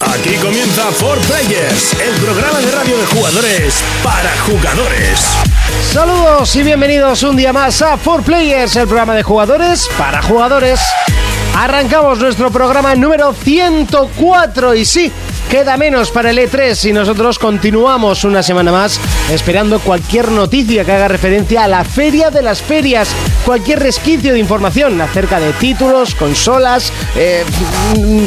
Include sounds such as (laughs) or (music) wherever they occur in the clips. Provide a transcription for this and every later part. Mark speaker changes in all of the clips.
Speaker 1: Aquí comienza For Players, el programa de radio de jugadores para jugadores.
Speaker 2: Saludos y bienvenidos un día más a 4Players, el programa de jugadores para jugadores. Arrancamos nuestro programa número 104 y sí, queda menos para el E3 y nosotros continuamos una semana más esperando cualquier noticia que haga referencia a la feria de las ferias, cualquier resquicio de información acerca de títulos, consolas, eh,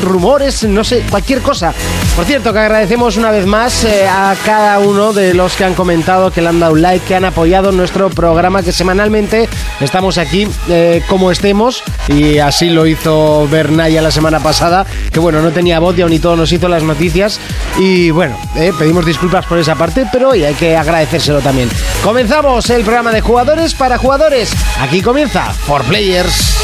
Speaker 2: rumores, no sé, cualquier cosa. Por cierto, que agradecemos una vez más eh, a cada uno de los que han comentado, que le han dado un like, que han apoyado nuestro programa, que semanalmente estamos aquí eh, como estemos y así lo hizo Bernaya la semana pasada, que bueno, no tenía voz y aún y todo nos hizo las noticias y bueno, eh, pedimos disculpas por esa parte, pero y hay que agradecérselo también. Comenzamos el programa de jugadores para jugadores. Aquí comienza For Players.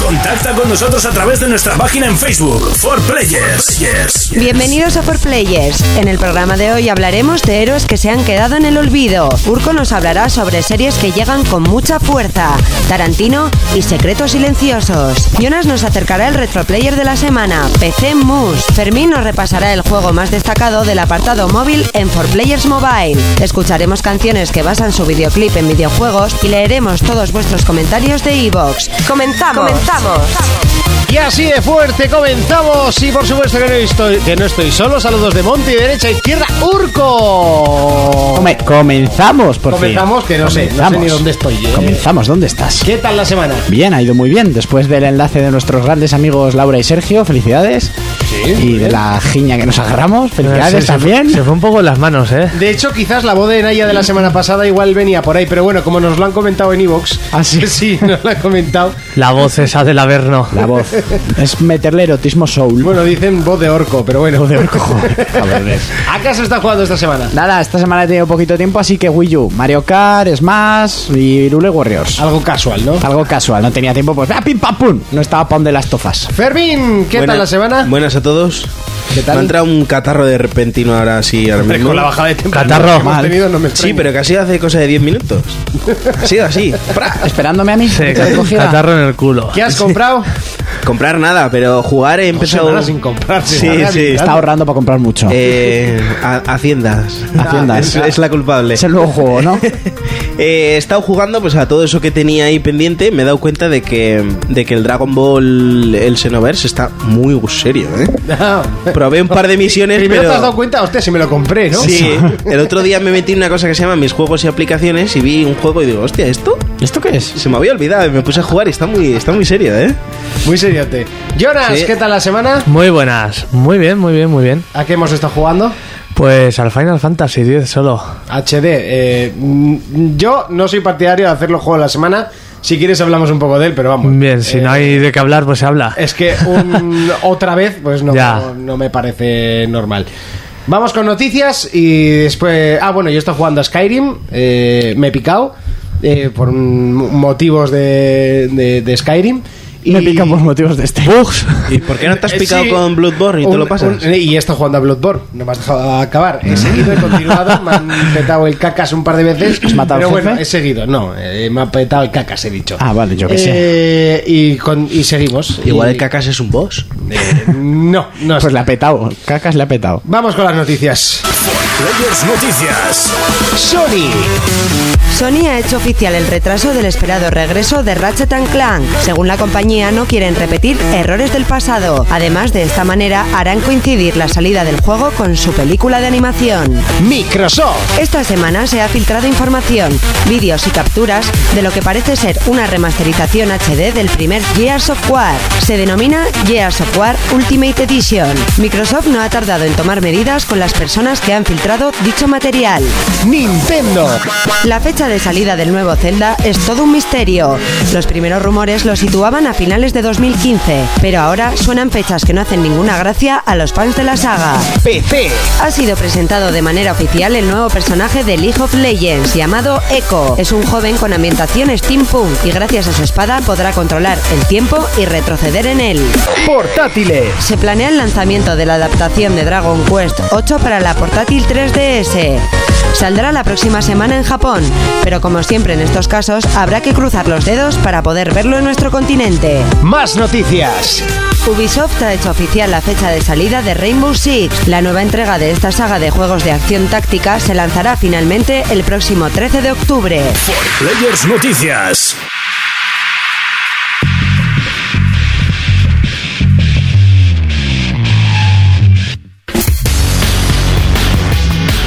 Speaker 1: Contacta con nosotros a través de nuestra página en Facebook, For Players. Yes.
Speaker 3: Bienvenidos a For Players. En el programa de hoy hablaremos de héroes que se han quedado en el olvido. Urco nos hablará sobre series que llegan con mucha fuerza, Tarantino y Secretos Silenciosos. Jonas nos acercará el retroplayer de la semana, PC Moose. Fermín nos repasará el juego más destacado del apartado móvil en For Players Mobile. Escucharemos canciones que basan su videoclip en videojuegos y leeremos todos vuestros comentarios de Evox. ¡Comenzamos! ¡Comenzamos!
Speaker 2: Y así de fuerte comenzamos y por supuesto que no estoy, que no estoy solo. Saludos de Monte y derecha a izquierda, Urco.
Speaker 4: Come- comenzamos, por fin.
Speaker 2: Comenzamos, que no sé, no sé
Speaker 4: Comenzamos.
Speaker 2: ni dónde estoy, eh.
Speaker 4: Comenzamos, ¿dónde estás?
Speaker 2: ¿Qué tal la semana?
Speaker 4: Bien, ha ido muy bien. Después del enlace de nuestros grandes amigos Laura y Sergio, felicidades. y de la giña que nos agarramos, felicidades
Speaker 5: Eh, Se- se fue-
Speaker 4: también.
Speaker 5: Se, fue un poco en las manos, ¿eh?
Speaker 2: De hecho, quizás la voz de Naya de la semana pasada igual venía por ahí, pero bueno, como nos lo han comentado en Evox.
Speaker 4: Ah, sí.
Speaker 2: (laughs) Sí, nos lo han comentado.
Speaker 5: La voz esa del Averno.
Speaker 4: La voz. es meterle erotismo soul.
Speaker 2: Bueno, dicen voz de orco, pero bueno.
Speaker 4: Joder, joder, cabrones.
Speaker 2: (laughs) ¿A qué se está jugando esta semana?
Speaker 4: Nada, esta semana he tenido poquito tiempo, así que Wii U, Mario Kart, Smash y Lule Warriors.
Speaker 2: Algo casual, ¿no?
Speaker 4: Algo casual, no tenía tiempo, pues ¡ah, pim pam pum! No estaba pa' de las tofas.
Speaker 2: Fermín, ¿qué
Speaker 6: Buena-
Speaker 2: tal la semana?
Speaker 6: Buenas a todos.
Speaker 2: ¿Qué tal?
Speaker 6: Me ha entrado un catarro de repentino ahora sí, ahora mismo.
Speaker 2: bajada de
Speaker 5: Catarro.
Speaker 2: que hemos
Speaker 4: Mal.
Speaker 2: tenido, no me
Speaker 6: Sí,
Speaker 2: extraña.
Speaker 6: pero que ha sido hace cosa de 10 minutos. Ha sido así. ¡Pra!
Speaker 4: Esperándome a mí.
Speaker 5: Sí,
Speaker 4: ¿Te has
Speaker 5: ca-
Speaker 4: cogido?
Speaker 5: catarro en el culo.
Speaker 2: ¿Qué has comprado?
Speaker 6: Comprar nada, pero jugar he empezado.
Speaker 2: semanas sin comprar, sin
Speaker 6: Sí,
Speaker 2: nada,
Speaker 6: sí.
Speaker 4: Está ahorrando para comprar mucho.
Speaker 6: Eh, ha- haciendas. Es,
Speaker 4: Haciendas.
Speaker 6: es la culpable.
Speaker 4: es el nuevo
Speaker 6: (laughs)
Speaker 4: juego, ¿no?
Speaker 6: Eh, he estado jugando pues a todo eso que tenía ahí pendiente. Me he dado cuenta de que, de que el Dragon Ball, el Xenoverse, está muy serio,
Speaker 2: (laughs)
Speaker 6: ¿eh? Probé un par de misiones,
Speaker 2: Primero
Speaker 6: pero.
Speaker 2: te has dado cuenta, hostia, si me lo compré, ¿no? (laughs)
Speaker 6: Sí, el otro día me metí en una cosa que se llama mis juegos y aplicaciones y vi un juego y digo, hostia, ¿esto?
Speaker 4: ¿Esto qué es?
Speaker 6: Se me había olvidado y me puse a jugar y está muy, está muy serio, ¿eh?
Speaker 2: Muy seriote. Jonas,
Speaker 6: Sí.
Speaker 2: ¿qué tal la semana?
Speaker 5: Muy buenas. Muy bien, muy bien, muy bien.
Speaker 2: ¿A qué hemos estado jugando?
Speaker 5: Pues al Final Fantasy 10 solo.
Speaker 2: HD. eh, mm, yo no soy partidario de hacer los juegos de la semana. Si quieres hablamos un poco de él, pero vamos.
Speaker 5: Bien, si
Speaker 2: Eh,
Speaker 5: no hay de qué hablar, pues se habla.
Speaker 2: Es que uh, un- otra vez, pues no,
Speaker 5: Ya.
Speaker 2: no, no me parece normal. Vamos con noticias y después... Ah, bueno, yo estoy jugando a Skyrim, eh, me he picado eh, por un- motivos de, de- de Skyrim. Y
Speaker 4: Me pican por motivos de este.
Speaker 5: Bugs.
Speaker 6: ¿Y por qué no te has
Speaker 2: Eh,
Speaker 6: picado
Speaker 2: sí.
Speaker 6: con Bloodborne y te
Speaker 2: Un-
Speaker 6: lo pasas?
Speaker 2: un- y esto jugando a Bloodborne, no me has dejado acabar. He seguido, he continuado, me han petado el cacas un par de veces.
Speaker 4: ¿Has matado al
Speaker 2: pero
Speaker 4: jefe?
Speaker 2: bueno, he seguido, no, eh, me ha petado el cacas, he dicho.
Speaker 4: Ah, vale, yo qué
Speaker 2: sé. Y, con- y seguimos.
Speaker 6: Igual
Speaker 2: Y-
Speaker 6: el Cacas es un boss.
Speaker 2: eh, no, no es-
Speaker 4: Pues la ha petado. Cacas la ha petado.
Speaker 2: Vamos con las noticias.
Speaker 1: Players Noticias.
Speaker 2: Sony.
Speaker 3: Sony ha hecho oficial el retraso del esperado regreso de Ratchet Clank. Según la compañía, no quieren repetir errores del pasado. Además, de esta manera harán coincidir la salida del juego con su película de animación.
Speaker 2: Microsoft.
Speaker 3: Esta semana se ha filtrado información, vídeos y capturas de lo que parece ser una remasterización HD del primer Gears of War. Se denomina Gears of War Ultimate Edition. Microsoft no ha tardado en tomar medidas con las personas que han filtrado dicho material.
Speaker 2: Nintendo.
Speaker 3: La fecha de salida del nuevo Zelda es todo un misterio. Los primeros rumores lo situaban a finales de 2015, pero ahora suenan fechas que no hacen ninguna gracia a los fans de la saga.
Speaker 2: PC.
Speaker 3: Ha sido presentado de manera oficial el nuevo personaje de League of Legends llamado Echo. Es un joven con ambientación steampunk y gracias a su espada podrá controlar el tiempo y retroceder en él.
Speaker 2: Portátiles.
Speaker 3: Se planea el lanzamiento de la adaptación de Dragon Quest 8 para la portátil 3 3DS. Saldrá la próxima semana en Japón, pero como siempre en estos casos, habrá que cruzar los dedos para poder verlo en nuestro continente.
Speaker 2: Más noticias.
Speaker 3: Ubisoft ha hecho oficial la fecha de salida de Rainbow Six. La nueva entrega de esta saga de juegos de acción táctica se lanzará finalmente el próximo 13 de octubre.
Speaker 1: Players Noticias.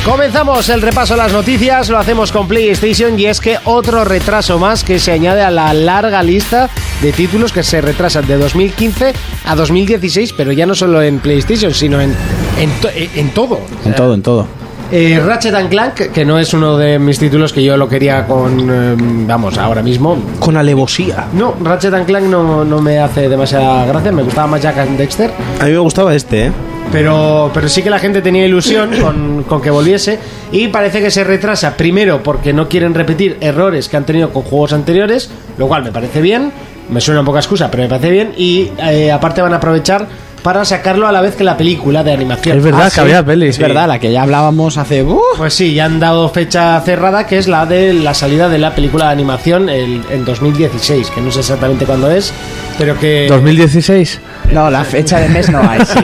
Speaker 2: Comenzamos el repaso a las noticias, lo hacemos con PlayStation y es que otro retraso más que se añade a la larga lista de títulos que se retrasan de 2015 a 2016, pero ya no solo en PlayStation, sino en, en, to- en todo.
Speaker 4: En todo, en todo.
Speaker 2: Eh, Ratchet and Clank, que no es uno de mis títulos que yo lo quería con, eh, vamos, ahora mismo.
Speaker 6: Con alevosía.
Speaker 2: No, Ratchet and Clank no, no me hace demasiada gracia, me gustaba más Jack and Dexter.
Speaker 6: A mí me gustaba este, ¿eh?
Speaker 2: Pero, pero sí que la gente
Speaker 6: (coughs)
Speaker 2: tenía ilusión con, con que volviese y parece que se retrasa primero porque no quieren repetir errores que han tenido con juegos anteriores, lo cual me parece bien, me suena un poca excusa, pero me parece bien y eh, aparte van a aprovechar para sacarlo a la vez que la película de animación.
Speaker 5: Es verdad
Speaker 2: Ah,
Speaker 5: que
Speaker 2: sí.
Speaker 5: había pelis.
Speaker 4: Es verdad, la que ya hablábamos hace. ¡Uh!
Speaker 2: Pues sí, ya han dado fecha cerrada que es la de la salida de la película de animación el- en 2016, que no sé exactamente cuándo es, pero que...
Speaker 5: 2016.
Speaker 4: No, la fecha de mes no hay,
Speaker 2: (laughs)
Speaker 4: sí.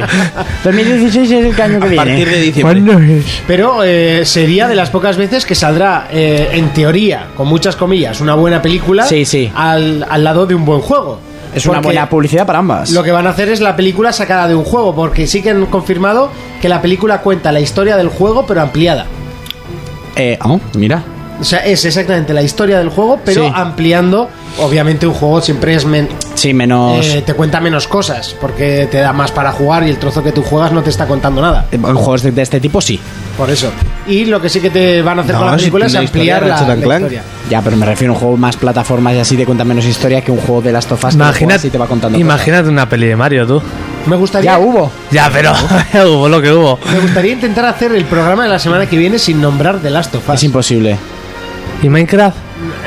Speaker 4: 2016 es el año que
Speaker 6: A partir
Speaker 4: viene.
Speaker 6: de diciembre.
Speaker 5: ¿Cuándo es?
Speaker 2: Pero eh, sería de las pocas veces que saldrá, eh, en teoría, con muchas comillas, una buena película
Speaker 4: Sí, sí.
Speaker 2: Al, al lado de un buen juego.
Speaker 4: Es una
Speaker 2: Porque
Speaker 4: buena publicidad para ambas.
Speaker 2: Lo que van a hacer es la película sacada de un juego, porque sí que han confirmado que la película cuenta la historia del juego, pero ampliada.
Speaker 4: Eh, oh, mira.
Speaker 2: O sea, es exactamente la historia del juego, pero
Speaker 4: Sí.
Speaker 2: ampliando. Obviamente, un juego siempre es men-
Speaker 4: Sí, menos.
Speaker 2: eh, te cuenta menos cosas, porque te da más para jugar y el trozo que tú juegas no te está contando nada.
Speaker 4: En juegos de, de este tipo sí.
Speaker 2: Por eso. Y lo que sí que te van a hacer
Speaker 6: No,
Speaker 2: con la
Speaker 6: si
Speaker 2: película es
Speaker 6: tiene historia,
Speaker 2: ampliar la,
Speaker 6: Ratchet and
Speaker 2: la
Speaker 6: Clank.
Speaker 2: historia.
Speaker 4: Ya, pero me refiero a un juego más plataformas y así te cuenta menos historia que un juego de las tofas.
Speaker 5: Imagínate,
Speaker 4: y te va contando. cosas.
Speaker 5: imagínate una peli de Mario, tú.
Speaker 2: Me gustaría,
Speaker 4: Ya hubo.
Speaker 5: (laughs) Ya, pero hubo lo que hubo.
Speaker 2: me gustaría intentar hacer el programa de la semana que viene sin nombrar The Last of Us.
Speaker 4: Es imposible.
Speaker 5: ¿Y Minecraft?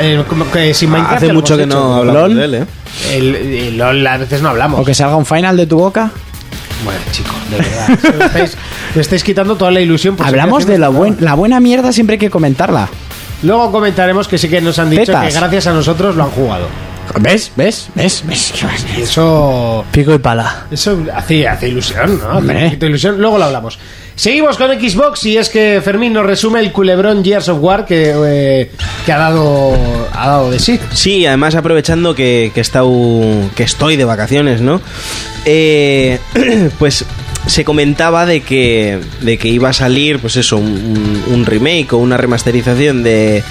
Speaker 2: Eh, como que sin Minecraft ya
Speaker 6: Ah, Hace
Speaker 2: lo
Speaker 6: mucho que
Speaker 2: hemos
Speaker 6: no
Speaker 2: hecho.
Speaker 6: hablamos
Speaker 4: LOL.
Speaker 6: de él, ¿eh?
Speaker 2: El, el LOL a veces no hablamos.
Speaker 4: O que salga un final de tu boca.
Speaker 2: Bueno, chico,
Speaker 6: (laughs)
Speaker 2: de verdad. me, estáis, me estáis quitando toda la ilusión. por
Speaker 4: Hablamos
Speaker 2: seguir
Speaker 4: de la,
Speaker 2: haciendo
Speaker 4: buen-
Speaker 2: este
Speaker 4: la buena mierda, siempre hay que comentarla.
Speaker 2: programa. Luego comentaremos que sí que nos han dicho
Speaker 4: Tetas.
Speaker 2: que gracias a nosotros lo han jugado.
Speaker 4: ¿Ves? ¿Ves? ¿Ves?
Speaker 2: (laughs)
Speaker 4: ¿Ves?
Speaker 2: Y eso...
Speaker 5: Pico y pala.
Speaker 2: Eso hace, hace ilusión, ¿no? Hace
Speaker 4: Hombre.
Speaker 2: un poquito de ilusión. Luego lo hablamos. Seguimos con Xbox y es que Fermín nos resume el culebrón Gears of War que, eh, que ha, dado, ha dado de sí.
Speaker 6: Sí, además aprovechando que, que, he estado- que estoy de vacaciones, ¿no? Eh, (clears throat) pues se comentaba de que, de que iba a salir, pues eso, un, un- un remake o una remasterización de,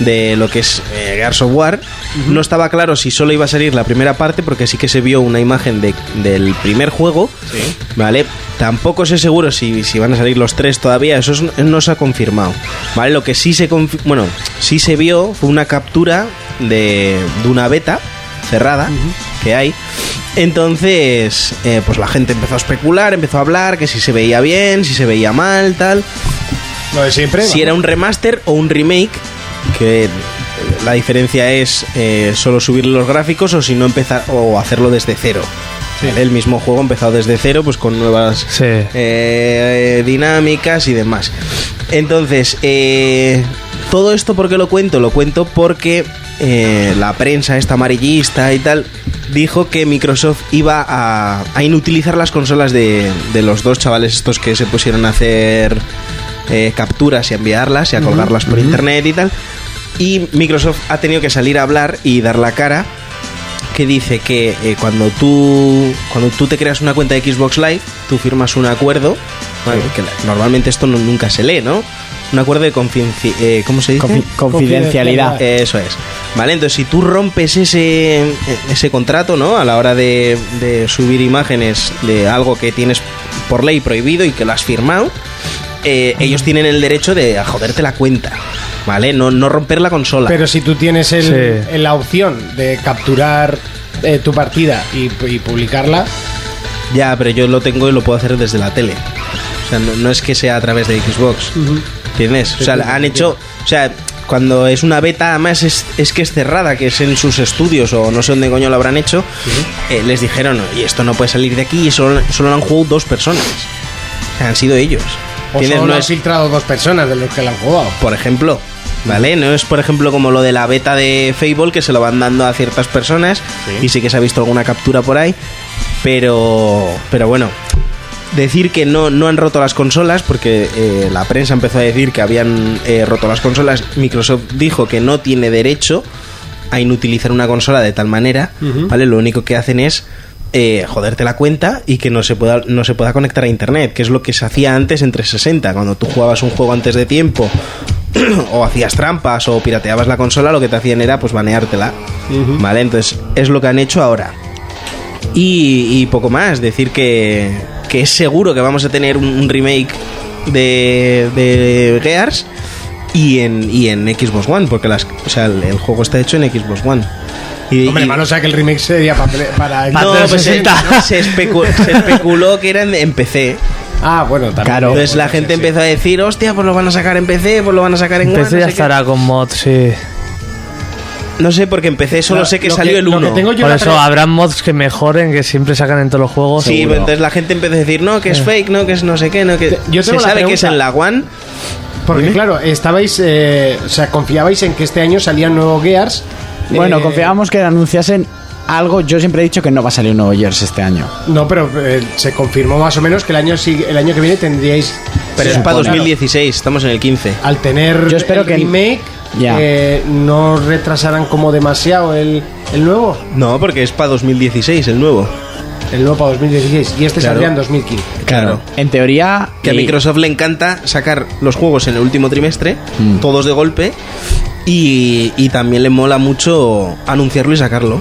Speaker 6: de lo que es eh, Gears of War. No estaba claro si solo iba a salir la primera parte, porque sí que se vio una imagen de- del primer juego. ¿Vale? Tampoco sé seguro si, si van a salir los tres todavía, eso es- no se ha confirmado. ¿Vale? Lo que sí se confi- bueno, sí se vio fue una captura de, de una beta cerrada que hay. Entonces, eh, pues la gente empezó a especular, empezó a hablar, que si se veía bien, si se veía mal, tal.
Speaker 2: Lo de siempre.
Speaker 6: Si era un remaster o un remake, que eh, la diferencia es eh, solo subir los gráficos o si no empezar o hacerlo desde cero. ¿Vale? El mismo juego empezado desde cero, pues con nuevas
Speaker 5: Sí.
Speaker 6: eh, dinámicas y demás. Entonces, eh, todo esto por qué lo cuento? Lo cuento porque eh, la prensa, esta amarillista y tal, dijo que Microsoft iba a, a inutilizar las consolas de, de los dos chavales estos que se pusieron a hacer eh, capturas y a enviarlas y a colgarlas por internet y tal. Y Microsoft ha tenido que salir a hablar y dar la cara que dice que eh, cuando tú cuando tú te creas una cuenta de Xbox Live, tú firmas un acuerdo, ¿vale? que la- normalmente esto no- nunca se lee, ¿no? Un acuerdo de confidencia ¿cómo se dice?
Speaker 4: Confi- confidencialidad.
Speaker 6: Eso es. Vale, entonces si tú rompes ese, ese contrato, ¿no? A la hora de, de subir imágenes de algo que tienes por ley prohibido y que lo has firmado, eh, ellos tienen el derecho de a joderte la cuenta, ¿vale? No, no romper la consola.
Speaker 2: Pero si tú tienes el-
Speaker 5: Sí.
Speaker 2: el- la opción de capturar eh, tu partida y, y pues, publicarla,
Speaker 6: Ya, pero yo lo tengo y lo puedo hacer desde la tele. O sea, no, no es que sea a través de Xbox. ¿Entiendes? O sea,
Speaker 2: Sí, sí,
Speaker 6: han
Speaker 2: sí.
Speaker 6: hecho. O sea, cuando es una beta, además es, es que es cerrada, que es en sus estudios o no sé dónde coño lo habrán hecho. eh, les dijeron, y esto no puede salir de aquí, y solo, solo lo han jugado dos personas. O sea, han sido ellos.
Speaker 2: O
Speaker 6: Tienes
Speaker 2: solo
Speaker 6: no
Speaker 2: han
Speaker 6: es-
Speaker 2: filtrado dos personas de los que la han jugado.
Speaker 6: por ejemplo. ¿Vale? No es, por ejemplo, como lo de la beta de Fable, que se lo van dando a ciertas personas. Y sí que se ha visto alguna captura por ahí. Pero. Pero bueno. Decir que no, no han roto las consolas, porque eh, la prensa empezó a decir que habían eh, roto las consolas. Microsoft dijo que no tiene derecho a inutilizar una consola de tal manera. ¿Vale? Lo único que hacen es. eh, joderte la cuenta y que no se pueda no se pueda conectar a internet que es lo que se hacía antes en 360 cuando tú jugabas un juego antes de tiempo (clears throat) o hacías trampas o pirateabas la consola, lo que te hacían era pues baneártela. ¿Vale? Entonces, es lo que han hecho ahora. Y, y poco más, decir que, que es seguro que vamos a tener un, un remake de, de Gears y en, y en Xbox One, porque las, o sea, el, el juego está hecho en Xbox One. Y,
Speaker 2: Hombre,
Speaker 6: y-
Speaker 2: malo sea que el remake sería pa- para...
Speaker 6: no,
Speaker 5: Para
Speaker 6: pues se,
Speaker 5: 360.
Speaker 2: (laughs)
Speaker 6: se especu- se especuló que era en- en PC.
Speaker 2: Ah, bueno, también.
Speaker 4: Claro.
Speaker 6: Entonces la gente empezó a decir, hostia, pues lo van a sacar en PC, pues lo van a sacar en One,
Speaker 5: Empecé
Speaker 6: no
Speaker 5: ya
Speaker 6: sé qué".
Speaker 5: estará con mods, sí.
Speaker 6: No sé, porque empecé, solo sé que
Speaker 2: Lo
Speaker 6: salió el
Speaker 2: lo
Speaker 6: 1.
Speaker 2: que tengo yo
Speaker 5: Por
Speaker 2: la
Speaker 5: eso
Speaker 2: pre-
Speaker 5: habrá mods que mejoren, que siempre sacan en todos los
Speaker 2: Oh,
Speaker 5: juegos.
Speaker 6: Sí, pero entonces la gente empezó a decir, no, que es fake, no, que es no sé qué, no, que...
Speaker 2: Te- yo
Speaker 6: se
Speaker 2: tengo la
Speaker 6: sabe que es
Speaker 2: pregunta.
Speaker 6: en la One.
Speaker 2: Porque claro, estabais, eh, o sea, confiabais en que este año salía un nuevo Gears.
Speaker 4: Bueno,
Speaker 2: Eh,
Speaker 4: confiábamos que anunciasen algo. Yo siempre he dicho que no va a salir un nuevo Gears este año.
Speaker 2: No, pero eh, se confirmó más o menos que el año sig- el año que viene tendríais.
Speaker 6: Pero
Speaker 2: o
Speaker 6: es
Speaker 2: sea,
Speaker 6: para
Speaker 2: claro,
Speaker 6: 2016, estamos en el 15.
Speaker 2: al tener
Speaker 4: Yo espero
Speaker 2: el
Speaker 4: que-
Speaker 2: remake,
Speaker 4: Ya.
Speaker 2: eh, no retrasarán como demasiado el, el nuevo,
Speaker 6: No, porque es para 2016 el nuevo.
Speaker 2: el nuevo para 2016 y este
Speaker 6: Claro.
Speaker 2: saldría en 2015.
Speaker 6: Claro.
Speaker 4: En teoría.
Speaker 6: Que a
Speaker 4: y-
Speaker 6: Microsoft le encanta sacar los juegos en el último trimestre,
Speaker 2: Mm.
Speaker 6: todos de golpe, y, y también le mola mucho anunciarlo y sacarlo.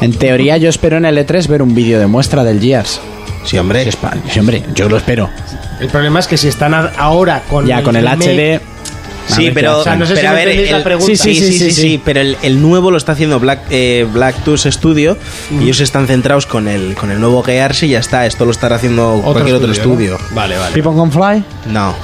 Speaker 4: En teoría, yo espero en el E3 ver un vídeo de muestra del Gears.
Speaker 6: Sí, hombre.
Speaker 4: Es pa- sí, hombre, yo lo espero.
Speaker 2: El problema es que si están a- ahora con
Speaker 4: Ya con el
Speaker 2: remake-
Speaker 4: HD.
Speaker 6: Sí,
Speaker 4: A ver qué
Speaker 6: pero,
Speaker 4: hacen.
Speaker 2: sea, no sé
Speaker 6: pero
Speaker 2: si
Speaker 6: a
Speaker 2: me
Speaker 6: ver,
Speaker 2: entendéis la
Speaker 6: sí,
Speaker 2: pregunta.
Speaker 6: sí, sí, sí,
Speaker 4: sí.
Speaker 6: sí, pero el, el nuevo lo está haciendo Black, eh, Tools Studio y ellos están centrados con el, con el nuevo Gears y ya está, esto lo estará haciendo cualquier otro estudio.
Speaker 2: ¿no? Vale, vale.
Speaker 4: People Can Fly.
Speaker 2: (laughs)
Speaker 6: No.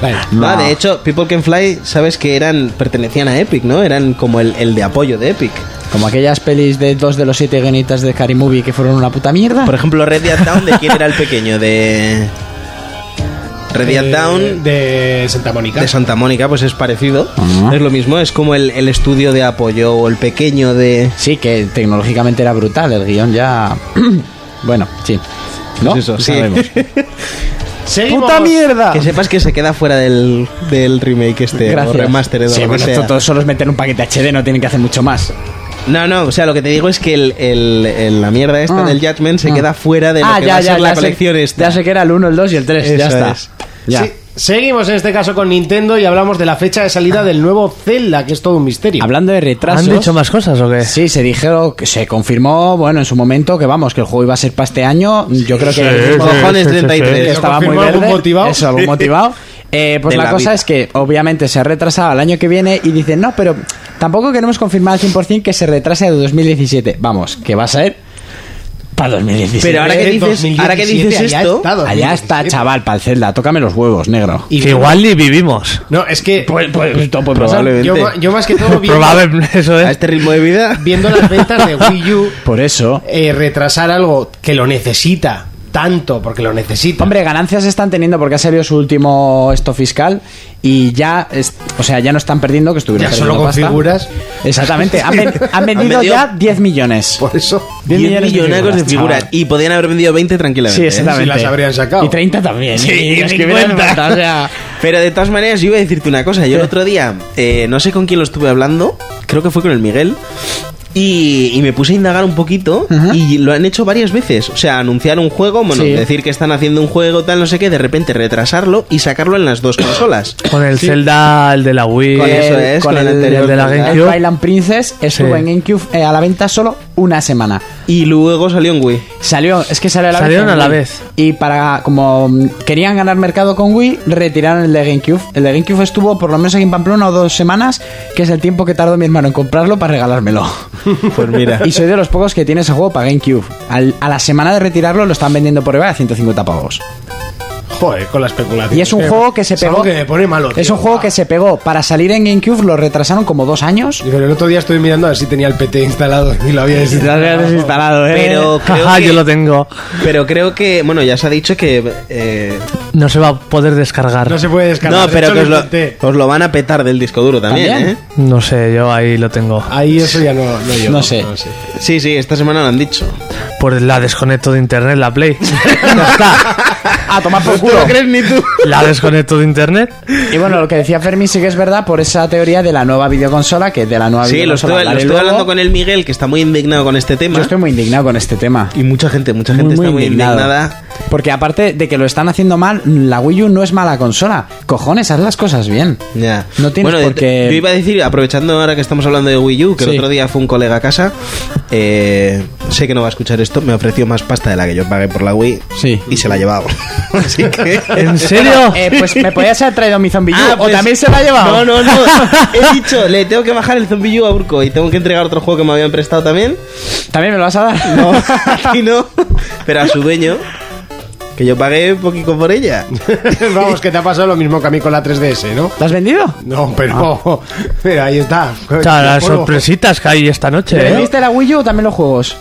Speaker 2: Vale.
Speaker 4: No.
Speaker 6: Ah, de hecho, People Can Fly, sabes que eran pertenecían a Epic, ¿no? Eran como el, el de apoyo de Epic.
Speaker 4: Como aquellas pelis de dos de los siete guenitas de Scary Movie que fueron una puta mierda.
Speaker 6: Por ejemplo, Red Dead Down, (laughs)
Speaker 4: (laughs)
Speaker 6: ¿de quién era el pequeño? De... Red Dead
Speaker 2: Eh,
Speaker 6: Down
Speaker 2: de Santa Mónica.
Speaker 6: de Santa Mónica, pues es parecido.
Speaker 4: Ajá.
Speaker 6: Es lo mismo, es como el, el estudio de apoyo o el pequeño de...
Speaker 4: Sí, que tecnológicamente era brutal. El guión ya. (clears throat) bueno, sí. ¿No?
Speaker 6: Pues eso, sí.
Speaker 4: (laughs) Sabemos.
Speaker 2: Seguimos.
Speaker 4: ¡Puta mierda!
Speaker 6: Que sepas que se queda fuera del, del remake este o remaster
Speaker 4: Sí, bueno, esto todo solo es meter un paquete HD, no tienen que hacer mucho más.
Speaker 6: No, no, o sea, lo que te digo es que el, el- el- la mierda esta
Speaker 4: Ah.
Speaker 6: del Judgment se
Speaker 4: Ah.
Speaker 6: queda fuera de lo que va a ser la
Speaker 4: sé-
Speaker 6: colección esta.
Speaker 4: Ya sé que era el 1, el 2 y el 3, ya
Speaker 6: Eso
Speaker 4: está.
Speaker 6: es.
Speaker 4: Ya.
Speaker 2: Sí, seguimos en este caso con Nintendo y hablamos de la fecha de salida del nuevo Zelda, que es todo un misterio.
Speaker 4: Hablando de retrasos.
Speaker 5: ¿Han dicho más cosas o qué?
Speaker 4: Sí, se dijeron que se confirmó, bueno, en su momento que vamos, que el juego iba a ser para este año. Yo creo que
Speaker 5: sí,
Speaker 6: Cojones
Speaker 5: sí, sí,
Speaker 6: 33.
Speaker 4: que
Speaker 2: Eso
Speaker 4: estaba muy
Speaker 2: confirmó
Speaker 4: verde.
Speaker 2: algún motivado.
Speaker 4: Eso, algún motivado. Eh, pues
Speaker 6: De
Speaker 4: la,
Speaker 6: la
Speaker 4: cosa
Speaker 6: vida.
Speaker 4: es que obviamente se ha retrasado al año que viene y dicen, no, pero tampoco queremos confirmar al 100% que se retrase de 2017. Vamos, que va a ser para 2017.
Speaker 6: Pero ahora que
Speaker 2: Eh,
Speaker 6: dices,
Speaker 2: 2017,
Speaker 6: ahora que dices
Speaker 2: allá
Speaker 6: esto,
Speaker 2: está, dos mil
Speaker 4: Allá está,
Speaker 2: diecisiete.
Speaker 4: chaval, para el Zelda. Tócame los huevos, negro.
Speaker 5: Que igual ni vivimos.
Speaker 2: No, es que
Speaker 4: Pues, pues, esto, pues,
Speaker 2: o sea,
Speaker 4: probable.
Speaker 2: yo, ma- yo más que (laughs) todo viendo,
Speaker 5: Probablemente eso
Speaker 6: a
Speaker 5: es.
Speaker 6: este ritmo de vida,
Speaker 2: viendo las ventas (laughs) de Wii U,
Speaker 4: Por eso.
Speaker 2: eh, retrasar algo que lo necesita tanto, porque lo necesita.
Speaker 4: Hombre, ganancias están teniendo porque ha salido su último esto fiscal y ya, es- o sea, ya no están perdiendo que estuvieron
Speaker 2: Ya
Speaker 4: perdiendo
Speaker 2: solo con
Speaker 4: pasta.
Speaker 2: figuras.
Speaker 4: Exactamente, han,
Speaker 2: (laughs)
Speaker 4: ven- han vendido
Speaker 6: vendido-
Speaker 4: ya 10 millones.
Speaker 2: por eso
Speaker 6: 10 millonacos de
Speaker 4: chaval.
Speaker 6: figuras. Y podían haber vendido 20 tranquilamente.
Speaker 4: Ah. Sí,
Speaker 6: ¿eh?
Speaker 4: exactamente.
Speaker 2: Si las habrían sacado.
Speaker 4: Y 30 también.
Speaker 5: Sí,
Speaker 4: y
Speaker 5: y
Speaker 4: los que hubieran
Speaker 5: 50.
Speaker 4: matado, o sea,
Speaker 6: (laughs) Pero de todas maneras, yo iba a decirte una cosa. Yo el otro día, eh, no sé con quién lo estuve hablando, creo que fue con el Miguel. Y, y me puse a indagar un poquito y lo han hecho varias veces. O sea, anunciar un juego, bueno,
Speaker 4: Sí.
Speaker 6: decir que están haciendo un juego, tal, no sé qué, de repente retrasarlo y sacarlo en las dos (coughs) consolas.
Speaker 5: Con el Zelda, el de la Wii.
Speaker 6: Con eso es, con el anterior
Speaker 4: de la
Speaker 5: Zelda.
Speaker 4: GameCube. El (laughs) Twilight Princess estuvo
Speaker 5: Sí.
Speaker 4: en GameCube eh, a la venta solo una semana.
Speaker 6: Y luego salió en Wii.
Speaker 4: Salió, es que salió a la
Speaker 5: Salieron
Speaker 4: vez. en
Speaker 5: a la
Speaker 4: Wii.
Speaker 5: vez.
Speaker 4: Y para, como mm, querían ganar mercado con Wii, retiraron el de GameCube. El de GameCube estuvo por lo menos aquí en Pamplona dos semanas, que es el tiempo que tardó mi hermano en comprarlo para regalármelo.
Speaker 6: Pues mira.
Speaker 4: (laughs) y soy de los pocos que tiene ese juego para GameCube. Al- a la semana de retirarlo lo están vendiendo por eBay a 150 pavos.
Speaker 2: Joder, eh, con la especulación.
Speaker 4: Y es un
Speaker 2: que-
Speaker 4: juego que se
Speaker 2: Eh, es algo
Speaker 4: pegó.
Speaker 2: que me pone malo.
Speaker 4: es un juego que se pegó. Para salir en GameCube lo retrasaron como dos años.
Speaker 2: Pero el otro día estoy mirando a ver si tenía el PT instalado
Speaker 4: (laughs)
Speaker 2: y lo había
Speaker 4: Las habías
Speaker 2: desinstalado.
Speaker 4: desinstalado, ¿eh?
Speaker 6: Pero creo
Speaker 5: Jaja,
Speaker 6: que-
Speaker 5: yo lo tengo.
Speaker 6: Pero creo que, bueno, ya se ha dicho que... eh,
Speaker 5: No se va a poder descargar.
Speaker 2: No se puede descargar.
Speaker 6: no,
Speaker 2: de
Speaker 6: pero
Speaker 2: hecho,
Speaker 6: que os lo,
Speaker 2: intenté.
Speaker 6: os lo van a petar del disco duro también,
Speaker 4: ¿También?
Speaker 6: ¿eh?
Speaker 5: No sé, yo ahí lo tengo.
Speaker 2: Ahí eso ya no, no llego,
Speaker 4: No sé.
Speaker 6: Sí, sí, esta semana lo han dicho.
Speaker 5: Pues la desconecto de internet, la Play. Ya está.
Speaker 4: A tomar Ah,
Speaker 2: Pues
Speaker 4: por culo.
Speaker 6: ni tú.
Speaker 5: (laughs) La desconecto de internet.
Speaker 4: Y bueno, lo que decía Fermi sí que es verdad por esa teoría de la nueva videoconsola, que de la nueva
Speaker 6: Sí, lo
Speaker 4: videoconsola.
Speaker 6: estoy, lo
Speaker 4: hablaré
Speaker 6: estoy hablando
Speaker 4: luego.
Speaker 6: con el Miguel, que está muy indignado con este tema.
Speaker 4: Yo estoy muy indignado con este tema.
Speaker 6: Y mucha gente, mucha gente está muy
Speaker 4: indignado.
Speaker 6: indignada.
Speaker 4: Porque aparte de que lo están haciendo mal, la Wii U no es mala consola. Cojones, haz las cosas bien.
Speaker 6: Ya.
Speaker 4: No tienes
Speaker 6: bueno,
Speaker 4: por qué-
Speaker 6: Yo iba a decir, aprovechando ahora que estamos hablando de Wii U, que
Speaker 4: Sí.
Speaker 6: el otro día fue un colega a casa, eh, sé que no va a escuchar esto, me ofreció más pasta de la que yo pagué por la Wii
Speaker 4: Sí.
Speaker 6: y se la llevaba. (laughs) Así que... (laughs)
Speaker 5: ¿En serio?
Speaker 4: Eh, pues me podías haber traído mi zombie U,
Speaker 6: Ah,
Speaker 4: o
Speaker 6: pues-
Speaker 4: también se la ha llevado.
Speaker 6: No, no,
Speaker 4: (laughs)
Speaker 6: no. He dicho, le tengo que bajar el Zombie U a Urco y tengo que entregar otro juego que me habían prestado también.
Speaker 4: ¿También me lo vas a dar? (laughs)
Speaker 6: No, aquí no. Pero a su dueño, que yo pagué un poquito por ella.
Speaker 2: (laughs) Vamos, que te ha pasado lo mismo que a mí con la 3DS, ¿no?
Speaker 4: ¿Lo has vendido? Ah.
Speaker 2: No, pero, (laughs) pero ahí está.
Speaker 5: O sea, las
Speaker 2: Polvo.
Speaker 5: sorpresitas que hay esta
Speaker 4: ¿Te
Speaker 5: noche. ¿eh?
Speaker 4: vendiste la Wii U o también los juegos?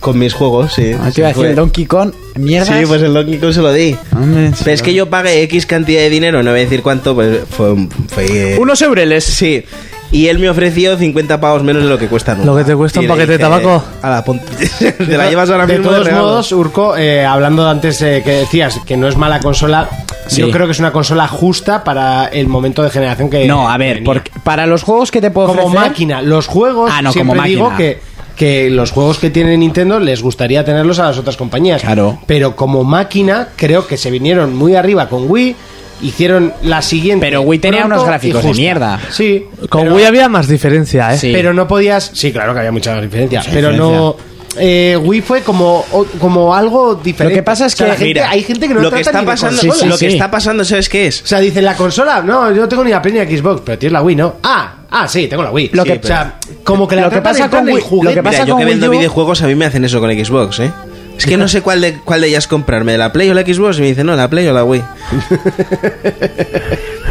Speaker 6: Con mis juegos, sí.
Speaker 4: Ah,
Speaker 6: Sí,
Speaker 4: te iba a decir
Speaker 6: fue.
Speaker 4: el Donkey Kong. Mierda.
Speaker 6: Sí, pues el Donkey Kong se lo di. Pero es que yo pagué X cantidad de dinero, no voy a decir cuánto, pues fue... un- fue eh,
Speaker 4: Unos eureles.
Speaker 6: Sí. Y él me ofreció 50 pavos menos de lo que cuesta
Speaker 5: Lo que te cuesta un paquete de tabaco.
Speaker 6: A la (laughs) Te la llevas ahora
Speaker 2: de
Speaker 6: mismo
Speaker 2: todos
Speaker 6: regalo.
Speaker 2: modos, Urco, eh, hablando de antes eh, que decías que no es mala consola, yo creo que es una consola justa para el momento de generación que.
Speaker 4: No, a
Speaker 2: que
Speaker 4: ver,
Speaker 2: venía.
Speaker 4: porque para los juegos que te puedo
Speaker 2: como
Speaker 4: ofrecer-
Speaker 2: máquina, los juegos.
Speaker 4: Ah, no,
Speaker 2: siempre
Speaker 4: como
Speaker 2: digo
Speaker 4: máquina.
Speaker 2: que que los juegos que tiene Nintendo les gustaría tenerlos a las otras compañías.
Speaker 4: Claro.
Speaker 2: Pero como máquina, creo que se vinieron muy arriba con Wii. Hicieron la siguiente.
Speaker 4: Pero Wii tenía
Speaker 2: pronto
Speaker 4: unos
Speaker 2: y
Speaker 4: gráficos de
Speaker 2: justa.
Speaker 4: mierda.
Speaker 2: Sí.
Speaker 5: Con
Speaker 2: pero-
Speaker 5: Wii había más diferencia, ¿eh?
Speaker 4: Sí.
Speaker 2: pero no podías. Sí, claro que había muchas diferencias,
Speaker 4: Mucha
Speaker 2: pero no. eh, Wii fue como, o- como algo diferente.
Speaker 4: Lo que pasa es
Speaker 2: O sea,
Speaker 4: que-
Speaker 2: la gente-
Speaker 6: Mira,
Speaker 2: hay gente que no
Speaker 6: lo
Speaker 2: trata
Speaker 6: que está
Speaker 2: ni de
Speaker 6: pasando,
Speaker 2: consola.
Speaker 4: Sí, sí,
Speaker 6: lo que
Speaker 4: sí.
Speaker 6: está pasando, ¿sabes qué es?
Speaker 2: O sea, dicen la consola, no, yo no tengo ni la Play ni la Xbox, pero tienes la Wii, ¿no? Ah, ah, sí, tengo la Wii.
Speaker 4: Lo
Speaker 2: Sí,
Speaker 4: que-
Speaker 2: o sea, como que la
Speaker 4: lo que
Speaker 2: tratan
Speaker 4: pasa con
Speaker 2: en plan del
Speaker 4: Wii- lo
Speaker 2: juguete.
Speaker 4: que pasa-
Speaker 6: Mira, yo
Speaker 4: con
Speaker 6: que
Speaker 4: Wii
Speaker 6: vendo
Speaker 4: U?
Speaker 6: videojuegos a mí me hacen eso con Xbox, ¿eh? Es que no sé cuál de, cuál de ellas comprarme, de la Play o la Xbox, y me dicen, no, la Play o
Speaker 4: (laughs)
Speaker 6: la Wii.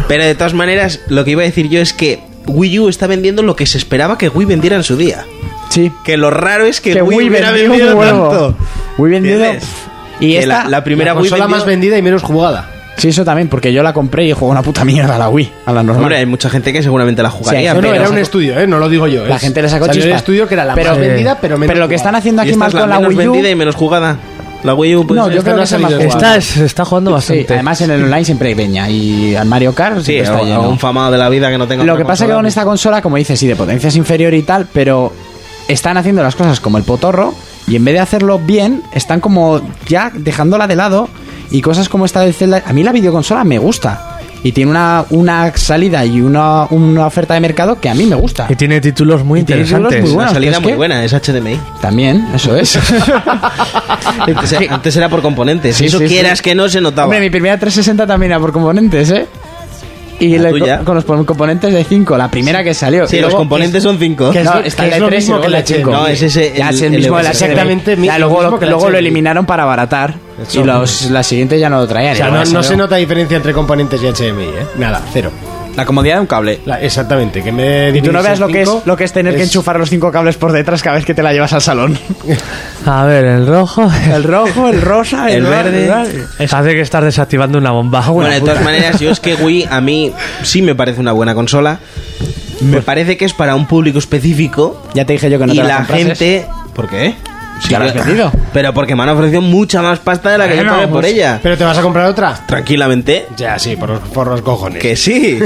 Speaker 6: Pero de todas maneras, lo que iba a decir yo es que Wii U está vendiendo lo que se esperaba que Wii vendiera en su día.
Speaker 4: Sí.
Speaker 6: Que lo raro es que,
Speaker 4: Que
Speaker 6: Wii,
Speaker 4: Wii
Speaker 6: hubiera
Speaker 4: vendió un
Speaker 6: vendido
Speaker 4: huevo.
Speaker 6: tanto.
Speaker 4: Wii vendido-
Speaker 6: ¿Entiendes?
Speaker 4: Y
Speaker 6: Que
Speaker 4: esta-
Speaker 6: la, la
Speaker 2: la
Speaker 6: primera Wii
Speaker 2: consola
Speaker 6: vendió-
Speaker 2: más vendida y menos jugada.
Speaker 4: Sí, eso también, porque yo la compré y juego una puta mierda a la Wii, a la normal.
Speaker 6: Hombre, hay mucha gente que seguramente la jugaría,
Speaker 4: Sí,
Speaker 2: No,
Speaker 4: eso
Speaker 6: pero...
Speaker 2: no, era un
Speaker 4: sacó-
Speaker 2: estudio, ¿eh? No lo digo yo.
Speaker 4: la
Speaker 2: es-
Speaker 4: gente le sacó
Speaker 2: salió el
Speaker 4: chispa.
Speaker 2: estudio que era la
Speaker 4: Pero-
Speaker 2: más vendida, pero menos
Speaker 4: lo que están
Speaker 2: jugada.
Speaker 4: haciendo
Speaker 6: Y
Speaker 4: aquí
Speaker 6: esta
Speaker 4: mal
Speaker 6: es la
Speaker 4: con la
Speaker 6: menos
Speaker 4: Wii U...
Speaker 6: vendida y menos jugada. La Wii U, pues,
Speaker 4: No, yo
Speaker 2: esta
Speaker 4: creo
Speaker 2: no
Speaker 4: que
Speaker 2: ha
Speaker 4: es el
Speaker 2: salido
Speaker 4: más
Speaker 2: jugada.
Speaker 4: jugado.
Speaker 5: Esta es- se está jugando
Speaker 4: Sí,
Speaker 5: bastante.
Speaker 4: además en el online siempre hay peña. Y al Mario Kart
Speaker 6: sí,
Speaker 4: siempre
Speaker 6: a-
Speaker 4: está
Speaker 6: a
Speaker 4: lleno.
Speaker 6: un famado de la vida que no tenga
Speaker 4: Lo
Speaker 6: otra
Speaker 4: que pasa es que
Speaker 6: consola,
Speaker 4: con este
Speaker 6: pues.
Speaker 4: esta consola, como dices, sí, de potencia es inferior y tal, pero están haciendo las cosas como el potorro y en vez de hacerlo bien, están como ya dejándola de lado y cosas como esta de Zelda. A mí la videoconsola me gusta y tiene una, una salida y una, una oferta de mercado que a mí me gusta.
Speaker 5: Y tiene títulos muy
Speaker 4: Y tiene títulos
Speaker 5: interesantes.
Speaker 4: muy
Speaker 6: Una
Speaker 4: Bueno,
Speaker 6: salida
Speaker 4: es
Speaker 6: muy
Speaker 4: que-
Speaker 6: buena, es HDMI.
Speaker 4: También, eso es.
Speaker 6: (laughs) Antes, antes era por componentes.
Speaker 4: Sí,
Speaker 6: eso
Speaker 4: sí, sí.
Speaker 6: quieras que no se notaba.
Speaker 4: Hombre, mi primera 360 también era por componentes, ¿eh? Y
Speaker 6: La
Speaker 4: le-
Speaker 6: tuya.
Speaker 4: con los componentes de 5, la primera que salió.
Speaker 6: Sí,
Speaker 4: Y
Speaker 6: los
Speaker 4: luego-
Speaker 6: componentes son 5.
Speaker 2: que es
Speaker 4: No,
Speaker 2: lo-
Speaker 4: está
Speaker 2: que
Speaker 4: el
Speaker 2: es lo
Speaker 4: E3 y
Speaker 2: mismo
Speaker 4: luego
Speaker 2: que
Speaker 4: el
Speaker 2: la
Speaker 4: E5.
Speaker 2: HDMI.
Speaker 6: No, es ese-
Speaker 4: Ya
Speaker 6: el-
Speaker 4: es el, mismo de la
Speaker 6: LCD.
Speaker 2: Exactamente mi-
Speaker 4: Ya,
Speaker 2: lo
Speaker 4: luego
Speaker 2: mismo
Speaker 4: lo,
Speaker 2: que la
Speaker 4: luego lo
Speaker 2: HDMI.
Speaker 4: eliminaron para abaratar. Y los, la siguiente ya no lo traían.
Speaker 2: O sea,
Speaker 4: Igual
Speaker 2: Eh, no, no
Speaker 4: salió.
Speaker 2: se nota diferencia entre componentes y HDMI, ¿eh? Nada, cero.
Speaker 4: La comodidad de un cable.
Speaker 2: La- exactamente, que me
Speaker 4: Y tú no veas lo que, es, lo que es tener que
Speaker 2: enchufar
Speaker 4: enchufar los cinco cables por detrás cada vez que te la llevas al salón.
Speaker 2: (laughs)
Speaker 5: A ver, el rojo.
Speaker 4: El rojo, el rosa,
Speaker 6: el
Speaker 4: el,
Speaker 6: verde.
Speaker 4: verde.
Speaker 5: Hace que estás desactivando una bomba.
Speaker 6: Bueno, de todas maneras, yo es que Wii a mí sí me parece una buena consola. Me parece que es para un público específico.
Speaker 4: Ya te dije yo que no
Speaker 6: y
Speaker 4: te
Speaker 6: la,
Speaker 4: la, comprases.
Speaker 6: gente. ¿Por qué?
Speaker 4: Ya la has vendido.
Speaker 6: Pero porque me han ofrecido mucha más pasta de la que yo
Speaker 4: Bueno,
Speaker 6: pagué por
Speaker 4: pues-
Speaker 6: ella.
Speaker 2: ¿Pero te vas a comprar otra?
Speaker 6: Tranquilamente.
Speaker 2: Ya, sí, por los, por los cojones.
Speaker 6: Que
Speaker 2: (laughs)
Speaker 6: sí.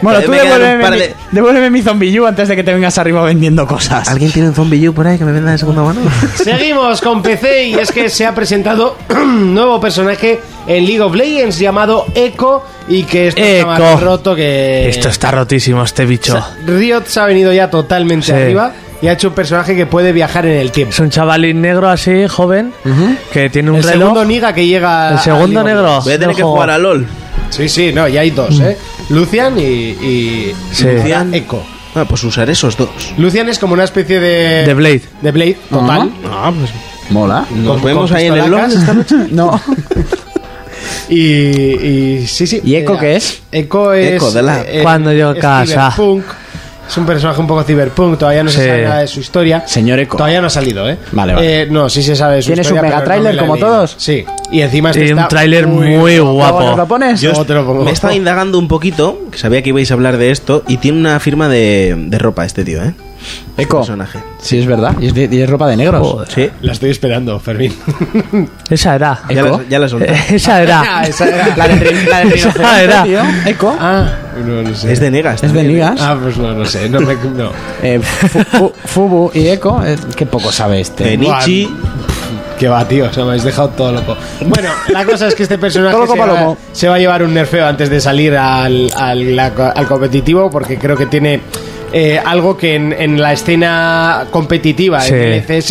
Speaker 4: Bueno, tú
Speaker 6: Me quedan un
Speaker 4: devuélveme
Speaker 6: par
Speaker 4: mi,
Speaker 6: de-
Speaker 4: devuélveme mi zombie U antes de que te vengas arriba vendiendo cosas.
Speaker 6: ¿Alguien tiene un Zombie U por ahí que me venda de segunda mano?
Speaker 2: Seguimos con PC y es que se ha presentado (clears throat) un nuevo personaje en League of Legends llamado Echo y que esto está más
Speaker 5: Echo.
Speaker 2: roto que...
Speaker 5: Esto está rotísimo, este bicho.
Speaker 2: Eh, Sa- Riot se ha venido ya totalmente
Speaker 5: Sí.
Speaker 2: arriba y ha hecho un personaje que puede viajar en el tiempo.
Speaker 5: Es un chavalín negro así, joven, que tiene un
Speaker 2: El
Speaker 5: reloj.
Speaker 2: segundo Niga que llega...
Speaker 5: el
Speaker 2: al League
Speaker 5: segundo
Speaker 2: of
Speaker 5: negro.
Speaker 6: Voy a tener
Speaker 5: del
Speaker 6: que
Speaker 5: juego.
Speaker 6: jugar a LOL.
Speaker 2: Legends. Sí, sí, no, ya hay dos, ¿eh? Lucian y... y
Speaker 5: Sí.
Speaker 2: y ahora
Speaker 6: Lucian.
Speaker 2: Echo.
Speaker 6: Bueno, pues usar esos dos.
Speaker 2: Lucian es como una especie de...
Speaker 5: De Blade.
Speaker 2: De Blade, total.
Speaker 6: Ah, pues.
Speaker 4: Mola.
Speaker 6: Nos
Speaker 2: Con-
Speaker 6: vemos
Speaker 2: con
Speaker 6: ahí en el LOL (laughs)
Speaker 2: pistolacas.
Speaker 6: esta noche.
Speaker 4: No.
Speaker 2: Y, y sí, sí.
Speaker 4: ¿Y Echo
Speaker 2: eh,
Speaker 4: qué es?
Speaker 2: Echo es.
Speaker 6: Echo de la-
Speaker 5: Cuando yo
Speaker 2: es
Speaker 5: casa.
Speaker 2: Cyberpunk. Es un personaje un poco cyberpunk, todavía no se
Speaker 5: Sí.
Speaker 2: sabe nada de su historia.
Speaker 4: Señor Echo.
Speaker 2: Todavía no ha salido, ¿eh?
Speaker 4: Vale, vale.
Speaker 2: Eh, no, sí se sabe de su
Speaker 4: ¿Tiene su
Speaker 2: historia.
Speaker 4: mega
Speaker 2: pero no me
Speaker 4: tráiler
Speaker 2: la he
Speaker 4: como
Speaker 2: leído.
Speaker 4: todos?
Speaker 2: Sí. Y encima este
Speaker 5: Sí,
Speaker 2: está
Speaker 5: un tráiler muy,
Speaker 4: ¿Cómo nos
Speaker 5: guapo.
Speaker 4: lo pones?
Speaker 2: Yo- ¿Cómo te lo pongo?
Speaker 6: Me estaba indagando un poquito, que sabía que ibais a hablar de esto, y tiene una firma de, de ropa este tío, ¿eh?
Speaker 4: Eco.
Speaker 6: personaje.
Speaker 4: Sí, es verdad. Y es, de- y es ropa de negros.
Speaker 5: Joder.
Speaker 6: Sí.
Speaker 2: La estoy
Speaker 4: (laughs)
Speaker 2: esperando, Fermín.
Speaker 5: Esa era.
Speaker 6: Ya
Speaker 4: Eco.
Speaker 6: la, ya la solté.
Speaker 5: (laughs) Esa era.
Speaker 2: Ah, (laughs)
Speaker 5: (laughs)
Speaker 2: esa era.
Speaker 4: La del rin- la del
Speaker 5: Esa
Speaker 2: (laughs)
Speaker 4: rinoceronte,
Speaker 5: era.
Speaker 4: tío. Eco.
Speaker 2: Ah, no, no sé.
Speaker 6: Es de negas.
Speaker 4: es de
Speaker 6: también, ¿eh?
Speaker 4: Nigas.
Speaker 2: Ah, pues no, no sé. No me. No.
Speaker 4: Eh, Fu- Fu- Fubu y Eco. eh, qué poco sabe este.
Speaker 6: Eh, Nietzsche.
Speaker 2: Que va, tío, se me habéis dejado todo loco. Bueno, la cosa es que este
Speaker 4: (laughs)
Speaker 2: personaje
Speaker 4: Todo loco
Speaker 2: se, va,
Speaker 4: palomo.
Speaker 2: se va a llevar un nerfeo antes de salir al, al- la- al competitivo porque creo que tiene eh, algo que en, en la escena competitiva
Speaker 5: Sí.
Speaker 2: en el ECS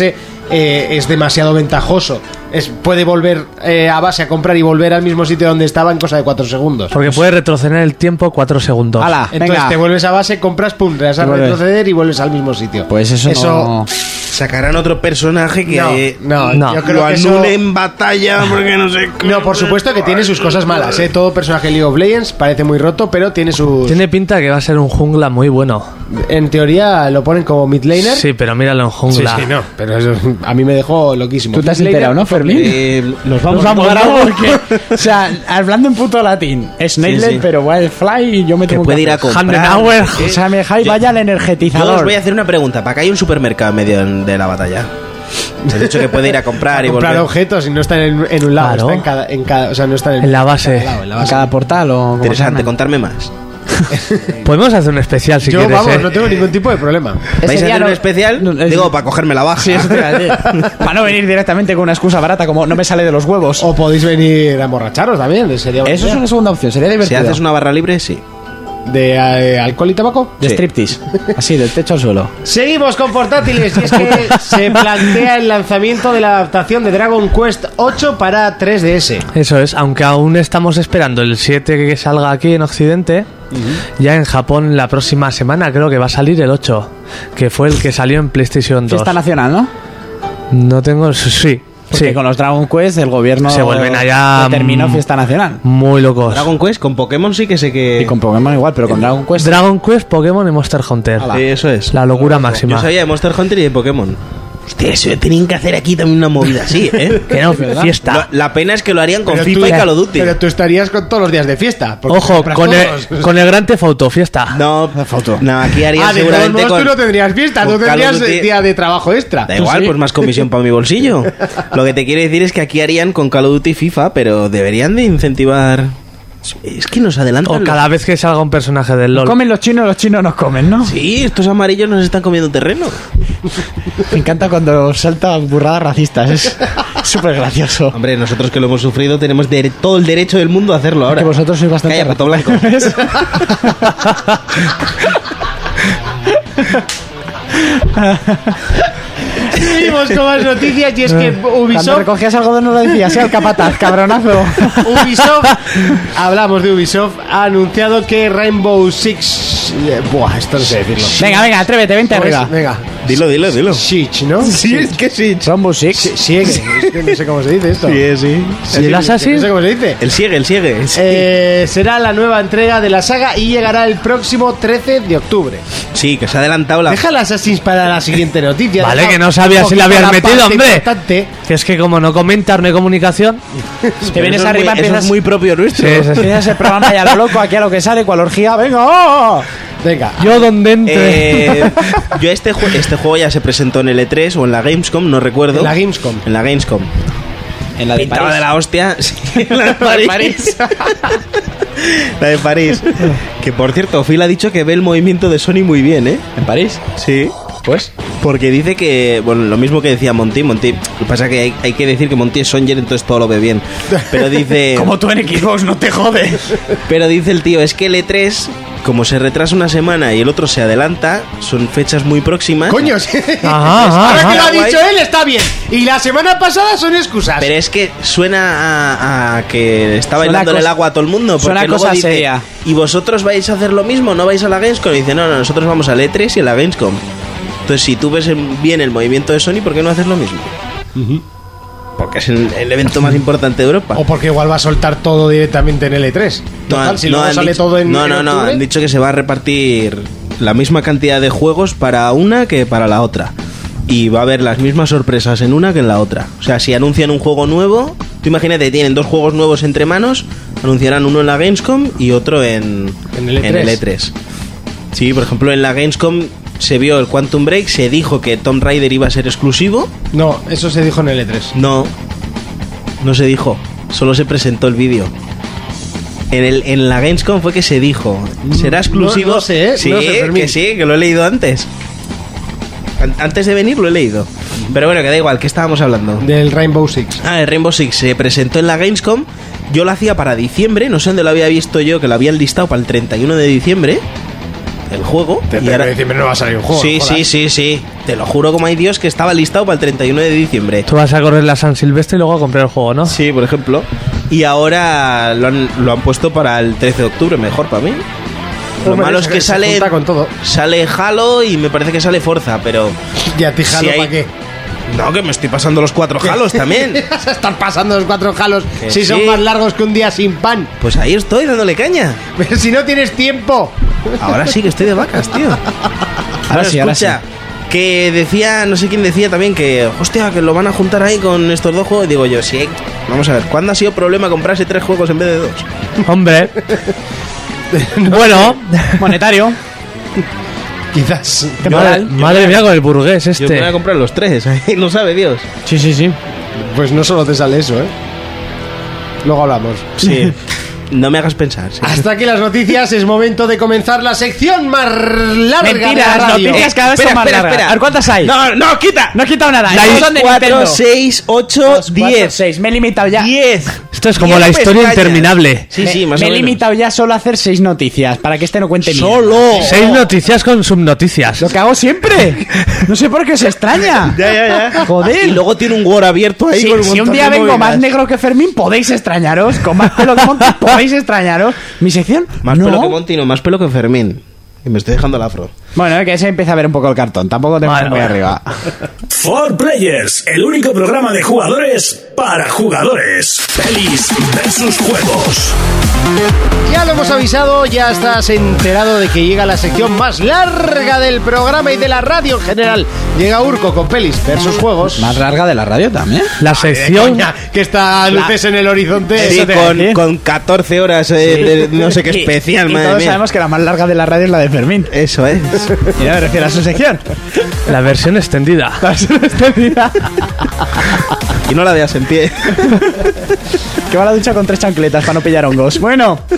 Speaker 2: eh, es demasiado ventajoso. Es, puede volver eh, a base a comprar y volver al mismo sitio donde estaba en cosa de cuatro segundos.
Speaker 5: Porque puede retroceder el tiempo cuatro segundos.
Speaker 4: ¡Hala!
Speaker 2: Entonces
Speaker 4: venga.
Speaker 2: te vuelves a base, compras, pum, te vas a
Speaker 4: Te vuelves.
Speaker 2: retroceder y vuelves al mismo sitio.
Speaker 4: Pues eso, no-
Speaker 6: Sacarán otro personaje que. eh,
Speaker 2: no, no,
Speaker 5: no.
Speaker 2: yo creo
Speaker 6: Lo
Speaker 2: que eso-
Speaker 6: anule en batalla porque no sé
Speaker 2: No, por supuesto que tiene sus cosas malas, ¿eh? Todo personaje League of Legends parece muy roto, pero tiene sus...
Speaker 5: Tiene pinta que va a ser un jungla muy bueno.
Speaker 2: En teoría lo ponen como mid laner.
Speaker 5: Sí, pero míralo en
Speaker 2: sí,
Speaker 5: jungla.
Speaker 2: sí, no. Pero eso a mí me dejó loquísimo.
Speaker 4: Tú te has
Speaker 2: Mid laner,
Speaker 4: enterado, ¿no, Fermín?
Speaker 6: Eh, nos vamos.
Speaker 4: Nos vamos,
Speaker 5: ¿no?
Speaker 4: ¿no? Porque, (laughs) o sea, hablando en puto latín, es Nailed,
Speaker 6: sí.
Speaker 4: pero Wildfly y yo me
Speaker 6: Que
Speaker 4: tengo
Speaker 6: puede ir a
Speaker 4: hacer.
Speaker 5: Handenauer.
Speaker 6: comprar.
Speaker 4: O sea, me dejáis
Speaker 6: Yo-
Speaker 4: vaya al
Speaker 6: Yo os
Speaker 4: energetizador.
Speaker 6: voy a hacer una pregunta. ¿Para qué hay un supermercado en medio de la batalla? Has dicho que puede ir a
Speaker 2: (laughs)
Speaker 6: comprar y
Speaker 2: Comprar
Speaker 6: volver.
Speaker 2: objetos y no están en, en un lado,
Speaker 5: Claro.
Speaker 2: está en cada, en cada- O sea, no están en,
Speaker 5: En la base.
Speaker 2: en cada lado, en la
Speaker 4: ¿A
Speaker 2: base.
Speaker 4: cada portal o como
Speaker 6: Interesante,
Speaker 4: se llama?
Speaker 6: contarme más.
Speaker 5: Podemos hacer un especial si
Speaker 2: Yo,
Speaker 5: quieres.
Speaker 2: vamos,
Speaker 5: ¿eh?
Speaker 2: no tengo ningún tipo de problema.
Speaker 6: ¿Vais
Speaker 4: Ese
Speaker 6: a
Speaker 4: día
Speaker 6: hacer
Speaker 4: no-
Speaker 6: un especial?
Speaker 4: no, es-
Speaker 6: Digo, para cogerme la baja.
Speaker 4: Sí, eso te iba a decir.
Speaker 6: (laughs)
Speaker 4: Para no venir directamente con una excusa barata como no me sale de los huevos.
Speaker 2: O podéis venir a emborracharos también, sería buena
Speaker 4: Eso es
Speaker 2: idea.
Speaker 4: una segunda opción, sería
Speaker 6: si
Speaker 4: divertido.
Speaker 6: haces una barra libre, sí.
Speaker 2: ¿De eh, alcohol y tabaco?
Speaker 4: De
Speaker 6: Sí. (laughs)
Speaker 4: striptease. Así, del techo al suelo.
Speaker 2: Seguimos con portátiles y es que se plantea el lanzamiento de la adaptación de Dragon Quest 8 para 3DS.
Speaker 5: Eso es, aunque aún estamos esperando el 7 que salga aquí en Occidente, ya en Japón la próxima semana creo que va a salir el 8, que fue el que salió en PlayStation 2.
Speaker 4: Fiesta nacional, ¿no?
Speaker 5: No tengo... Sí,
Speaker 4: Porque
Speaker 5: sí,
Speaker 4: con los Dragon Quest el gobierno
Speaker 5: Se vuelven allá,
Speaker 4: determinó
Speaker 5: mm,
Speaker 4: fiesta nacional.
Speaker 5: muy locos.
Speaker 6: Dragon Quest con Pokémon sí que sé que.
Speaker 4: Y con Pokémon igual, pero con Dragon Quest.
Speaker 5: Dragon Quest, Pokémon y Monster Hunter.
Speaker 6: Sí, eso es.
Speaker 5: La locura máxima.
Speaker 6: Yo sabía de Monster Hunter y de Pokémon. Hostia, eso tenían que hacer aquí también una movida así, ¿eh?
Speaker 5: Que no,
Speaker 4: ¿Verdad?
Speaker 5: fiesta.
Speaker 6: Lo- la pena es que lo harían con
Speaker 2: Pero
Speaker 6: FIFA
Speaker 2: tú-
Speaker 6: y Call of Duty.
Speaker 2: Pero tú estarías con todos los días de fiesta. porque
Speaker 5: Ojo,
Speaker 2: compras
Speaker 5: con
Speaker 2: todos.
Speaker 5: el, con el Gran Theft Auto, fiesta.
Speaker 6: No,
Speaker 4: foto.
Speaker 6: no, aquí harían
Speaker 2: Ah, de todos
Speaker 6: seguramente
Speaker 2: modos
Speaker 6: con...
Speaker 2: tú no tendrías fiesta,
Speaker 6: con
Speaker 2: tú tendrías eh,
Speaker 6: Call of Duty.
Speaker 2: día de trabajo extra.
Speaker 6: Da
Speaker 4: Tú
Speaker 6: igual,
Speaker 4: sí.
Speaker 6: pues más comisión para mi bolsillo.
Speaker 4: (laughs)
Speaker 6: Lo que te quiero decir es que aquí harían con Call of Duty y FIFA, pero deberían de incentivar... Es que nos adelantan...
Speaker 5: O
Speaker 6: los-
Speaker 5: cada vez que salga un personaje del LOL.
Speaker 4: Comen los chinos, los chinos nos comen, ¿no?
Speaker 6: Sí, estos amarillos nos están comiendo terreno.
Speaker 4: Me encanta cuando salta burradas racistas. Es (laughs) súper gracioso.
Speaker 6: Hombre, nosotros que lo hemos sufrido tenemos dere- todo el derecho del mundo a hacerlo ahora.
Speaker 4: Que vosotros sois bastante
Speaker 6: Calla, pato blanco.
Speaker 4: ¿Ves?
Speaker 6: (laughs)
Speaker 2: Seguimos con más noticias y es que
Speaker 5: Ah,
Speaker 4: Cuando
Speaker 2: Ubisoft,
Speaker 4: recogías algodón no lo decías, sí, al
Speaker 6: (laughs)
Speaker 4: capataz, cabronazo.
Speaker 2: Ubisoft, hablamos de Ubisoft, ha anunciado que Rainbow Six, eh, buah, esto no sé decirlo.
Speaker 4: Venga, venga, atrévete, vente
Speaker 2: ¿Cómo es?
Speaker 4: arriba.
Speaker 2: Venga,
Speaker 6: Dilo, dilo, dilo.
Speaker 2: Six, ¿no?
Speaker 6: Sí, es que sí.
Speaker 4: Rainbow Six.
Speaker 2: Sí, sigue, es que no sé cómo se dice esto.
Speaker 6: sí.
Speaker 5: ¿Y el Assassin?
Speaker 2: No sé cómo se dice.
Speaker 6: El sigue, el sigue.
Speaker 2: Eh, será la nueva entrega de la saga y llegará el próximo 13 de octubre.
Speaker 6: Sí, que se ha adelantado la...
Speaker 2: Deja el Assassin's para la siguiente noticia.
Speaker 5: Vale,
Speaker 2: deja
Speaker 5: que no
Speaker 2: un
Speaker 5: sabía si la
Speaker 2: poquito
Speaker 5: habías
Speaker 2: parte
Speaker 5: metido, hombre.
Speaker 2: importante.
Speaker 5: (laughs) Que es que como no comentar, no
Speaker 4: (laughs)
Speaker 5: hay comunicación.
Speaker 4: Te vienes
Speaker 6: Eso es
Speaker 4: arriba,
Speaker 6: muy- eso es
Speaker 4: empiezas-
Speaker 6: muy propio nuestro.
Speaker 5: Sí, sí, sí.
Speaker 4: Tienes el programa ya lo loco, aquí a lo que sale, cual orgía, venga. oh.
Speaker 2: Venga,
Speaker 5: Yo donde entre.
Speaker 6: Eh, yo este, jue- este juego ya se presentó en el E3 o en la Gamescom, no recuerdo.
Speaker 2: En la Gamescom.
Speaker 6: En la Gamescom.
Speaker 4: En la
Speaker 6: (laughs) Pintaba de la hostia. sí, (laughs) en la de París. la de París. Que por cierto, Phil ha dicho que ve el movimiento de Sony muy bien, ¿eh?
Speaker 4: ¿En París?
Speaker 6: Sí.
Speaker 4: Pues.
Speaker 6: Porque dice que, bueno, lo mismo que decía Monty, Monty, lo que pasa es que hay, hay que decir que Monty es Songer, entonces todo lo ve bien. Pero
Speaker 2: (laughs)
Speaker 6: dice...
Speaker 4: tú en Xbox, no te jodes.
Speaker 6: Pero dice el tío, es que el E3, como se retrasa una semana y el otro se adelanta, son fechas muy próximas. (laughs)
Speaker 2: coño, sí.
Speaker 6: Ah,
Speaker 5: Ajá, ajá,
Speaker 2: ahora que lo
Speaker 6: ajá.
Speaker 2: ha dicho él está bien. Y la semana pasada son excusas.
Speaker 6: Pero es que suena a, a que está
Speaker 4: Suena
Speaker 6: bailándole el
Speaker 4: cosa-
Speaker 6: agua a todo el mundo. Porque
Speaker 4: suena
Speaker 6: luego
Speaker 4: cosa
Speaker 6: dice,
Speaker 4: seria.
Speaker 6: ¿Y vosotros vais a hacer lo mismo? ¿No vais a la Gamescom? Y dice, no, no, nosotros vamos al E3 y a la Gamescom. Entonces, si tú ves en- bien el movimiento de Sony, ¿por qué no haces lo mismo? porque es el, el evento más importante de Europa.
Speaker 2: O porque igual va a soltar todo directamente en L3. Total,
Speaker 6: han-
Speaker 2: si luego
Speaker 6: han
Speaker 2: sale
Speaker 6: dicho-
Speaker 2: todo en.
Speaker 6: No,
Speaker 2: en
Speaker 6: no, no,
Speaker 2: octubre.
Speaker 6: han dicho que se va a repartir la misma cantidad de juegos para una que para la otra. Y va a haber las mismas sorpresas en una que en la otra. O sea, si anuncian un juego nuevo, tú imagínate, tienen dos juegos nuevos entre manos, anunciarán uno en la Gamescom y otro en,
Speaker 2: En el E E3.
Speaker 6: E3. Sí, por ejemplo, en la Gamescom se vio el Quantum Break, se dijo que Tomb Raider iba a ser exclusivo.
Speaker 2: No, eso se dijo en L3.
Speaker 6: No, no se dijo. Solo se presentó el vídeo. En, el, en la Gamescom fue que se dijo. Será exclusivo.
Speaker 2: no sé, ¿eh?
Speaker 6: Sí,
Speaker 2: No sé, Fermín.
Speaker 6: que sí, que lo he leído antes. An- antes de venir lo he leído. Pero bueno, que da igual, ¿qué estábamos hablando?
Speaker 2: Del Rainbow Six.
Speaker 6: Ah, el Rainbow Six se presentó en la Gamescom. Yo lo hacía para diciembre, no sé dónde lo había visto yo, que lo habían listado para el 31 de diciembre. El juego. y
Speaker 2: Pero
Speaker 6: ahora-
Speaker 2: en diciembre no va a salir un juego.
Speaker 6: sí,
Speaker 2: jodas.
Speaker 6: sí, sí, sí. Te lo juro como hay Dios que estaba listado para el 31 de diciembre.
Speaker 5: Tú vas a correr la San Silvestre y luego a comprar el juego, ¿no?
Speaker 6: Sí, por ejemplo. Y ahora lo han, lo han puesto para el 13 de octubre, mejor para mí. Lo
Speaker 2: Hombre,
Speaker 6: malo es
Speaker 2: se-
Speaker 6: que
Speaker 2: se
Speaker 6: sale,
Speaker 2: junta con todo.
Speaker 6: sale Halo y me parece que sale Forza, pero...
Speaker 2: Y a ti,
Speaker 6: Si
Speaker 2: Halo,
Speaker 6: hay-
Speaker 2: ¿para qué?
Speaker 6: No, que me estoy pasando los
Speaker 2: (laughs)
Speaker 6: cuatro Halos también.
Speaker 2: Vas a estar pasando los cuatro Halos
Speaker 6: Que
Speaker 2: si son
Speaker 6: sí.
Speaker 2: más largos que un día sin pan.
Speaker 6: Pues ahí estoy dándole caña.
Speaker 2: Pero si no tienes tiempo.
Speaker 6: Ahora sí que estoy de vacas, tío.
Speaker 2: (laughs)
Speaker 4: Ahora sí, ahora sí.
Speaker 6: escucha, Que decía, no sé quién decía también que, hostia, que lo van a juntar ahí con estos dos juegos. Y digo yo, sí, vamos a ver, ¿cuándo ha sido problema comprarse tres juegos en vez de dos? (laughs)
Speaker 5: Hombre. bueno,
Speaker 4: Monetario.
Speaker 2: (laughs) Quizás.
Speaker 5: madre, madre mía con el burgués
Speaker 6: Yo me voy a
Speaker 5: este.
Speaker 6: comprar los tres, (laughs) ahí lo sabe Dios.
Speaker 4: Sí, sí, sí.
Speaker 2: Pues no solo te sale eso, ¿eh? Luego hablamos. (laughs)
Speaker 6: Sí. No me hagas pensar. sí.
Speaker 4: Ah,
Speaker 2: Hasta aquí las noticias. Es momento de comenzar la sección más larga de la
Speaker 4: Mentiras,
Speaker 2: radio.
Speaker 4: noticias cada vez son más largas. A ver, ¿cuántas hay?
Speaker 6: No, no, quita.
Speaker 4: No he quitado nada. ¿eh?
Speaker 6: Hay
Speaker 4: Son de
Speaker 6: 4,
Speaker 4: Nintendo.
Speaker 6: 6, 8,
Speaker 4: Dos, cuatro,
Speaker 6: 10.
Speaker 4: seis. Me he limitado ya.
Speaker 6: 10.
Speaker 5: Esto es como la historia interminable.
Speaker 6: Sí,
Speaker 4: Me-
Speaker 6: sí, más
Speaker 4: Me
Speaker 6: o
Speaker 4: he
Speaker 6: menos.
Speaker 4: limitado ya solo a hacer seis noticias para que este no cuente mierda.
Speaker 6: Solo.
Speaker 5: Seis noticias con subnoticias.
Speaker 4: Lo que hago siempre. No sé por qué se extraña.
Speaker 6: (laughs) Ya, ya, ya.
Speaker 4: Joder.
Speaker 6: Y luego tiene un Word abierto ahí
Speaker 4: Si,
Speaker 6: con un
Speaker 4: si un
Speaker 6: montón
Speaker 4: día
Speaker 6: de
Speaker 4: vengo
Speaker 6: movidas.
Speaker 4: más negro que Fermín, podéis extrañaros. Con más pelo que
Speaker 6: (laughs)
Speaker 4: Monty, podéis extrañaros. ¿Mi sección?
Speaker 6: Más
Speaker 4: no.
Speaker 6: pelo que Monti, no, más pelo que Fermín. Y me estoy dejando el afro.
Speaker 4: Bueno, eh, que se empieza a ver un poco el cartón. Tampoco te
Speaker 5: Vale,
Speaker 4: muy
Speaker 5: vale.
Speaker 4: arriba.
Speaker 1: For Players, el único programa de jugadores para jugadores. Pelis versus juegos.
Speaker 2: Ya lo hemos avisado, ya estás enterado de que llega la sección más larga del programa y de la radio en general. Llega Urco con pelis versus juegos.
Speaker 4: Más larga de la radio también.
Speaker 5: La sección.
Speaker 2: Coña, que está luces en el horizonte.
Speaker 6: Sí,
Speaker 2: Eso te-
Speaker 6: con, con 14 horas eh, de no sé qué
Speaker 4: (laughs) Y-
Speaker 6: especial,
Speaker 4: y
Speaker 6: madre
Speaker 4: todos
Speaker 6: mía.
Speaker 4: sabemos que la más larga de la radio es la de Fermín.
Speaker 6: Eso es.
Speaker 4: (laughs) Y no me refiero a su sección.
Speaker 5: La versión
Speaker 4: (laughs)
Speaker 5: extendida.
Speaker 6: y no la veas en pie.
Speaker 4: Que va a la ducha con tres chancletas para no pillar hongos.
Speaker 5: (laughs)
Speaker 4: Bueno. (laughs)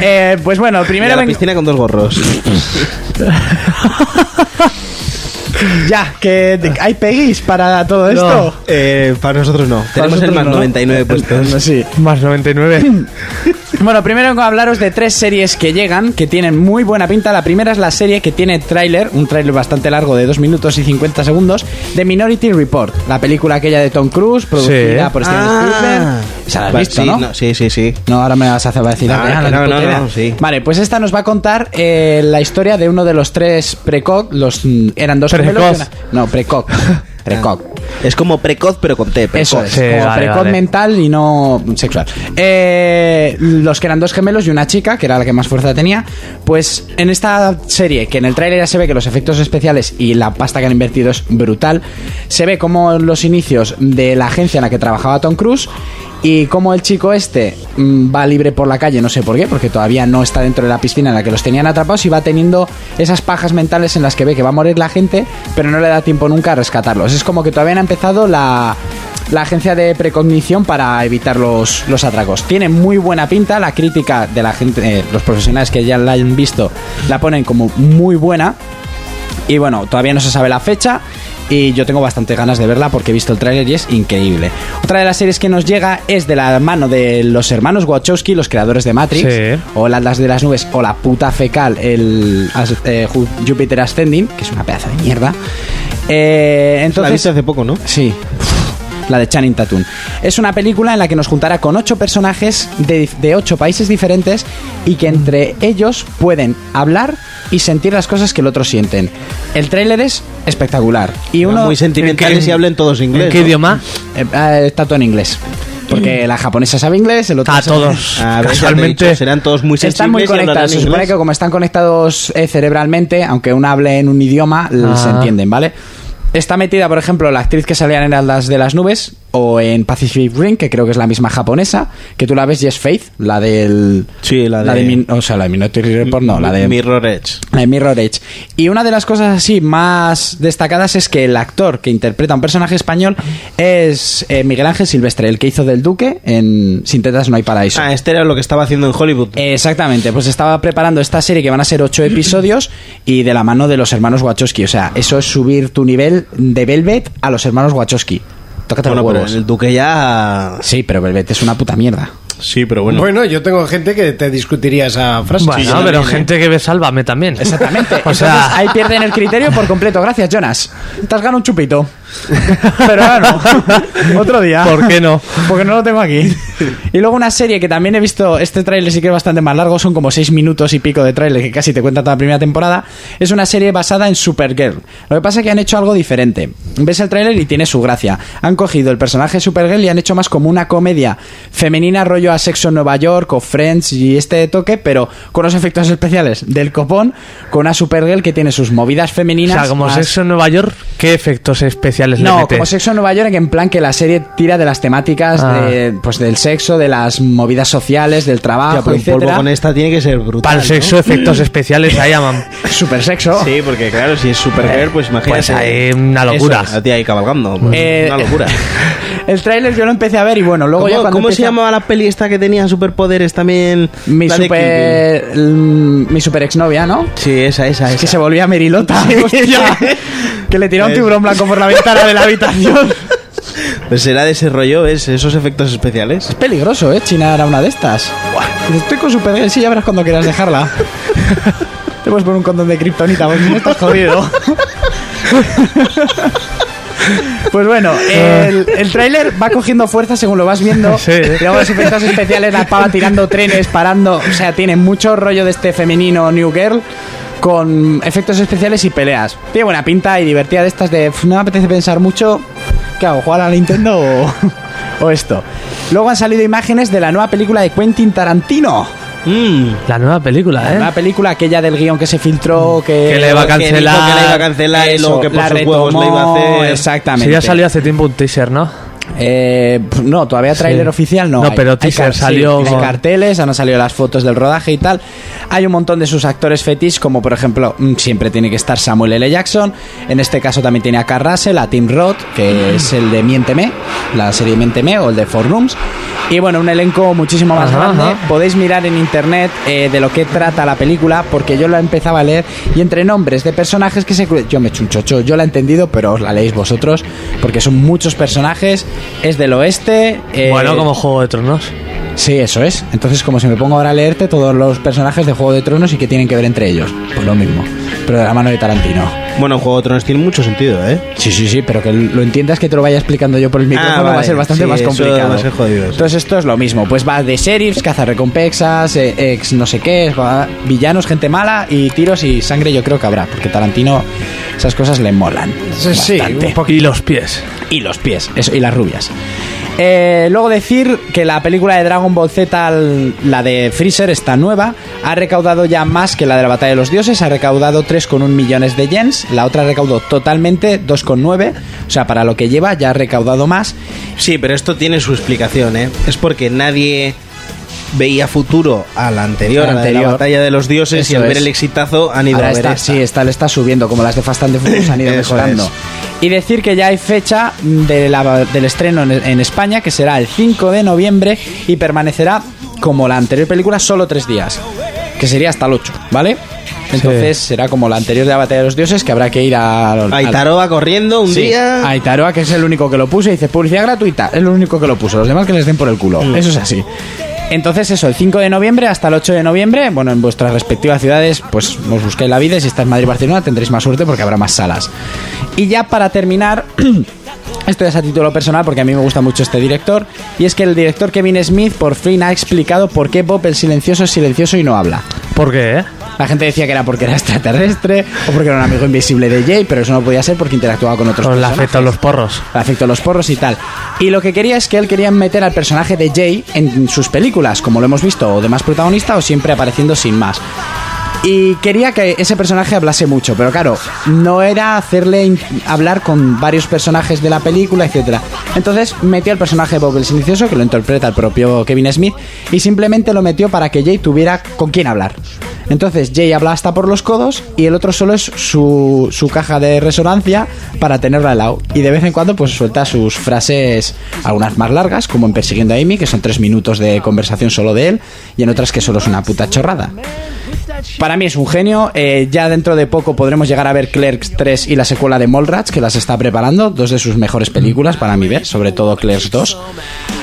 Speaker 4: Eh, (laughs) pues bueno,
Speaker 6: Y a
Speaker 4: primero
Speaker 6: la
Speaker 4: vengo-
Speaker 6: piscina con dos gorros.
Speaker 4: Ya, que te- hay peguis para (laughs) todo esto.
Speaker 6: Eh, para nosotros no. Tenemos el
Speaker 4: nosotros
Speaker 6: más
Speaker 4: no.
Speaker 6: 99 puestos.
Speaker 4: No, (laughs) sí.
Speaker 5: Más 99.
Speaker 4: Bueno, primero vengo a hablaros de tres series que llegan, que tienen muy buena pinta. La primera es la serie que tiene tráiler, un tráiler bastante largo de 2 minutos y 50 segundos, de Minority Report, la película aquella de Tom Cruise, producida
Speaker 5: Sí.
Speaker 4: por Steven
Speaker 6: Ah.
Speaker 4: Spielberg. Esa la has
Speaker 6: Va,
Speaker 4: visto,
Speaker 6: sí,
Speaker 4: ¿no?
Speaker 6: Sí, sí, sí.
Speaker 4: No, ahora me vas a hacer va a decir.
Speaker 6: No,
Speaker 4: ah,
Speaker 6: que
Speaker 4: ni
Speaker 6: no,
Speaker 4: puta
Speaker 6: no,
Speaker 4: idea.
Speaker 6: no, sí.
Speaker 4: Vale, pues esta nos va a contar eh, la historia de uno de los tres precoc. Los mm, eran dos gemelos y
Speaker 5: Precoz.
Speaker 4: una- No,
Speaker 6: (laughs)
Speaker 4: precoc. Precoc.
Speaker 6: Ah. Es como precoz, pero con T. precoz.
Speaker 4: Eso es,
Speaker 5: Sí,
Speaker 4: como
Speaker 5: vale,
Speaker 4: precoz
Speaker 5: vale.
Speaker 4: mental y no sexual. Eh, los que eran dos gemelos y una chica, que era la que más fuerza tenía, pues en esta serie, que en el tráiler ya se ve que los efectos especiales y la pasta que han invertido es brutal, se ve como los inicios de la agencia en la que trabajaba Tom Cruise y como el chico este mm, va libre por la calle, no sé por qué, porque todavía no está dentro de la piscina en la que los tenían atrapados y va teniendo esas pajas mentales en las que ve que va a morir la gente, pero no le da tiempo nunca a rescatarlos. Es como que todavía no ha empezado la, la agencia de precognición para evitar los, los atracos. Tiene muy buena pinta, la crítica de la gente, eh, los profesionales que ya la han visto, la ponen como muy buena. Y bueno, todavía no se sabe la fecha. Y yo tengo bastante ganas de verla porque he visto el tráiler y es increíble. Otra de las series que nos llega es de la mano de los hermanos Wachowski, los creadores de Matrix,
Speaker 5: Sí.
Speaker 4: o las Atlas de las nubes, o la puta fecal, el as- eh, Ju- Jupiter Ascending, que es una pedazo de mierda. Eh,
Speaker 6: La
Speaker 4: entonces,
Speaker 6: viste hace poco, ¿no?
Speaker 4: Sí. la de Channing Tatum. Es una película en la que nos juntará con ocho personajes de, de ocho países diferentes y que entre ellos pueden hablar y sentir las cosas que el otro sienten. El tráiler es espectacular. Y uno...
Speaker 6: muy
Speaker 5: ¿En
Speaker 6: sentimentales
Speaker 5: qué-
Speaker 6: y hablen todos inglés.
Speaker 5: ¿En qué
Speaker 6: ¿no?
Speaker 5: idioma?
Speaker 4: Eh, eh, está todo en inglés. Porque la japonesa sabe inglés, el otro
Speaker 5: Mm. A
Speaker 4: sabe-
Speaker 5: todos.
Speaker 6: Ah, ves, ya te he
Speaker 5: Casualmente.
Speaker 6: dicho, serán todos muy sensibles
Speaker 4: Están muy
Speaker 6: y hablarán
Speaker 4: conectados. Se
Speaker 6: en
Speaker 4: supone
Speaker 6: inglés.
Speaker 4: que como están conectados eh, cerebralmente, aunque uno hable en un idioma, l-
Speaker 5: Ah.
Speaker 4: se entienden, ¿vale? Está metida, por ejemplo, la actriz que salía en Heraldas de las Nubes o en Pacific Ring, que creo que es la misma japonesa, que tú la ves y es Faith, la del...
Speaker 6: Sí, la de-
Speaker 4: Min- o sea, la de Minority Report, no, la de...
Speaker 6: Mirror Edge.
Speaker 4: La de Mirror Edge. Y una de las cosas así más destacadas es que el actor que interpreta a un personaje español es eh, Miguel Ángel Silvestre, el que hizo del Duque en Sin tetas no hay paraíso.
Speaker 6: Ah, este era lo que estaba haciendo en Hollywood.
Speaker 4: Exactamente, pues estaba preparando esta serie que van a ser ocho episodios y de la mano de los hermanos Wachowski. O sea, eso es subir tu nivel de Velvet a los hermanos Wachowski. Tócate
Speaker 6: bueno,
Speaker 4: los
Speaker 6: pero
Speaker 4: huevos.
Speaker 6: el Duque ya.
Speaker 4: Sí, pero Velvet es una puta mierda.
Speaker 6: Sí, pero
Speaker 2: Bueno. yo tengo gente que te discutiría esa frase.
Speaker 5: Bueno,
Speaker 2: Sí,
Speaker 5: pero
Speaker 2: también, ¿eh?
Speaker 5: gente que ve Sálvame también.
Speaker 4: Exactamente.
Speaker 5: (laughs) o
Speaker 4: Entonces,
Speaker 5: sea,
Speaker 4: ahí pierden el criterio por completo. Gracias, Jonas. Te has ganado un chupito. Pero ahora no. (laughs) Otro día.
Speaker 5: ¿Por qué no?
Speaker 4: Porque no lo tengo aquí. Y luego una serie que también he visto, este tráiler sí que es bastante más largo, son como seis minutos y pico de tráiler que casi te cuenta toda la primera temporada. Es una serie basada en Supergirl. Lo que pasa es que han hecho algo diferente. Ves el tráiler y tiene su gracia. Han cogido el personaje de Supergirl y han hecho más como una comedia femenina rollo a sexo en Nueva York o Friends y este toque, pero con los efectos especiales del copón, con una Supergirl que tiene sus movidas
Speaker 5: o
Speaker 4: femeninas.
Speaker 5: sea, como
Speaker 4: más-
Speaker 5: sexo en Nueva York, pues ¿qué efectos especiales le
Speaker 4: no,
Speaker 5: metes?
Speaker 4: como Sexo en Nueva York, en plan que la serie tira de las temáticas
Speaker 5: Ah.
Speaker 4: de, pues, del sexo, de las movidas sociales, del trabajo,
Speaker 6: Ya, pero un polvo
Speaker 4: etcétera.
Speaker 6: con esta tiene que ser brutal. Mm.
Speaker 5: Para el sexo, efectos especiales,
Speaker 6: (laughs)
Speaker 5: ahí llaman.
Speaker 4: Super sexo.
Speaker 6: ¿no? Sí, porque claro, si es Supergirl, pues imagínate.
Speaker 5: Pues ahí una locura.
Speaker 6: Eso, la tía ahí cabalgando. pues,
Speaker 4: Eh,
Speaker 6: Una locura.
Speaker 4: (clears throat) El tráiler yo lo empecé a ver y bueno, luego ya
Speaker 6: ¿Cómo,
Speaker 4: cuando
Speaker 6: cómo se
Speaker 4: empieza-
Speaker 6: llamaba la peli esta que tenía superpoderes también?
Speaker 4: Mi
Speaker 6: La de Kill Bill.
Speaker 4: super, mm, mi super exnovia, ¿no?
Speaker 6: Sí, esa, esa,
Speaker 4: Es que
Speaker 6: esa.
Speaker 4: se volvía Merilota. (laughs) Hostia. que le tiró un tiburón blanco por la ventana de la habitación.
Speaker 6: Pues será de ese rollo, ¿ves? Esos efectos especiales.
Speaker 4: Peligroso, ¿eh? China era una de estas. Estoy con Supergirl, sí, ya verás cuando quieras dejarla. Te puedes poner un condón de kriptonita porque si no estás jodido. Pues bueno, el, el tráiler va cogiendo fuerza según lo vas viendo.
Speaker 5: Sí.
Speaker 4: Y Luego los efectos especiales, la pava tirando trenes, parando. O sea, tiene mucho rollo de este femenino New Girl con efectos especiales y peleas. Tiene buena pinta y divertida de estas de "Pf, no me apetece pensar mucho. ¿Qué hago? ¿Jugar a la Nintendo o, (laughs) o esto? Luego han salido imágenes de la nueva película de Quentin Tarantino.
Speaker 6: Mm.
Speaker 5: La nueva película, ¿eh?
Speaker 4: Una película aquella del guión que se filtró, que...
Speaker 5: Mm. Que le va a
Speaker 6: Que dijo Que le iba a
Speaker 5: cancelar.
Speaker 6: cancelar y
Speaker 4: Eso,
Speaker 6: luego que por
Speaker 4: la
Speaker 6: sus huevos le iba a
Speaker 4: retomó,
Speaker 6: hacer.
Speaker 4: Exactamente.
Speaker 5: Sí, ya salió hace tiempo un teaser, ¿no?
Speaker 4: Eh, pf, no, todavía tráiler
Speaker 5: Sí.
Speaker 4: oficial no.
Speaker 5: No,
Speaker 4: hay.
Speaker 5: pero
Speaker 4: Hay
Speaker 5: teaser
Speaker 4: car-
Speaker 5: salió
Speaker 4: sí, hay
Speaker 5: con-
Speaker 4: carteles, han salido las fotos del rodaje y tal. Hay un montón de sus actores fetish, como por ejemplo, mm, siempre tiene que estar Samuel L. Jackson. En este caso también tiene a Carl Russell, a Tim Roth,
Speaker 5: Mm.
Speaker 4: que es el de Miénteme, la serie Miénteme o el de Four Rooms. Y bueno, un elenco muchísimo más
Speaker 5: Ajá,
Speaker 4: grande.
Speaker 5: ajá.
Speaker 4: Podéis mirar en internet eh, de lo que trata la película, porque yo la empezaba a leer y entre nombres de personajes que se. cru- Yo me he hecho un chocho, yo la he entendido, pero os la leéis vosotros, porque son muchos personajes. Es del oeste. eh,
Speaker 5: bueno, como Juego de Tronos.
Speaker 4: Sí, eso es. Entonces, como si me pongo ahora a leerte todos los personajes de Juego de Tronos y qué tienen que ver entre ellos. Pues lo mismo, pero de la mano de Tarantino.
Speaker 6: Bueno, Juego de Tronos tiene mucho sentido, ¿eh? Ah,
Speaker 4: Sí, sí, sí, pero que lo entiendas que te lo vaya explicando yo por el micrófono va a
Speaker 6: vale.
Speaker 4: ser bastante
Speaker 6: Sí,
Speaker 4: más
Speaker 6: eso
Speaker 4: complicado.
Speaker 6: va a ser jodido, sí.
Speaker 4: Entonces esto es lo mismo, pues va de sheriffs, cazarrecompensas, eh, ex no sé qué, va- villanos, gente mala y tiros y sangre yo creo que habrá, porque Tarantino esas cosas le molan.
Speaker 2: Sí, sí,
Speaker 4: bastante.
Speaker 2: un
Speaker 5: Y los pies.
Speaker 4: Y los pies, eso, y las rubias. Eh, luego decir que la película de Dragon Ball Z, l- la de Freezer, está nueva, ha recaudado ya más que la de la Batalla de los Dioses, ha recaudado 3,1 millones de yens, la otra recaudó totalmente 2,9, o sea, para lo que lleva ya ha recaudado más.
Speaker 6: Sí, pero esto tiene su explicación, ¿eh? Es porque nadie veía futuro a la anterior,
Speaker 4: A la
Speaker 6: a la, de la
Speaker 4: anterior.
Speaker 6: batalla de los dioses, y
Speaker 4: Eso
Speaker 6: al ver
Speaker 4: es.
Speaker 6: el exitazo han ido
Speaker 4: Ahora
Speaker 6: a ver
Speaker 4: está,
Speaker 6: esta.
Speaker 4: sí, está, le está subiendo, como las de Fast and the Furious han ido
Speaker 6: (laughs) Eso
Speaker 4: mejorando.
Speaker 6: es.
Speaker 4: Y decir que ya hay fecha de la- del estreno en, en España, que será el 5 de noviembre y permanecerá, como la anterior película, solo tres días, que sería hasta el 8, ¿vale? Entonces será como la anterior de la Batalla de los Dioses, que habrá que ir a... a-
Speaker 6: Aitaro va corriendo un
Speaker 4: Sí,
Speaker 6: día.
Speaker 4: Aitaroa, que es el único que lo puso, y dice publicidad gratuita. Es el único que lo puso. Los demás que les den por el culo.
Speaker 6: Mm.
Speaker 4: Eso es así. Entonces, eso, el 5 de noviembre hasta el 8 de noviembre, bueno, en vuestras respectivas ciudades, pues os busquéis la vida. y Si está en Madrid Barcelona, tendréis más suerte porque habrá más salas. Y ya para terminar, (clears throat) Esto es a título personal porque a mí me gusta mucho este director. Y es que el director Kevin Smith por fin ha explicado por qué Bob el silencioso es silencioso y no habla.
Speaker 5: ¿Por qué? eh?
Speaker 4: La gente decía que era porque era extraterrestre o porque era un amigo invisible de Jay, pero eso no podía ser porque interactuaba con otros
Speaker 5: Con la
Speaker 4: personajes.
Speaker 5: feta o Pues los porros.
Speaker 4: Le afectó los porros y tal. Y lo que quería es que él quería meter al personaje de Jay en sus películas, como lo hemos visto, o de más protagonista o siempre apareciendo sin más. Y quería que ese personaje hablase mucho, pero claro, no era hacerle in- hablar con varios personajes de la película, etcétera. Entonces metió al personaje de Bob el Silencioso, que lo interpreta el propio Kevin Smith, y simplemente lo metió para que Jay tuviera con quién hablar. Entonces Jay habla hasta por los codos y el otro solo es su, su caja de resonancia para tenerla al lado. Y de vez en cuando pues suelta sus frases, algunas más largas, como en Persiguiendo a Amy, que son tres minutos de Eh, conversación solo de él, y en otras que solo es una puta chorrada. Para mí es un genio. eh, ya dentro de poco podremos llegar a ver Clerks 3 y la secuela de Mallrats, que las está preparando. Dos de sus mejores películas para mí ver, sobre todo Clerks 2.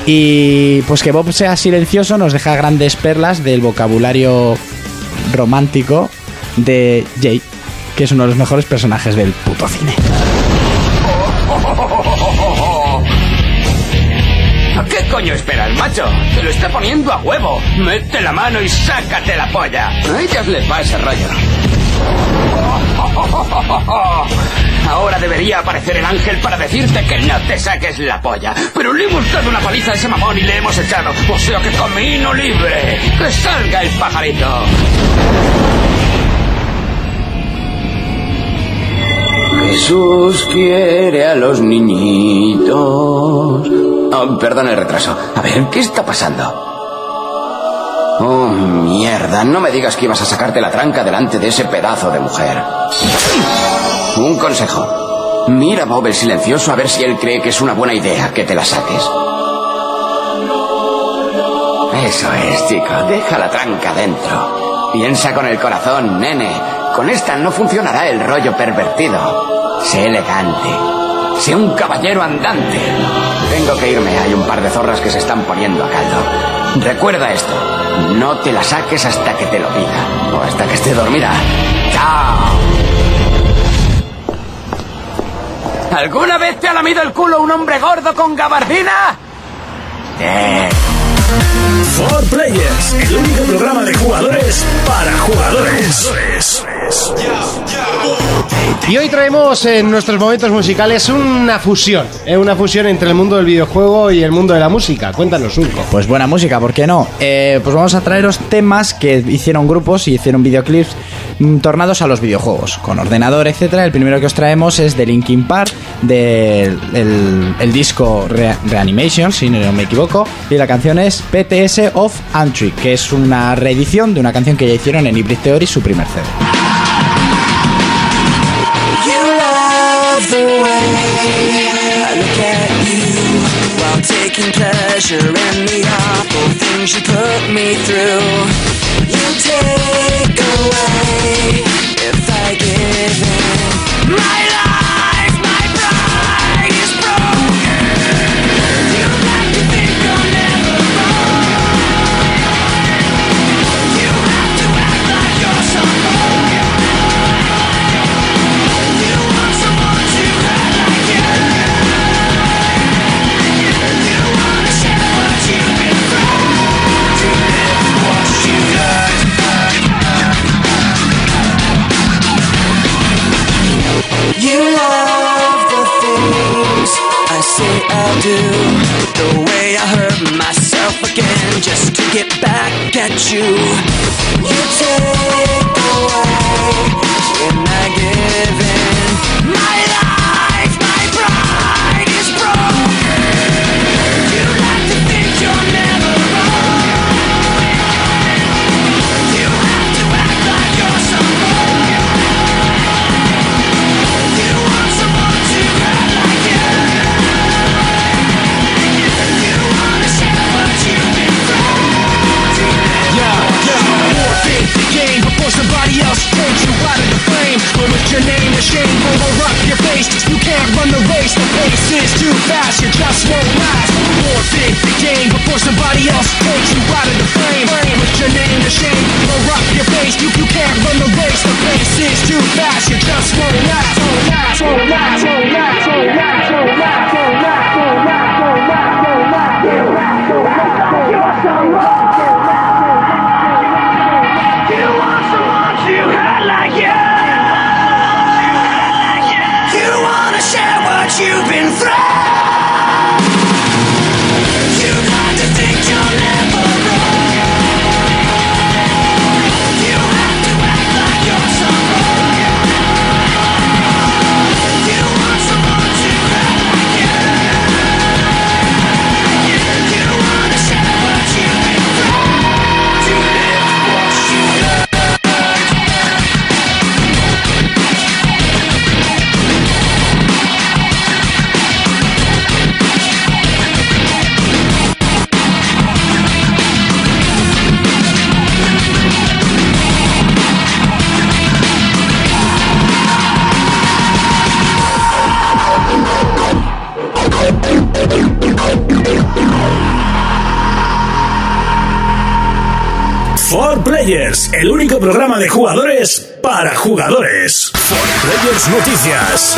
Speaker 4: Y pues que Bob sea silencioso nos deja grandes perlas del vocabulario romántico de Jake, que es uno de los mejores personajes del puto cine.
Speaker 7: ¿Qué coño esperas, macho? Te lo está poniendo a huevo. Mete la mano y sácate la polla. A ellas les va ese rollo. Ahora debería aparecer el ángel para decirte que no te saques la polla. Pero le hemos dado una paliza a ese mamón y le hemos echado. O sea que camino libre. Que salga el pajarito. Jesús quiere a los niñitos. Ah, perdón el retraso. A ver, ¿qué está pasando? Oh, mierda. No me digas que ibas a sacarte la tranca delante de ese pedazo de mujer. Un consejo. Mira a Bob el silencioso a ver si él cree que es una buena idea que te la saques. Eso es, chico. Deja la tranca dentro. Piensa con el corazón, nene. Con esta no funcionará el rollo pervertido. Sé elegante. Sé un caballero andante. Tengo que irme. Hay un par de zorras que se están poniendo a caldo. Recuerda esto. No te la saques hasta que te lo diga. O hasta que esté dormida. ¡Chao! ¿Alguna vez te ha lamido el culo un hombre gordo con gabardina? Eh.
Speaker 1: For Players, el único programa de jugadores para jugadores.
Speaker 2: Y hoy traemos en nuestros momentos musicales una fusión, eh, una fusión entre el mundo del videojuego y el mundo de la música. Cuéntanos, Urco.
Speaker 4: Pues buena música, ¿por qué no? Eh, pues vamos a traeros temas que hicieron grupos y hicieron videoclips mm, tornados a los videojuegos, con ordenador, etcétera. El primero que os traemos es de Linkin Park, del el, el disco Re- Reanimation, si no me equivoco, y la canción es PTS of Antry, que es una reedición de una canción que ya hicieron en Hybrid Theory, su primer CD.
Speaker 8: You love the way I look at you while taking pleasure in the awful things you put me through. You take away if I give in. My life, my pride is broken. You like to think I'm never wrong. You have to act like you're someone. You want someone to hurt like you. You wanna share what you've been through. To live what you learn. You love the things I say I'll do. The way I hurt myself again just to get back at you. You take away when I give in. My life, my pride is broken. You like to think you're never wrong. You have to act like you're someone. You want someone to hurt like you. You wanna share what you've been through. To live
Speaker 9: forfeit the game before somebody else takes you out of the frame. Or with your name ashamed, over up your face. You can't run the race, the pace is too fast, you just won't last. Forfeit the game before somebody else takes you out of the frame. Or with your name ashamed, over up your face. You, you can't run the race, the pace is too fast, you just won't last. Won't last, won't last, won't last, won't last, won't last, won't last.
Speaker 1: Players, el único programa de jugadores para jugadores. For Players Noticias.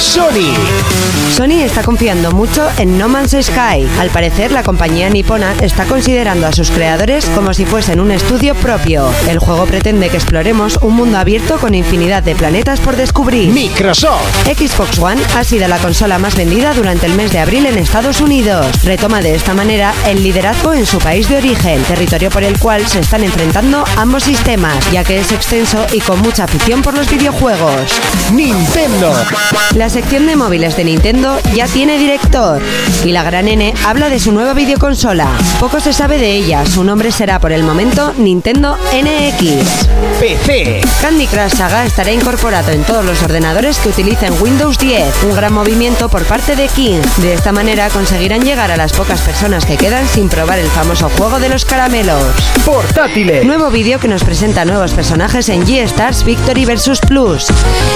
Speaker 2: Sony.
Speaker 3: Sony está confiando mucho en No Man's Sky. Al parecer, la compañía nipona está considerando a sus creadores como si fuesen un estudio propio. El juego pretende que exploremos un mundo abierto con infinidad de planetas por descubrir.
Speaker 2: Microsoft.
Speaker 3: Xbox One ha sido la consola más vendida durante el mes de abril en Estados Unidos. Retoma de esta manera el liderazgo en su país de origen, territorio por el cual se están enfrentando ambos sistemas, ya que es extenso y con mucha afición por los videojuegos.
Speaker 2: Nintendo.
Speaker 3: La sección de móviles de Nintendo ya tiene director y la gran N habla de su nueva videoconsola. Poco se sabe de ella, su nombre será por el momento Nintendo NX.
Speaker 2: PC.
Speaker 3: Candy Crush Saga estará incorporado en todos los ordenadores que utilicen Windows 10, un gran movimiento por parte de King. De esta manera conseguirán llegar a las pocas personas que quedan sin probar el famoso juego de los caramelos.
Speaker 2: Portátiles.
Speaker 3: Nuevo vídeo que nos presenta nuevos personajes en G-Stars Victory vs Plus.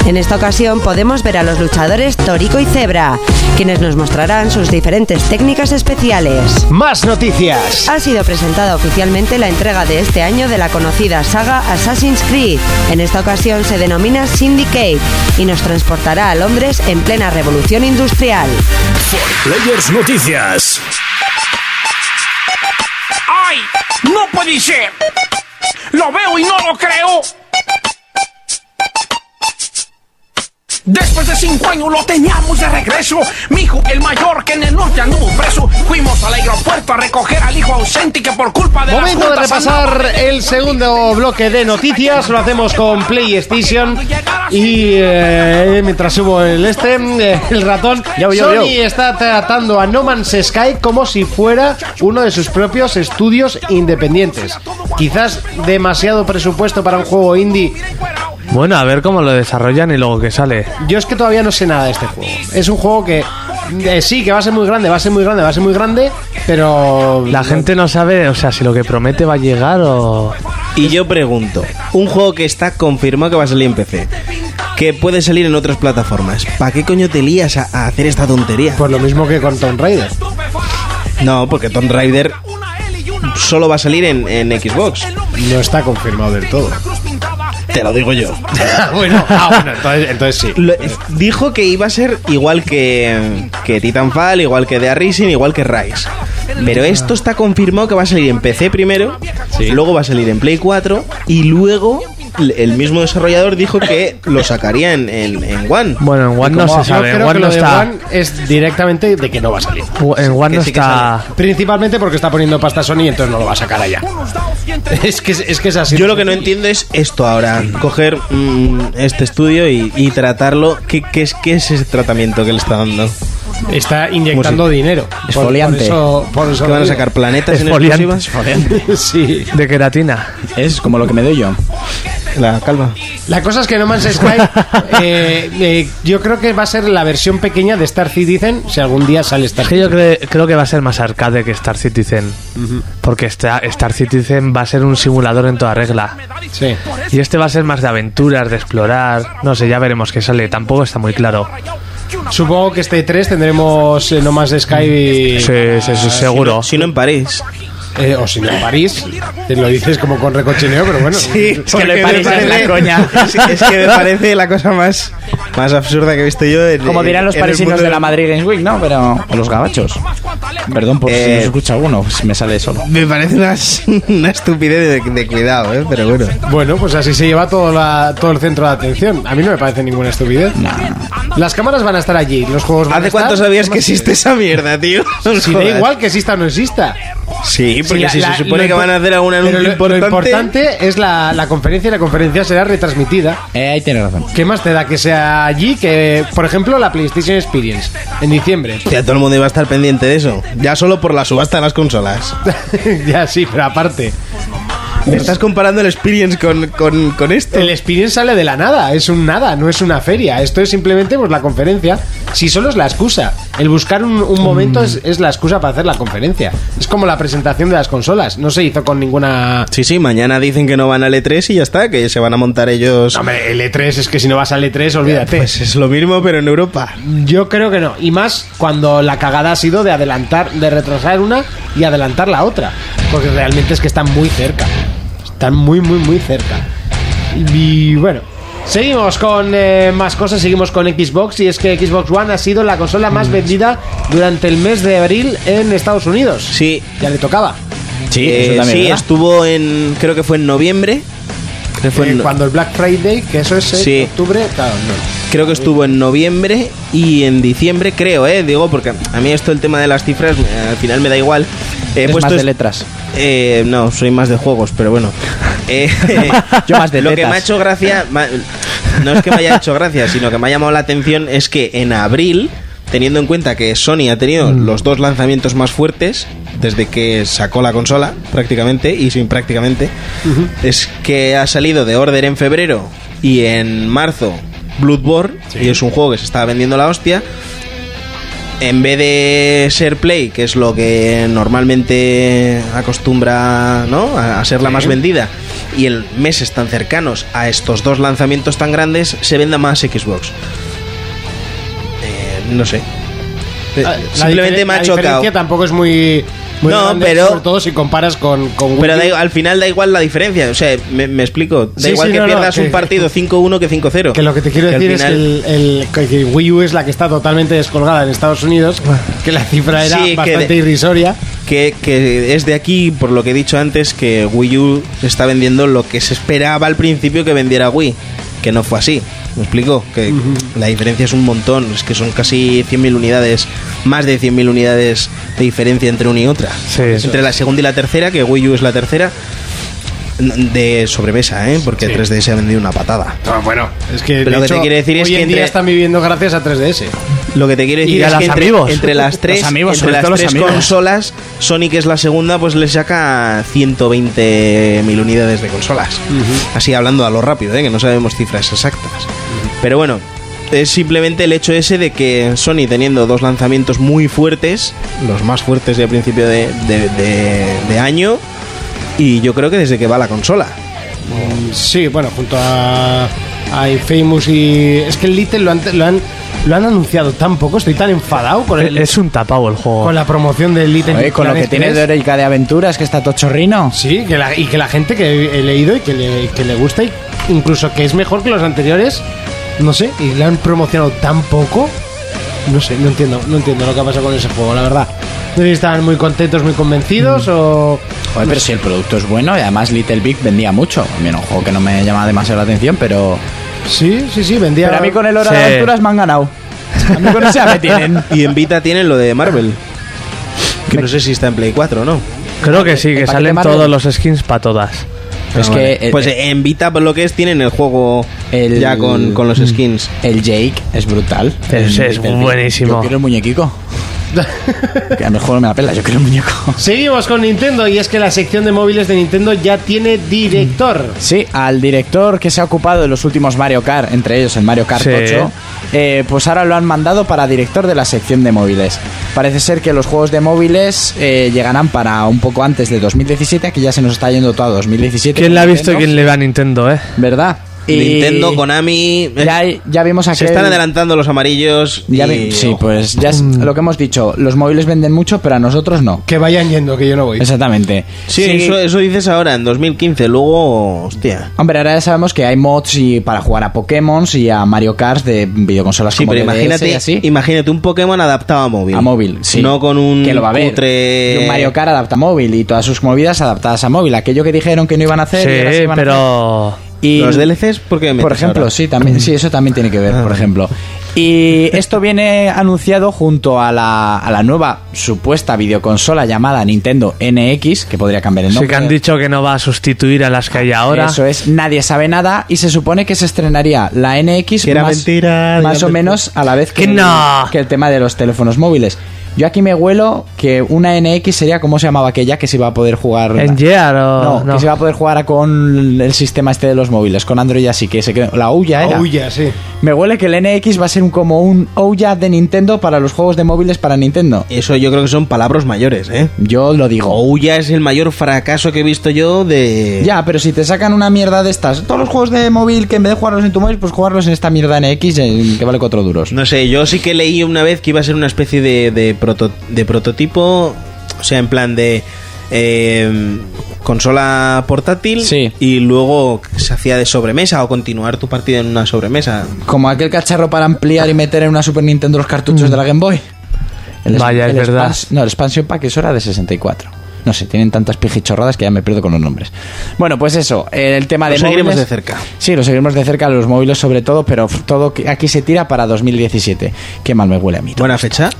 Speaker 3: En esta ocasión podemos ver a los luchadores Torico y Zebra, quienes nos mostrarán sus diferentes técnicas especiales.
Speaker 2: Más noticias.
Speaker 3: Ha sido presentada oficialmente la entrega de este año de la conocida saga Assassin's Creed. En esta ocasión se denomina Syndicate y nos transportará a Londres en plena revolución industrial.
Speaker 1: Players Noticias.
Speaker 9: ¡Ay! ¡No puede ser! ¡Lo veo y no lo creo! Después de cinco años lo teníamos de regreso. Mi hijo, el mayor, que en el norte anduvo preso. Fuimos al aeropuerto a recoger al hijo ausente que por culpa de las
Speaker 2: Momento de
Speaker 9: juntas andaba
Speaker 2: repasar el segundo bloque de noticias. Lo hacemos con PlayStation. Y eh, mientras subo el este, eh, el ratón,
Speaker 4: Yo, yo,
Speaker 2: Sony
Speaker 4: yo.
Speaker 2: está tratando a No Man's Sky como si fuera uno de sus propios estudios independientes. Quizás demasiado presupuesto para un juego indie.
Speaker 5: Bueno, a ver cómo lo desarrollan y luego que sale.
Speaker 2: Yo es que todavía no sé nada de este juego. Es un juego que eh, sí, que va a ser muy grande, va a ser muy grande, va a ser muy grande, pero
Speaker 5: La gente no sabe, o sea, si lo que promete va a llegar o...
Speaker 6: Y yo pregunto, un juego que está confirmado que va a salir en PC, que puede salir en otras plataformas, ¿para qué coño te lías a, a hacer esta tontería?
Speaker 2: Pues lo mismo que con Tomb Raider.
Speaker 6: No, porque Tomb Raider solo va a salir en, en Xbox.
Speaker 2: No está confirmado del todo.
Speaker 6: Te lo digo yo.
Speaker 2: bueno, ah, bueno, entonces, entonces sí.
Speaker 6: Lo- dijo que iba a ser igual que, que Titanfall, igual que The Rising, igual que Rise. Pero esto está confirmado que va a salir en PC primero, luego va a salir en Play 4 y luego l- el mismo desarrollador dijo que lo sacaría en, en, en One.
Speaker 5: Bueno, en One no
Speaker 2: Como
Speaker 5: se
Speaker 2: yo
Speaker 5: sabe, en
Speaker 2: creo
Speaker 5: One
Speaker 2: que
Speaker 5: no
Speaker 2: lo de
Speaker 5: está... eh.
Speaker 2: One es directamente de que no va a salir.
Speaker 5: En One no
Speaker 6: sí que
Speaker 5: está...
Speaker 2: Principalmente porque está poniendo pasta Sony y entonces no lo va a sacar allá. (laughs) Es que es, es que es así.
Speaker 6: Yo lo que no entiendo es esto ahora, coger mm, este estudio y, y tratarlo. ¿Qué, qué es, ¿Qué es ese tratamiento que le está dando?
Speaker 2: Está inyectando
Speaker 6: Como
Speaker 2: dinero. Por-
Speaker 4: Esfoliante.
Speaker 2: Por, eso, por eso
Speaker 6: ¿Que van a
Speaker 2: lo digo.
Speaker 6: sacar planetas en
Speaker 5: Esfoliante.
Speaker 6: exclusiva?
Speaker 5: (laughs)
Speaker 2: Sí.
Speaker 5: De queratina.
Speaker 4: Es como lo que me doy yo.
Speaker 6: La calva.
Speaker 2: La cosa es que No
Speaker 5: (laughs)
Speaker 2: Man's Sky, eh, eh, yo creo que va a ser la versión pequeña de Star Citizen si algún día sale Star
Speaker 5: Es que yo
Speaker 2: Citizen.
Speaker 5: cre- creo que va a ser más arcade que Star Citizen. Porque esta- Star Citizen va a ser un simulador en toda regla.
Speaker 2: Sí.
Speaker 5: Y este va a ser más de aventuras, de explorar. No sé, ya veremos qué sale. Tampoco está muy claro.
Speaker 2: Supongo que este 3 tendremos eh, No Man's Sky y-
Speaker 5: Sí, sí, sí, seguro.
Speaker 6: Si no en París.
Speaker 2: Eh, o si no, en París. Te lo dices como con recochineo, pero bueno.
Speaker 6: Porque me parece-
Speaker 2: (laughs)
Speaker 6: Es, es que me parece la cosa más, más absurda que he visto yo. en-
Speaker 4: Como dirán los
Speaker 6: en el
Speaker 4: parisinos
Speaker 6: mundo
Speaker 4: de la Madrid Games Week, ¿no? Pero o los gabachos. Perdón por si
Speaker 6: Eh,
Speaker 4: no se escucha alguno, pues me sale solo.
Speaker 6: Me parece una, una estupidez de, de cuidado, ¿eh? Pero bueno.
Speaker 2: Bueno, pues así se lleva todo, la- todo el centro de atención. A mí no me parece ninguna estupidez. Las cámaras van a estar allí, los juegos van a
Speaker 6: ¿Hace
Speaker 2: estar.
Speaker 6: cuánto sabías
Speaker 2: ¿Qué
Speaker 6: que
Speaker 2: más
Speaker 6: existe esa mierda, tío? (laughs)
Speaker 2: quieres? Si da
Speaker 6: Joder.
Speaker 2: igual que exista o no exista.
Speaker 6: Sí, porque
Speaker 2: la-
Speaker 6: si
Speaker 2: la-
Speaker 6: se supone
Speaker 2: lo
Speaker 6: que
Speaker 2: impo-
Speaker 6: van a hacer algún
Speaker 2: Pero
Speaker 6: anuncio
Speaker 2: lo-
Speaker 6: importante.
Speaker 2: Lo importante es la, la conferencia y la conferencia será retransmitida.
Speaker 4: Eh, ahí tienes razón.
Speaker 2: ¿Qué más te da que sea allí que, por ejemplo, la PlayStation Experience en diciembre?
Speaker 6: Ya todo el mundo iba a estar pendiente de eso. Ya solo por la subasta de las consolas.
Speaker 2: (laughs) ya sí, pero aparte.
Speaker 6: Me estás comparando el Experience con, con, con esto.
Speaker 2: El Experience sale de la nada, es un nada, no es una feria. Esto es simplemente pues, la conferencia. Si solo es la excusa, el buscar un, un
Speaker 6: Mm.
Speaker 2: momento es, es la excusa para hacer la conferencia. Es como la presentación de las consolas, no se hizo con ninguna.
Speaker 6: Sí, sí, mañana dicen que no van al E3 y ya está, que se van a montar ellos.
Speaker 2: No, hombre, el E3 E es que si no vas al E3, olvídate.
Speaker 6: Pues es lo mismo, pero en Europa.
Speaker 2: Yo creo que no. Y más cuando la cagada ha sido de adelantar, de retrasar una y adelantar la otra. Porque realmente es que están muy cerca. Están muy, muy, muy cerca. Y bueno. Seguimos con eh, más cosas, seguimos con Xbox y es que Xbox One ha sido la consola
Speaker 6: Mm.
Speaker 2: más vendida durante el mes de abril en Estados Unidos.
Speaker 6: Sí,
Speaker 2: Ya le tocaba.
Speaker 6: sí,
Speaker 4: eso también,
Speaker 6: Eh, sí
Speaker 4: ¿verdad?
Speaker 6: estuvo en. Creo que fue en noviembre. Creo, que fue
Speaker 2: Eh,
Speaker 6: en-
Speaker 2: cuando el Black Friday, que eso es eh,
Speaker 6: Sí.
Speaker 2: octubre, claro, no.
Speaker 6: creo que estuvo en noviembre y en diciembre, creo, ¿eh? Digo, porque a mí esto, el tema de las cifras, me- al final me da igual. He
Speaker 4: Es
Speaker 6: puesto
Speaker 4: más de
Speaker 6: est-
Speaker 4: letras.
Speaker 6: Eh, no, soy más de juegos, pero
Speaker 4: (laughs)
Speaker 6: bueno. Eh,
Speaker 4: Yo más de
Speaker 6: Lo que
Speaker 4: tetas.
Speaker 6: me ha hecho gracia, ma- no es que me haya hecho gracia, sino que me ha llamado la atención es que en abril, teniendo en cuenta que Sony ha tenido
Speaker 4: Mm.
Speaker 6: los dos lanzamientos más fuertes desde que sacó la consola, prácticamente, y sin prácticamente,
Speaker 9: Mm-hmm.
Speaker 6: es que ha salido de Order en febrero y en marzo Bloodborne, y es un juego que se estaba vendiendo la hostia en vez de ser Play, que es lo que normalmente acostumbra ¿no? a, a ser la más vendida, y en meses tan cercanos a estos dos lanzamientos tan grandes, se venda más Xbox. Eh, no sé. Eh,
Speaker 2: Ah, La
Speaker 6: Simplemente
Speaker 2: diferen-
Speaker 6: me ha
Speaker 2: la
Speaker 6: chocado.
Speaker 2: diferencia tampoco es muy, muy
Speaker 6: No,
Speaker 2: grande,
Speaker 6: pero-
Speaker 2: sobre todo si comparas con, con Wii
Speaker 6: Pero
Speaker 2: U.
Speaker 6: da igual- al final da igual la diferencia. O sea, me, me explico. Da
Speaker 2: Sí,
Speaker 6: igual
Speaker 2: sí,
Speaker 6: que
Speaker 2: no, no,
Speaker 6: pierdas
Speaker 2: que-
Speaker 6: un partido 5-1 que 5-0.
Speaker 2: Que lo que te quiero
Speaker 6: al
Speaker 2: decir
Speaker 6: final-
Speaker 2: es que, el, el- que Wii U es la que está totalmente descolgada en Estados Unidos, que la cifra era
Speaker 6: Sí, que
Speaker 2: bastante
Speaker 6: de-
Speaker 2: irrisoria.
Speaker 6: que, que es de aquí, por lo que he dicho antes, que Wii U está vendiendo lo que se esperaba al principio que vendiera Wii, que no fue así. ¿Me explico? Que la diferencia es un montón, es que son casi 100.000 unidades, más de 100.000 unidades de diferencia entre una y otra.
Speaker 5: Sí, eso
Speaker 6: entre la segunda y la tercera, que Wii U es la tercera, n- de sobremesa, ¿eh? Porque 3D se ha vendido una patada.
Speaker 2: Ah, bueno, es que,
Speaker 6: Pero
Speaker 2: de
Speaker 6: lo que
Speaker 2: hecho,
Speaker 6: te quiere decir
Speaker 2: hoy
Speaker 6: es
Speaker 2: en
Speaker 6: que
Speaker 2: día
Speaker 6: entre-
Speaker 2: están viviendo gracias a 3DS.
Speaker 6: Lo que te quiero decir
Speaker 5: Y a
Speaker 6: es
Speaker 5: las
Speaker 6: que entre,
Speaker 5: amigos.
Speaker 6: entre las tres,
Speaker 4: amigos,
Speaker 6: entre
Speaker 4: sobre
Speaker 6: las
Speaker 4: todo los
Speaker 6: tres
Speaker 4: amigos.
Speaker 6: consolas, Sony que es la segunda, pues le saca 120.000 unidades de consolas. Así hablando a lo rápido, ¿eh? que no sabemos cifras exactas. Pero bueno, es simplemente el hecho ese de que Sony teniendo dos lanzamientos muy fuertes, los más fuertes de principio de, de- de- de año, y yo creo que desde que va la consola.
Speaker 2: Sí, bueno, junto a, a Infamous y... Es que el Little lo han, lo han, lo han anunciado tan poco, estoy tan enfadado con, el,
Speaker 5: Es un tapado el juego.
Speaker 2: con la promoción del Little
Speaker 4: Oye,
Speaker 2: Big
Speaker 4: con lo que
Speaker 2: Planet
Speaker 4: tiene
Speaker 2: 3.
Speaker 4: de heroica de aventuras, que está todo chorrino.
Speaker 2: Sí, que la- y que la gente que he leído y que le, que le gusta, y incluso que es mejor que los anteriores, no sé, y le han promocionado tan poco. No sé, no entiendo, no entiendo lo que ha pasado con ese juego, la verdad. No sé si estaban muy contentos, muy convencidos o.
Speaker 4: Mm. Joder, pero si el producto es bueno y además Little Big vendía mucho. También un juego que no me llama demasiado la atención, pero.
Speaker 2: Sí, sí, sí, vendía.
Speaker 4: Pero a mí con el hora de
Speaker 5: Sí.
Speaker 4: aventuras me han ganado. A mí con ese ya
Speaker 6: (laughs)
Speaker 4: me tienen.
Speaker 6: Y en Vita tienen lo de Marvel. Que no sé si está en Play 4 o no.
Speaker 5: Creo que sí,
Speaker 4: el
Speaker 5: que
Speaker 4: paquete
Speaker 5: salen
Speaker 4: Marvel.
Speaker 5: todos los skins para todas.
Speaker 6: Ah,
Speaker 4: es que.
Speaker 6: vale.
Speaker 4: eh,
Speaker 6: pues en Vita, por lo que es, tienen el juego
Speaker 4: el- mm,
Speaker 6: ya con, con los skins.
Speaker 4: El Jake es brutal.
Speaker 5: Pero
Speaker 4: El
Speaker 5: ese es
Speaker 4: Little Big.
Speaker 5: buenísimo.
Speaker 4: Yo quiero el muñequico. que a lo mejor me la pela, yo quiero el muñeco.
Speaker 2: Seguimos con Nintendo y es que la sección de móviles de Nintendo ya tiene director.
Speaker 4: Sí, al director que se ha ocupado de los últimos Mario Kart, entre ellos el Mario Kart
Speaker 5: Sí.
Speaker 4: 8, eh, pues ahora lo han mandado para director de la sección de móviles. Parece ser que los juegos de móviles eh, llegarán para un poco antes de 2017, que ya se nos está yendo todo a 2017.
Speaker 5: ¿Quién la ha
Speaker 4: como
Speaker 5: visto y quién
Speaker 4: Nintendo,
Speaker 5: le va a Nintendo, eh?
Speaker 4: ¿Verdad? Y
Speaker 6: Nintendo, Konami. eh,
Speaker 4: Ya, ya vimos aquí.
Speaker 6: se están adelantando los amarillos. y-
Speaker 4: sí, pues ya es
Speaker 5: Mm.
Speaker 4: lo que hemos dicho. Los móviles venden mucho, pero a nosotros no.
Speaker 2: Que vayan yendo, que yo no voy.
Speaker 4: Exactamente.
Speaker 6: Sí, Eso, eso dices ahora, en 2015. Luego, hostia.
Speaker 4: Hombre, ahora ya sabemos que hay mods y para jugar a Pokémon y a Mario Kart de videoconsolas
Speaker 6: Sí,
Speaker 4: como
Speaker 6: pero
Speaker 4: DDS y
Speaker 6: imagínate,
Speaker 4: así.
Speaker 6: imagínate un Pokémon adaptado a móvil.
Speaker 4: A móvil, sí.
Speaker 6: No con un
Speaker 4: que lo va a ver.
Speaker 6: cutre-
Speaker 4: Y un Mario Kart adapta a móvil y todas sus movidas adaptadas a móvil. Aquello que dijeron que no iban a hacer. y ahora
Speaker 5: Sí,
Speaker 4: se van a
Speaker 5: pero...
Speaker 4: hacer. Y-
Speaker 6: Los DLCs, ¿por qué me
Speaker 4: por
Speaker 6: metes
Speaker 4: ejemplo,
Speaker 6: ahora?
Speaker 4: sí, también, Ah. sí, eso también tiene que ver, por ejemplo. Y esto viene anunciado junto a la, a la nueva supuesta videoconsola llamada Nintendo NX, que podría cambiar el
Speaker 5: Sí
Speaker 4: nombre.
Speaker 5: que han dicho que no va a sustituir a las que hay ahora.
Speaker 4: Eso es, nadie sabe nada y se supone que se estrenaría la NX
Speaker 6: Que era
Speaker 4: más,
Speaker 6: mentira,
Speaker 4: más
Speaker 6: era mentira.
Speaker 4: o menos a la vez que,
Speaker 5: Que no.
Speaker 4: el, que el tema de los teléfonos móviles. Yo aquí me huelo que una NX sería como se llamaba aquella que se iba a poder jugar.
Speaker 5: ¿En Gear o
Speaker 4: no, que se iba a poder jugar a- con el sistema este de los móviles, con Android así que se quedó. La Ouya era.
Speaker 2: Ouya, sí.
Speaker 4: Me huele que el NX va a ser un- como un Ouya de Nintendo para los juegos de móviles para Nintendo.
Speaker 6: Eso yo creo que son palabras mayores, ¿eh?
Speaker 4: Yo lo digo.
Speaker 6: Ouya es el mayor fracaso que he visto yo
Speaker 5: Eh,
Speaker 6: de.
Speaker 4: Ya, pero si te sacan una mierda de estas, todos los juegos de móvil que en vez de jugarlos en tu móvil, pues jugarlos en esta mierda NX eh, que vale 4 duros.
Speaker 6: No sé, yo sí que leí una vez que iba a ser una especie de, de proto- de prototipo, o sea, en plan de... eh, consola portátil
Speaker 4: Sí.
Speaker 6: y luego se hacía de sobremesa o continuar tu partida en una sobremesa.
Speaker 4: Como aquel cacharro para ampliar y meter en una Super Nintendo los cartuchos de la Game Boy. es-
Speaker 5: Vaya, es verdad.
Speaker 4: expans- no, el expansion pack eso era de 64. No sé, tienen tantas pijichorradas que ya me pierdo con los nombres. Bueno, pues eso, eh, el tema
Speaker 6: Lo
Speaker 4: de
Speaker 6: seguiremos
Speaker 4: móviles-
Speaker 6: de cerca.
Speaker 4: Sí, lo seguiremos de cerca, los móviles sobre todo, pero f- todo que- aquí se tira para 2017. Qué mal me huele a mí.
Speaker 6: Buena fecha.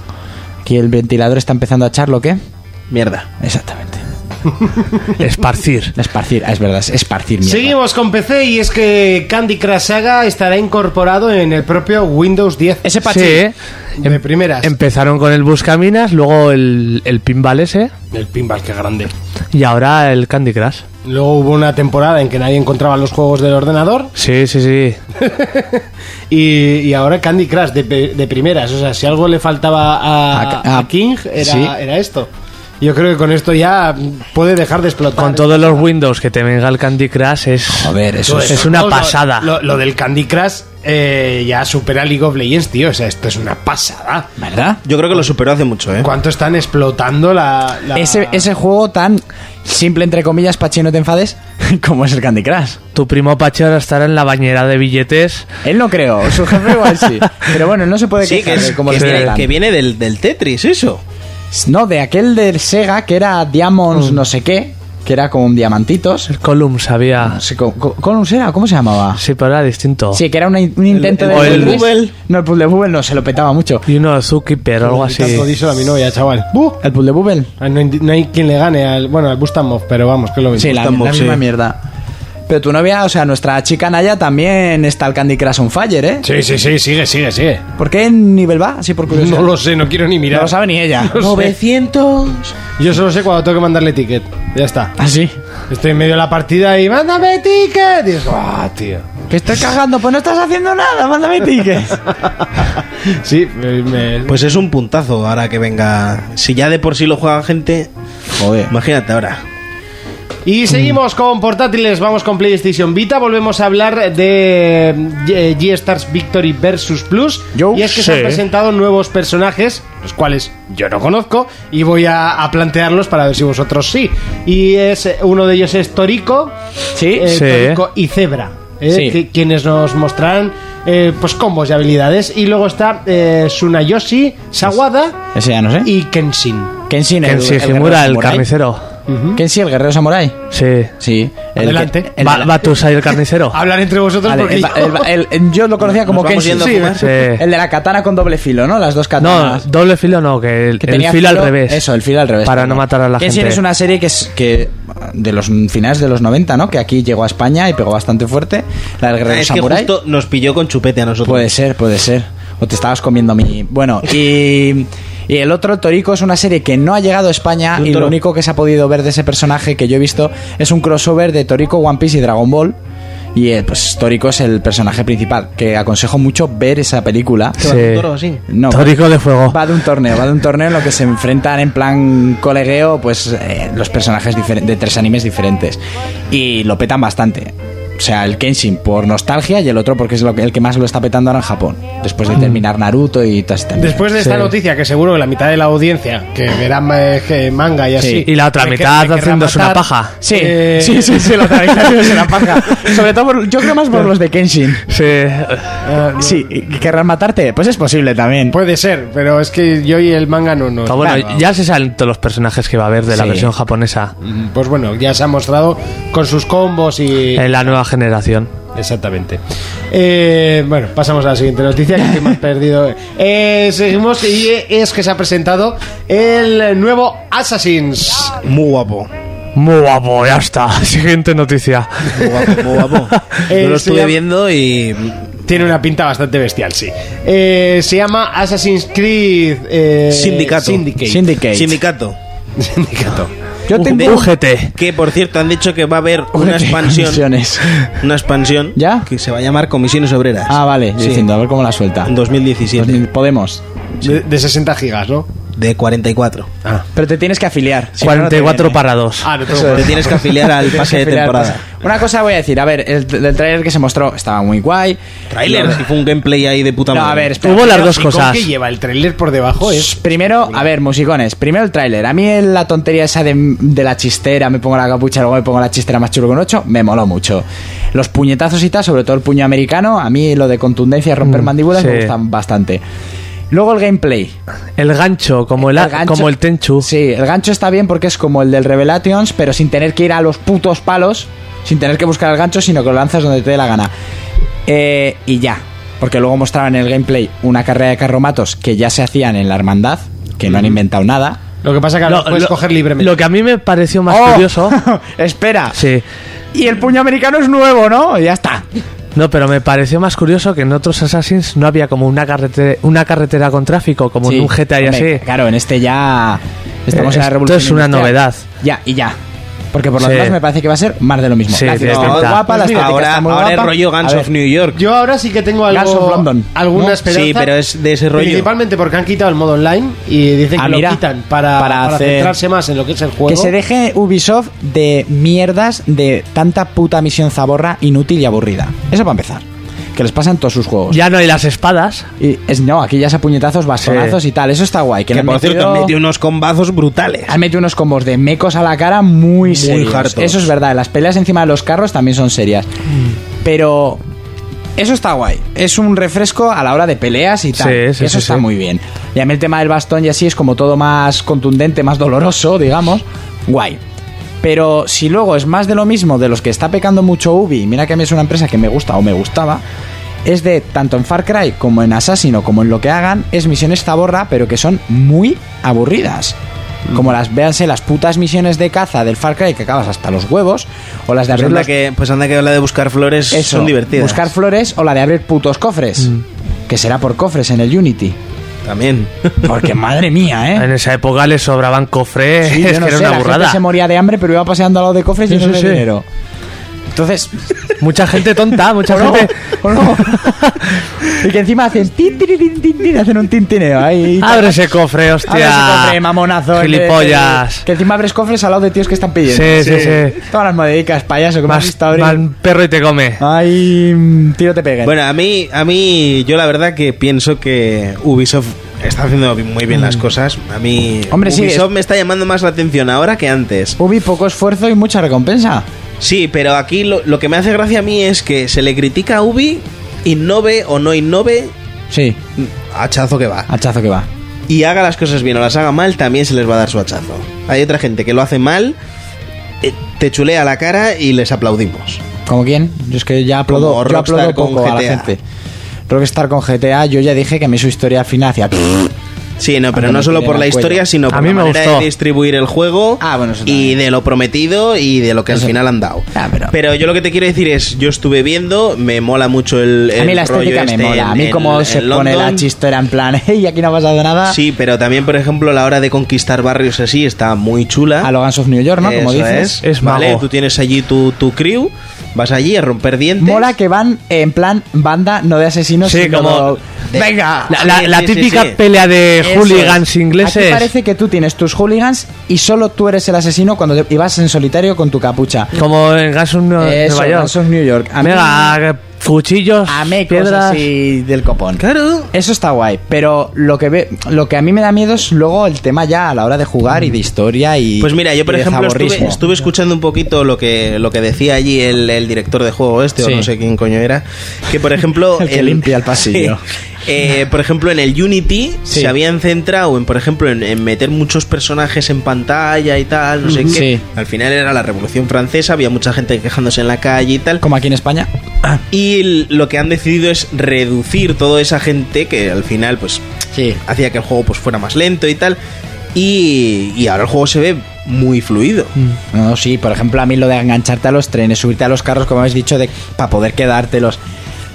Speaker 4: Aquí el ventilador está empezando a echarlo, ¿qué?
Speaker 6: Mierda.
Speaker 2: (laughs)
Speaker 4: Exactamente.
Speaker 5: Esparcir.
Speaker 4: Esparcir, ah, es verdad, es esparcir mierda.
Speaker 2: Seguimos con PC y es que Candy Crush Saga estará incorporado en el propio Windows 10.
Speaker 4: Ese
Speaker 5: Sí,
Speaker 4: pachi.
Speaker 5: ¿eh?
Speaker 2: de primeras.
Speaker 5: Empezaron con el Buscaminas, luego el, el Pinball ese
Speaker 2: El pinball, qué grande.
Speaker 5: y ahora el Candy Crush.
Speaker 2: Luego hubo una temporada en que nadie encontraba los juegos del ordenador
Speaker 5: Sí, sí, sí.
Speaker 2: y, y ahora Candy Crush de, de primeras. O sea, si algo le faltaba a,
Speaker 4: A- a-
Speaker 2: a King era,
Speaker 4: sí.
Speaker 2: era esto. Yo creo que con esto ya puede dejar de explotar.
Speaker 5: Con todos los Windows que te venga el Candy Crush es...
Speaker 4: Joder, eso
Speaker 5: es
Speaker 4: es.
Speaker 5: una
Speaker 2: lo-
Speaker 5: pasada.
Speaker 2: Lo, lo del Candy Crush eh, ya supera League of Legends, tío. O sea, esto es una pasada.
Speaker 4: ¿Verdad?
Speaker 6: Yo creo que lo superó hace mucho, ¿eh?
Speaker 2: ¿Cuánto están explotando la. la-
Speaker 4: Ese, ese juego tan simple, entre comillas, Pachi, no te enfades, (laughs) como es el Candy
Speaker 6: (laughs)
Speaker 4: Crush.
Speaker 5: Tu primo Pache ahora estará en la bañera de billetes.
Speaker 4: Él no creo, su jefe igual
Speaker 5: (laughs)
Speaker 4: sí. Pero bueno, él no se puede
Speaker 6: Sí, que,
Speaker 4: quejar
Speaker 6: es,
Speaker 4: de cómo
Speaker 6: que
Speaker 4: le
Speaker 6: viene-
Speaker 4: tratan.
Speaker 6: que viene del, del Tetris, eso.
Speaker 4: No, de aquel del Sega que era Diamonds no sé qué, que era como un diamantitos.
Speaker 5: El Column sabía...
Speaker 4: No sé, co- co- ¿Columns era? Ah, ¿Cómo se llamaba?
Speaker 5: Sí, pero era distinto.
Speaker 4: Sí, que era un, un intento
Speaker 6: el-
Speaker 4: de...
Speaker 5: o Oh. el
Speaker 4: Tetris.
Speaker 6: Bubble.
Speaker 4: No, el puzzle Bubble no, se lo petaba mucho.
Speaker 5: Y uno de Zookeeper o algo
Speaker 2: Y tanto
Speaker 5: así.
Speaker 2: díselo a mi novia, chaval. ¡Buh!
Speaker 4: ¿El puzzle Bubble?
Speaker 2: Ah, No hay, no hay quien le gane al. Bueno, al Bustamoff, pero vamos, que es lo mismo.
Speaker 4: Sí, la, la
Speaker 6: Gustanbox,
Speaker 4: misma
Speaker 6: sí.
Speaker 4: mierda. Pero tu novia, o sea, nuestra chica Naya también está al Candy Crush on Fire, ¿eh?
Speaker 2: Sí, sí, sí, sigue, sigue, sigue.
Speaker 4: ¿Por qué nivel va? Así por curiosidad.
Speaker 2: No lo sé, no quiero ni mirar.
Speaker 4: No lo sabe ni ella.
Speaker 2: (laughs) No sé.
Speaker 4: 900.
Speaker 2: Yo solo sé cuando tengo que mandarle ticket. Ya está.
Speaker 5: Ah,
Speaker 4: Así.
Speaker 2: Estoy en medio de la partida y ¡mándame ticket! Y es, ¡ah, tío!
Speaker 4: Que estoy cagando, pues no estás haciendo nada, mándame tickets.
Speaker 2: Sí, me- me-
Speaker 6: Pues es un puntazo ahora que venga. Si ya de por sí lo juega gente,
Speaker 4: Joder.
Speaker 6: imagínate ahora.
Speaker 2: Y seguimos con portátiles, vamos con PlayStation Vita, volvemos a hablar de eh, G-Stars Victory versus Plus.
Speaker 5: Yo
Speaker 2: y es que
Speaker 5: sé. ¿eh?
Speaker 2: se han presentado nuevos personajes, los cuales yo no conozco, y voy a, a plantearlos para ver si vosotros sí. Y es eh, uno de ellos es Torico,
Speaker 4: Sí,
Speaker 2: eh,
Speaker 5: sí.
Speaker 2: Torico y Zebra, eh,
Speaker 4: Sí.
Speaker 2: que- quienes nos mostrarán eh, pues combos y habilidades. Y luego está eh, Tsunayoshi, Sawada
Speaker 4: Ese ya no sé.
Speaker 2: y Kenshin.
Speaker 4: Kenshin, el,
Speaker 5: Kenshi
Speaker 4: el guerrero
Speaker 5: Himura, el
Speaker 4: samurái.
Speaker 5: carnicero.
Speaker 4: Kenshi, el guerrero samurái.
Speaker 5: Sí.
Speaker 4: Sí. el
Speaker 2: Adelante.
Speaker 4: que- el-
Speaker 5: Ba- Batusai, el
Speaker 2: (laughs)
Speaker 5: carnicero.
Speaker 2: Hablar entre vosotros
Speaker 4: vale,
Speaker 2: porque
Speaker 4: el-
Speaker 2: yo-
Speaker 4: el- el- el- yo lo conocía como
Speaker 6: vamos
Speaker 4: Kenshi.
Speaker 6: yendo a
Speaker 4: Sí,
Speaker 6: fumar.
Speaker 4: sí. El de la katana con doble filo, ¿no? Las dos
Speaker 5: No,
Speaker 4: katanas.
Speaker 5: doble filo no, que el,
Speaker 4: Ah, Que
Speaker 5: el
Speaker 4: tenía
Speaker 5: filo, al revés.
Speaker 4: Eso, el filo al revés.
Speaker 5: Para
Speaker 4: perdón.
Speaker 5: no matar a la
Speaker 4: Kenshin
Speaker 5: gente.
Speaker 4: es una serie que es que de los finales de los 90, ¿no? Que aquí llegó a España y pegó bastante fuerte. La del guerrero
Speaker 6: Ah, Es que
Speaker 4: samurái.
Speaker 6: justo nos pilló con chupete a nosotros.
Speaker 4: Puede ser, puede ser. O te estabas comiendo mi. Bueno, y. Y el otro, el Torico, es una serie que no ha llegado a España
Speaker 6: Un
Speaker 4: y
Speaker 6: toro.
Speaker 4: lo único que se ha podido ver de ese personaje que yo he visto es un crossover de Torico, One Piece y Dragon Ball. Y eh, pues Torico es el personaje principal, que aconsejo mucho ver esa película.
Speaker 5: Sí.
Speaker 2: (laughs)
Speaker 4: No,
Speaker 5: Tórico de fuego.
Speaker 4: Va de un torneo, va de un torneo en lo que se enfrentan en plan colegueo, pues eh, los personajes difer- de tres animes diferentes. Y lo petan bastante. O sea, el Kenshin por nostalgia y el otro porque es lo que- el que más lo está petando ahora en Japón. Después de terminar Naruto y todas estas mierdas.
Speaker 2: Después de esta
Speaker 5: Mm. Sí.
Speaker 2: noticia, que seguro que la mitad de la audiencia que verá eh, que manga y así.
Speaker 5: Y la otra
Speaker 2: me que-
Speaker 5: mitad
Speaker 2: me querrá
Speaker 5: haciéndose una
Speaker 2: matar,
Speaker 5: paja.
Speaker 4: Sí,
Speaker 2: eh,
Speaker 4: (laughs)
Speaker 2: (laughs)
Speaker 4: sí, sí, sí, lo organización se la paja. Sobre todo, por- yo creo más por los de Kenshin.
Speaker 5: Sí.
Speaker 2: eh,
Speaker 4: Sí, ¿y ¿querrán matarte? Pues es posible también.
Speaker 2: Puede ser, pero es que yo y el manga no. no
Speaker 5: Pero Ah, bueno,
Speaker 2: Claro.
Speaker 5: ya se salen todos los personajes que va a haber de la
Speaker 4: Sí.
Speaker 5: versión japonesa
Speaker 2: Mm, Pues bueno, ya se ha mostrado con sus combos y.
Speaker 5: en la nueva generación.
Speaker 2: Exactamente. Eh, bueno, pasamos a la siguiente noticia que hemos perdido. Eh, seguimos y es que se ha presentado el nuevo Assassin's.
Speaker 6: Muy guapo.
Speaker 5: Muy guapo, ya está. (laughs) Siguiente noticia.
Speaker 6: Muy guapo,
Speaker 2: (laughs)
Speaker 6: muy guapo.
Speaker 2: Eh,
Speaker 6: Yo lo
Speaker 2: se
Speaker 6: estuve
Speaker 2: llama-
Speaker 6: viendo y.
Speaker 2: Tiene una pinta bastante bestial, sí. Eh, se llama Assassin's Creed eh,
Speaker 6: Sindicato.
Speaker 2: Syndicate.
Speaker 4: Syndicate.
Speaker 6: Sindicato.
Speaker 2: Sindicato.
Speaker 4: Yo
Speaker 6: De-
Speaker 4: tengo
Speaker 5: UGT.
Speaker 6: Que por cierto, han dicho que va a haber una expansión.
Speaker 4: Misiones.
Speaker 6: Una expansión.
Speaker 4: ¿Ya?
Speaker 6: Que se va a llamar Comisiones Obreras.
Speaker 4: Ah, vale,
Speaker 6: Sí.
Speaker 4: diciendo, a ver cómo la suelta.
Speaker 6: En 2017.
Speaker 4: Podemos.
Speaker 2: De, de 60 gigas, ¿no?
Speaker 6: de 44.
Speaker 4: Pero te tienes que afiliar. si no, Ah, no te
Speaker 5: 44
Speaker 4: viene.
Speaker 5: para 2.
Speaker 6: Te tienes que afiliar
Speaker 4: (laughs)
Speaker 6: al pase de
Speaker 4: Afiliar,
Speaker 6: temporada.
Speaker 4: pase. Una cosa voy a decir, a ver, el, del trailer que se mostró estaba muy guay.
Speaker 6: Trailer, si fue un gameplay ahí de puta
Speaker 4: No,
Speaker 6: madre.
Speaker 4: a ver, espera.
Speaker 5: Hubo las
Speaker 2: Pero,
Speaker 5: dos
Speaker 2: ¿y con
Speaker 5: cosas.
Speaker 2: qué lleva el trailer por debajo?
Speaker 4: Shh, Primero, a ver, musicones. Primero el tráiler. A mí la tontería esa de, de la chistera, me pongo la capucha, luego me pongo la chistera más chulo con 8, me moló mucho. Los puñetazos y tal, sobre todo el puño americano, a mí lo de contundencia, romper
Speaker 5: Mm,
Speaker 4: mandíbulas
Speaker 5: sí.
Speaker 4: me gustan bastante. Luego el gameplay.
Speaker 5: El gancho, como el,
Speaker 4: gancho-
Speaker 5: como el Tenchu.
Speaker 4: Sí, el gancho está bien porque es como el del Revelations, pero sin tener que ir a los putos palos, sin tener que buscar el gancho, sino que lo lanzas donde te dé la gana. Eh, y ya, porque luego mostraban en el gameplay una carrera de carromatos que ya se hacían en la hermandad, que no han inventado nada.
Speaker 2: Lo que pasa es que ahora
Speaker 5: Lo,
Speaker 2: lo, puedes
Speaker 5: lo-
Speaker 2: coger libremente.
Speaker 5: lo que a mí me pareció más
Speaker 4: ¡Oh!
Speaker 2: (laughs)
Speaker 5: curioso.
Speaker 4: Espera.
Speaker 5: Sí.
Speaker 4: Y el puño americano es nuevo, ¿no? Y ya está.
Speaker 5: No, pero me pareció más curioso que en otros Assassins no había como una carretera, una carretera con tráfico, como
Speaker 4: Sí,
Speaker 5: en un GTA y
Speaker 4: hombre,
Speaker 5: así.
Speaker 4: Claro, en este ya estamos
Speaker 5: Eh,
Speaker 4: en la
Speaker 5: esto
Speaker 4: revolución.
Speaker 5: es una
Speaker 4: industrial.
Speaker 5: novedad.
Speaker 4: Ya, y ya. Porque por lo
Speaker 5: Sí.
Speaker 4: demás me parece que va a ser más de lo mismo.
Speaker 5: Sí,
Speaker 4: la ciudad
Speaker 5: tiene
Speaker 4: está muy
Speaker 5: pinta.
Speaker 4: guapa, la
Speaker 6: Pues mira,
Speaker 4: estética
Speaker 6: ahora,
Speaker 4: está muy
Speaker 6: ahora
Speaker 4: guapa.
Speaker 6: es rollo
Speaker 4: A
Speaker 6: Guns
Speaker 4: ver,
Speaker 6: of New York.
Speaker 2: Yo ahora sí que tengo
Speaker 4: Guns
Speaker 2: algo,
Speaker 4: of London.
Speaker 2: alguna
Speaker 4: No,
Speaker 2: esperanza.
Speaker 6: sí, pero es de ese rollo.
Speaker 2: Principalmente porque han quitado el modo online y dicen
Speaker 4: Ah,
Speaker 2: que
Speaker 4: mira.
Speaker 2: lo quitan para,
Speaker 4: Para
Speaker 2: para
Speaker 4: hacer-
Speaker 2: centrarse más en lo que es el juego.
Speaker 4: Que se deje Ubisoft de mierdas de tanta puta misión zaborra, inútil y aburrida. Eso para empezar. Que les pasan todos sus juegos.
Speaker 5: Ya no hay las espadas.
Speaker 4: Y es, no, aquí ya se puñetazos, bastonazos y tal. Eso está guay. Que,
Speaker 6: Que
Speaker 4: le han
Speaker 6: por cierto,
Speaker 4: metido-
Speaker 6: han metido unos combazos brutales.
Speaker 4: Han metido unos combos de mecos a la cara muy, serios.
Speaker 6: hartos.
Speaker 4: Eso es verdad. Las peleas encima de los carros también son serias. Pero eso está guay. Es un refresco a la hora de peleas y tal.
Speaker 5: Sí, sí,
Speaker 4: eso
Speaker 5: sí,
Speaker 4: está
Speaker 5: sí.
Speaker 4: muy bien. Y a mí el tema del bastón y así es como todo más contundente, más doloroso, digamos. Guay. Pero si luego es más de lo mismo de los que está pecando mucho Ubi, mira que a mí es una empresa que me gusta o me gustaba, es de tanto en Far Cry como en Assassin o como en lo que hagan, es misiones zaborra, pero que son muy aburridas. Como las, véanse, las putas misiones de caza del Far Cry que acabas hasta los huevos, o las de
Speaker 6: Pues
Speaker 4: abrir
Speaker 6: anda,
Speaker 4: los-
Speaker 6: que, pues anda que la de buscar flores
Speaker 4: eso,
Speaker 6: son divertidas.
Speaker 4: Buscar flores o la de abrir putos cofres,
Speaker 5: Mm.
Speaker 4: que será por cofres en el Unity.
Speaker 6: También.
Speaker 4: (laughs)
Speaker 5: (laughs)
Speaker 4: Porque madre mía, ¿eh?
Speaker 5: En esa época le sobraban cofres.
Speaker 4: Sí, yo
Speaker 5: (laughs) es
Speaker 4: no
Speaker 5: que
Speaker 4: sé,
Speaker 5: era
Speaker 4: la
Speaker 5: una
Speaker 4: gente
Speaker 5: burrada.
Speaker 4: se moría de hambre, pero iba paseando al lado de cofres y
Speaker 5: Sí,
Speaker 4: no
Speaker 5: sí, sí.
Speaker 4: dinero. Entonces,
Speaker 5: Mucha
Speaker 4: (laughs)
Speaker 5: gente tonta, mucha
Speaker 4: ¿O no?
Speaker 5: gente.
Speaker 4: ¿O
Speaker 5: (laughs)
Speaker 4: no? y que encima hacen tin, tin, tin, tin, tin, hacen un tintineo ahí.
Speaker 5: Abre ese cofre, hostia.
Speaker 4: Abre ese cofre, mamonazo.
Speaker 5: Gilipollas.
Speaker 4: Que, que encima abres cofres al lado de tíos que están pidiendo.
Speaker 5: Sí, sí, sí.
Speaker 4: Todas las modedicas, payaso, que me has
Speaker 5: Más,
Speaker 4: visto abrir.
Speaker 5: más perro y te come.
Speaker 4: Ay, mm, tiro te peguen.
Speaker 6: Bueno, a mí, a mí, yo la verdad que pienso que Ubisoft está haciendo muy bien las cosas. A mí,
Speaker 4: Mm. Hombre, sí,
Speaker 6: Ubisoft
Speaker 4: es-
Speaker 6: me está llamando más la atención ahora que antes.
Speaker 4: Ubi, poco esfuerzo y mucha recompensa.
Speaker 6: Sí, pero aquí lo, lo que me hace gracia a mí es que se le critica a Ubi, innove o no innove,
Speaker 4: Sí,
Speaker 6: hachazo que va.
Speaker 4: hachazo que va.
Speaker 6: Y haga las cosas bien o las haga mal, también se les va a dar su hachazo. Hay otra gente que lo hace mal, eh, te chulea la cara y les aplaudimos.
Speaker 4: ¿Como quién? Yo es que ya aplaudo,
Speaker 6: Como
Speaker 4: yo aplaudo
Speaker 6: Rockstar con
Speaker 4: poco a la
Speaker 6: GTA.
Speaker 4: gente. Rockstar con GTA, yo ya dije que a mí su historia al final hacía...
Speaker 6: Sí, no, pero
Speaker 4: Aunque
Speaker 6: no
Speaker 4: me
Speaker 6: solo
Speaker 4: tiren
Speaker 6: por
Speaker 4: al
Speaker 6: la
Speaker 4: cuello.
Speaker 6: historia, sino
Speaker 5: A
Speaker 6: por
Speaker 5: mí
Speaker 6: la
Speaker 5: me
Speaker 6: manera
Speaker 5: gustó.
Speaker 6: de distribuir el juego
Speaker 4: Ah, bueno, eso
Speaker 6: y
Speaker 4: también.
Speaker 6: de lo prometido y de lo que al
Speaker 4: Eso.
Speaker 6: final han dado.
Speaker 4: Ah, pero-
Speaker 6: yo lo que te quiero decir es, yo estuve viendo, me mola mucho el,
Speaker 4: A mí
Speaker 6: el
Speaker 4: la
Speaker 6: rollo
Speaker 4: estética
Speaker 6: este
Speaker 4: me mola.
Speaker 6: en-
Speaker 4: a mí
Speaker 6: en-
Speaker 4: como
Speaker 6: en
Speaker 4: se pone
Speaker 6: London.
Speaker 4: la chistera en plan, (laughs) hey, aquí no ha pasado nada.
Speaker 6: Sí, pero también, por ejemplo, la hora de conquistar barrios así está muy chula.
Speaker 4: A lo Guns of New York, ¿no? Como
Speaker 6: Eso
Speaker 4: dices.
Speaker 6: es.
Speaker 5: Es
Speaker 6: Vale,
Speaker 5: mago.
Speaker 6: tú tienes allí tu, tu crew, vas allí a romper dientes.
Speaker 4: Mola que van en plan banda, no de asesinos,
Speaker 5: Sí,
Speaker 4: sino
Speaker 5: como-
Speaker 4: de- Venga.
Speaker 5: La, la- la
Speaker 6: Sí, sí,
Speaker 5: típica
Speaker 6: sí.
Speaker 5: pelea de
Speaker 4: Eso
Speaker 5: hooligans
Speaker 4: es.
Speaker 5: ingleses.
Speaker 4: Aquí parece que tú tienes tus hooligans y solo tú eres el asesino cuando te- y vas en solitario con tu capucha.
Speaker 5: Como en Guns of New-
Speaker 4: Eso,
Speaker 5: Nueva York.
Speaker 4: Guns of New York. A mí-
Speaker 5: Mega, cuchillos,
Speaker 4: A mí cosas
Speaker 5: piedras.
Speaker 4: así del copón. Claro. Eso está guay, pero lo que ve, lo que a mí me da miedo es luego el tema ya a la hora de jugar y de historia y
Speaker 6: Pues mira, yo por
Speaker 4: y de
Speaker 6: ejemplo estuve,
Speaker 4: zaborrismo.
Speaker 6: estuve escuchando un poquito lo que, lo que decía allí el, el director de juego este,
Speaker 4: Sí.
Speaker 6: o no sé quién coño era, que por ejemplo...
Speaker 4: (laughs) El
Speaker 6: (laughs)
Speaker 4: que limpia el pasillo.
Speaker 6: Sí. Eh, por ejemplo, en el Unity
Speaker 4: Sí.
Speaker 6: se habían centrado en, por ejemplo, en, en meter muchos personajes en pantalla y tal, no sé
Speaker 4: Ujú.
Speaker 6: qué.
Speaker 4: Sí.
Speaker 6: Al final era la Revolución Francesa, había mucha gente quejándose en la calle y tal.
Speaker 4: como aquí en España.
Speaker 6: Y l- lo que han decidido es reducir toda esa gente que al final, pues,
Speaker 4: Sí.
Speaker 6: hacía que el juego pues fuera más lento y tal. Y, y ahora el juego se ve muy fluido.
Speaker 4: Mm. No, sí, por ejemplo, a mí lo de engancharte a los trenes, subirte a los carros, como habéis dicho, de, para poder quedártelos.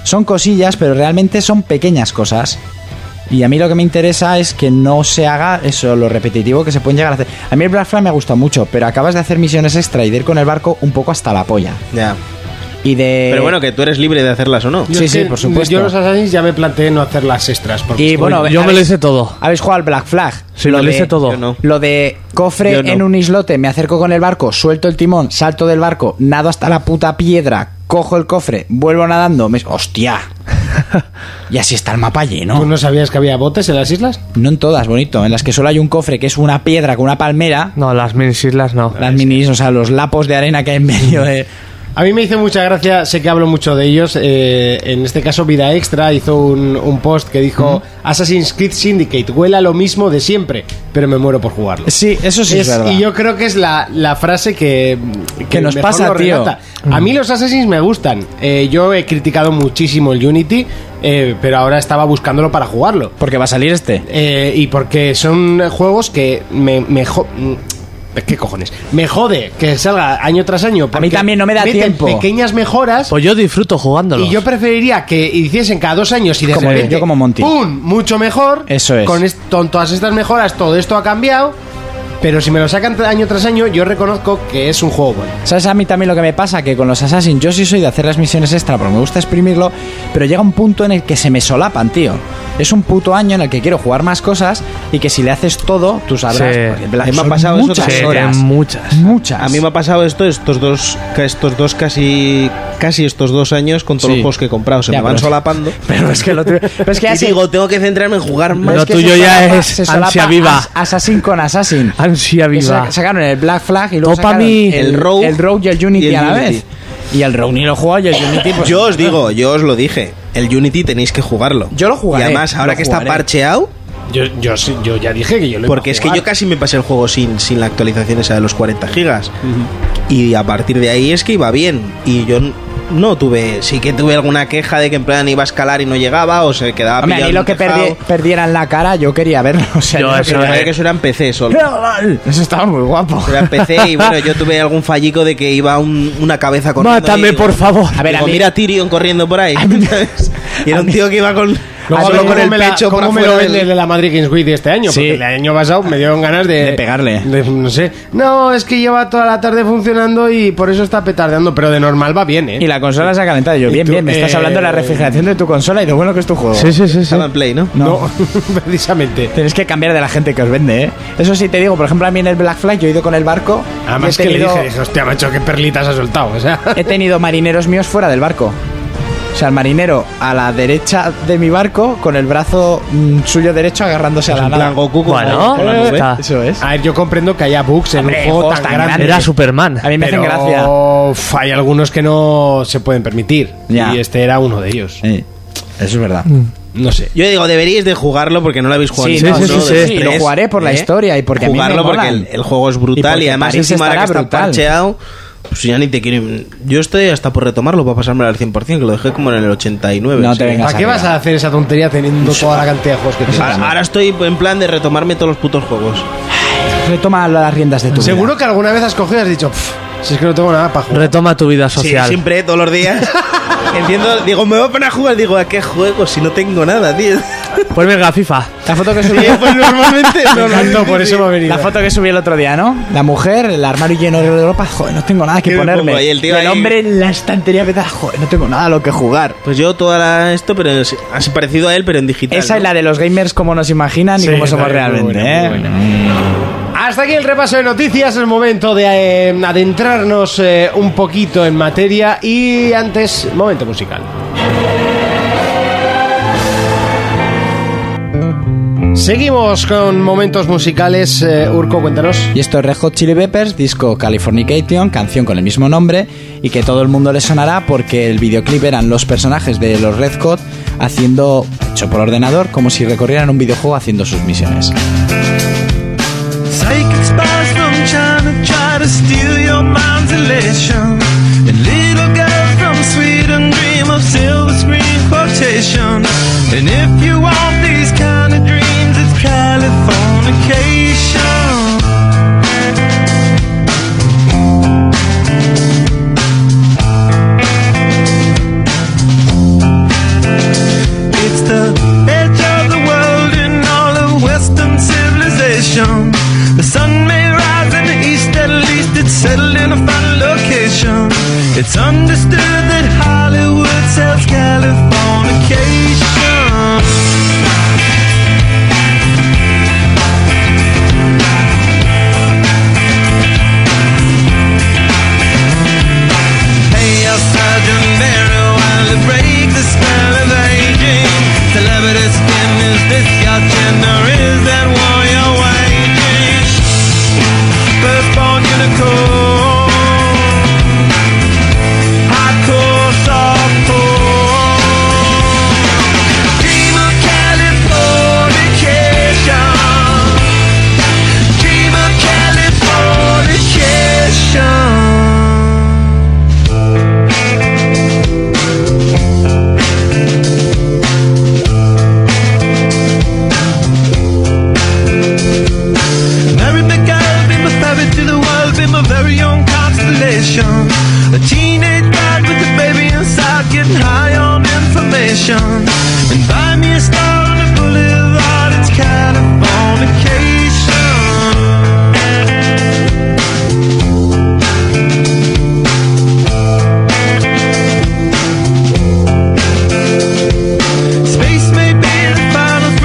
Speaker 4: Son cosillas, pero realmente son pequeñas cosas. Y a mí lo que me interesa es que no se haga eso, lo repetitivo que se pueden llegar a hacer. A mí el Black Flag me ha gustado mucho, pero acabas de hacer misiones extra y de ir con el barco un poco hasta la polla.
Speaker 6: Ya.
Speaker 4: Y de...
Speaker 6: Pero bueno, que tú eres libre de hacerlas o no.
Speaker 4: Eh, Sí,
Speaker 2: Yo es
Speaker 4: sí,
Speaker 2: que
Speaker 4: por supuesto.
Speaker 2: Yo los Assassin's ya me planteé no hacer las extras. Porque
Speaker 4: Y
Speaker 2: estoy-
Speaker 4: bueno,
Speaker 5: Yo me lo
Speaker 4: ¿habéis-
Speaker 5: hice todo.
Speaker 4: Habéis jugado al Black Flag.
Speaker 5: Sí, me lo hice
Speaker 4: de-
Speaker 5: todo.
Speaker 6: yo no.
Speaker 4: Lo de
Speaker 6: Yo
Speaker 4: cofre
Speaker 6: no.
Speaker 4: en un islote, me acerco con el barco, suelto el timón, salto del barco, nado hasta la puta piedra, cojo el cofre, vuelvo nadando, me...
Speaker 2: (laughs)
Speaker 4: ¡Hostia! y así está el mapa lleno.
Speaker 2: ¿Tú no sabías que había botes en las islas?
Speaker 4: No en todas, bonito. En las que solo hay un cofre, que es una piedra con una palmera.
Speaker 5: No, las mini islas no.
Speaker 4: Las minis, o sea, los lapos de arena que hay en medio de...
Speaker 2: A mí me hizo mucha gracia, sé que hablo mucho de ellos. eh, en este caso, Vida Extra hizo un, un post que dijo: Assassin's Creed Syndicate huela lo mismo de siempre, pero me muero por jugarlo.
Speaker 4: Sí, eso sí es,
Speaker 2: Es-
Speaker 4: verdad.
Speaker 2: y yo creo que es la, la frase que,
Speaker 4: Que nos
Speaker 2: mejor
Speaker 4: pasa,
Speaker 2: lo
Speaker 4: tío.
Speaker 2: relata. A mí los Assassins me gustan. Eh, yo he criticado muchísimo el Unity, eh, pero ahora estaba buscándolo para jugarlo.
Speaker 4: Porque va a salir este.
Speaker 2: Eh, y porque son juegos que me, me jo- mm, ¿Qué cojones? Me jode que salga año tras año. porque
Speaker 4: mí también no me da
Speaker 2: meten
Speaker 4: tiempo.
Speaker 2: pequeñas mejoras.
Speaker 5: Pues yo disfruto jugándolo.
Speaker 2: y yo preferiría que hiciesen cada dos años y de
Speaker 4: Como yo,
Speaker 2: repente,
Speaker 4: yo como Monty.
Speaker 2: ¡pum! Mucho mejor.
Speaker 4: Eso es.
Speaker 2: Con, est- con todas estas mejoras, todo esto ha cambiado. Pero si me lo sacan tra- año tras año, yo reconozco que es un juego bueno.
Speaker 4: ¿Sabes a mí también lo que me pasa? Que con los Assassin's yo sí soy de hacer las misiones extra porque me gusta exprimirlo, pero llega un punto en el que se me solapan, tío. Es un puto año en el que quiero jugar más cosas y que si le haces todo, tú sabrás.
Speaker 5: Sí.
Speaker 4: porque en plan,
Speaker 6: A mí me ha
Speaker 4: son
Speaker 6: pasado eso
Speaker 4: muchas
Speaker 6: también.
Speaker 4: horas.
Speaker 5: Sí, muchas.
Speaker 4: Muchas.
Speaker 6: A mí me ha pasado esto estos dos, estos dos casi, casi estos dos años con todos
Speaker 4: Sí.
Speaker 6: los juegos que he comprado. Se
Speaker 4: Ya,
Speaker 6: me van
Speaker 4: pero-
Speaker 6: solapando.
Speaker 4: (laughs) Pero es que lo tuyo. Pero es que
Speaker 6: y
Speaker 4: así-
Speaker 6: digo, tengo que centrarme en jugar más.
Speaker 5: Lo
Speaker 4: es que
Speaker 5: tuyo
Speaker 4: se
Speaker 5: ya
Speaker 4: solapa-
Speaker 5: es
Speaker 4: se solapa
Speaker 5: ansia viva.
Speaker 4: as- Assassin con Assassin.
Speaker 5: (laughs) Ansia
Speaker 4: Que
Speaker 5: viva.
Speaker 4: sa- Sacaron el Black Flag y luego
Speaker 5: Topa
Speaker 4: sacaron
Speaker 5: mi-
Speaker 6: el Rogue
Speaker 4: el Rogue y el Unity
Speaker 6: y el
Speaker 4: a la
Speaker 6: Unity.
Speaker 4: vez. Y el Rogue ni lo juego y el
Speaker 6: (laughs)
Speaker 4: Unity pues,
Speaker 6: Yo os digo, yo os lo dije. El Unity tenéis que jugarlo.
Speaker 4: Yo lo jugaré,
Speaker 6: Y además, ahora
Speaker 4: lo
Speaker 6: que
Speaker 4: jugaré.
Speaker 6: está parcheado,
Speaker 2: Yo, yo, sí- yo ya dije que yo lo iba
Speaker 6: porque
Speaker 2: a
Speaker 6: es que
Speaker 2: jugar.
Speaker 6: yo casi me pasé el juego sin, sin la actualización esa de los 40 gigas. Y a partir de ahí es que iba bien. Y yo n- no tuve, sí que tuve alguna queja de que en plan iba a escalar y no llegaba o se quedaba
Speaker 4: Hombre, a
Speaker 6: pillado
Speaker 4: mí
Speaker 6: en
Speaker 4: lo
Speaker 6: un
Speaker 4: que
Speaker 6: tejado.
Speaker 4: perdi- perdieran la cara, yo quería verlo. (laughs) O sea,
Speaker 5: Yo
Speaker 4: yo
Speaker 5: eso
Speaker 4: quería-
Speaker 6: Sabía que eso era en PC solo.
Speaker 4: Eso estaba muy guapo.
Speaker 6: Era PC y
Speaker 4: (laughs)
Speaker 6: bueno, yo tuve algún fallico de que iba un- una cabeza corriendo.
Speaker 5: Mátame, por favor.
Speaker 6: A ver,
Speaker 4: a mí-
Speaker 6: mira a Tyrion corriendo por ahí. ¿sabes? (laughs) y era un tío que iba con,
Speaker 2: Luego
Speaker 6: solo
Speaker 2: a ver
Speaker 6: con
Speaker 2: cómo
Speaker 6: el
Speaker 2: me la-
Speaker 6: pecho por
Speaker 2: ¿Cómo me
Speaker 6: afuera
Speaker 2: lo
Speaker 6: del-
Speaker 2: vende de la Madrid Games Week de este año?
Speaker 4: Sí.
Speaker 2: Porque el año pasado me dieron ganas de...
Speaker 4: De pegarle.
Speaker 2: de- no sé. No, es que lleva toda la tarde funcionando y por eso está petardeando, pero de normal va bien, ¿eh?
Speaker 4: Y la consola se ha calentado. Y Yo,
Speaker 2: Y
Speaker 4: bien,
Speaker 2: tú,
Speaker 4: bien, me estás
Speaker 2: eh,
Speaker 4: hablando de la refrigeración de tu consola y de bueno que es tu juego.
Speaker 5: Sí, sí, sí, sí.
Speaker 6: Estaba en Play, ¿no?
Speaker 4: No.
Speaker 2: No,
Speaker 5: (laughs)
Speaker 2: precisamente.
Speaker 4: Tenéis que cambiar de la gente que os vende, ¿eh? Eso sí te digo, por ejemplo, a mí en el Black Flag yo he ido con el barco. y
Speaker 2: Además
Speaker 4: he
Speaker 2: que le
Speaker 4: tenido-
Speaker 2: dije, dije, hostia, macho, qué perlitas has soltado, o sea... (laughs)
Speaker 4: he tenido marineros míos fuera del barco. O sea, el marinero a la derecha de mi barco con el brazo mm, suyo derecho agarrándose a la
Speaker 6: En
Speaker 4: nada.
Speaker 6: plan Goku con-
Speaker 5: Bueno,
Speaker 6: con la nube.
Speaker 5: está.
Speaker 4: Eso es.
Speaker 2: A ver, yo comprendo que haya bugs en
Speaker 4: Hombre,
Speaker 2: un juego
Speaker 4: juegos
Speaker 2: tan,
Speaker 4: tan
Speaker 2: grande.
Speaker 4: grandes.
Speaker 5: Era Superman.
Speaker 4: A mí me
Speaker 2: pero
Speaker 4: hacen gracia.
Speaker 2: uf, hay algunos que no se pueden permitir.
Speaker 4: Ya.
Speaker 2: Y este era uno de ellos.
Speaker 4: Sí, eso es verdad.
Speaker 2: No sé.
Speaker 6: Yo digo, deberíais de jugarlo porque no lo habéis jugado.
Speaker 4: Sí,
Speaker 6: ninguno
Speaker 5: sí, sí,
Speaker 6: de
Speaker 5: sí,
Speaker 6: los
Speaker 5: sí,
Speaker 6: tres,
Speaker 4: lo jugaré por la historia y porque a mí me
Speaker 6: Jugarlo porque
Speaker 4: molan.
Speaker 6: el, el juego es
Speaker 4: Y
Speaker 6: brutal
Speaker 4: porque
Speaker 6: y, además
Speaker 4: París
Speaker 6: encima ahora que
Speaker 4: estará
Speaker 6: está
Speaker 4: brutal.
Speaker 6: parcheado, pues ya ni te quiero... Yo estoy hasta por retomarlo para pasármelo al 100%, que lo dejé como en el 89.
Speaker 4: No
Speaker 6: así
Speaker 4: te
Speaker 6: que-
Speaker 4: vengas
Speaker 2: ¿Para qué
Speaker 4: arriba.
Speaker 2: vas a hacer esa tontería teniendo toda la cantidad de juegos que tienes?
Speaker 6: Ahora, ahora estoy en plan de retomarme todos los putos juegos.
Speaker 4: Retoma las riendas de tu vida.
Speaker 2: Seguro que alguna vez has cogido y has dicho, "Pff, si es que no tengo nada para jugar.
Speaker 5: Retoma tu vida
Speaker 6: Sí,
Speaker 5: social.
Speaker 6: siempre, todos los
Speaker 4: (laughs)
Speaker 6: días. Enciendo, digo, me voy a poner a jugar. Digo, ¿a qué juego si no tengo nada, tío?
Speaker 5: Pues venga, FIFA.
Speaker 4: La foto que subí,
Speaker 6: (laughs) Y pues normalmente...
Speaker 2: Me encantó, por eso me ha venido.
Speaker 4: la foto que subí el otro día, ¿no? La mujer, el armario lleno de ropa, joder, no tengo nada que
Speaker 6: ¿Qué me
Speaker 4: ponerme.
Speaker 6: pongo ahí? El tío ahí.
Speaker 4: hombre en la estantería, ¿verdad? Joder, no tengo nada a lo que jugar.
Speaker 6: Pues yo toda la- esto, pero es, así parecido a él, pero en digital.
Speaker 4: Esa
Speaker 6: ¿no?
Speaker 4: es la de los gamers como nos imaginan y como somos
Speaker 2: también, muy
Speaker 4: realmente,
Speaker 2: buena,
Speaker 4: ¿eh?
Speaker 2: muy Hasta aquí el repaso de noticias, es el momento de eh, adentrarnos eh, un poquito en materia y antes, momento musical. Seguimos con momentos musicales, eh, Urco, cuéntanos.
Speaker 4: Y esto es Red Hot Chili Peppers, disco Californication, canción con el mismo nombre y que todo el mundo le sonará porque el videoclip eran los personajes de los Red Hot haciendo, hecho por ordenador, como si recorrieran un videojuego haciendo sus misiones.
Speaker 9: Psychic spies from China try to steal your mind's elation. And little girls from Sweden dream of silver screen quotation. And if you want these kind of dreams, it's Californication. It's the edge of the world in all of Western civilization. The sun may rise in the east, at least it's settled in a fine location. It's understood that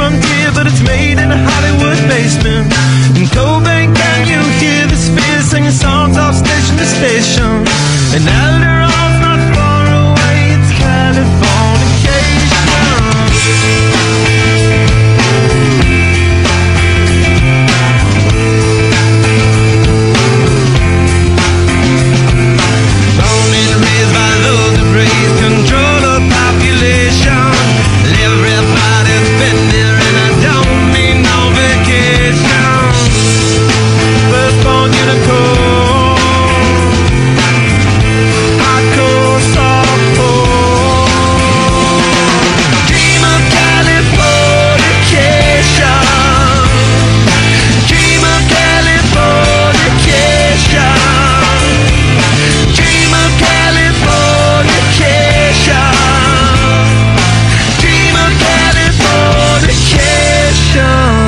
Speaker 10: in a Hollywood basement. In Cobank, can you hear the sphere singing songs off station to station? And Elder Arms not far away, it's Californication. Born and raised by those who praise control of population. Everybody's been there, and I don't mean no vacation. Firstborn unicorn, hardcore softcore. Dream of Californication. Dream of Californication. Dream of Californication. Dream of Californication.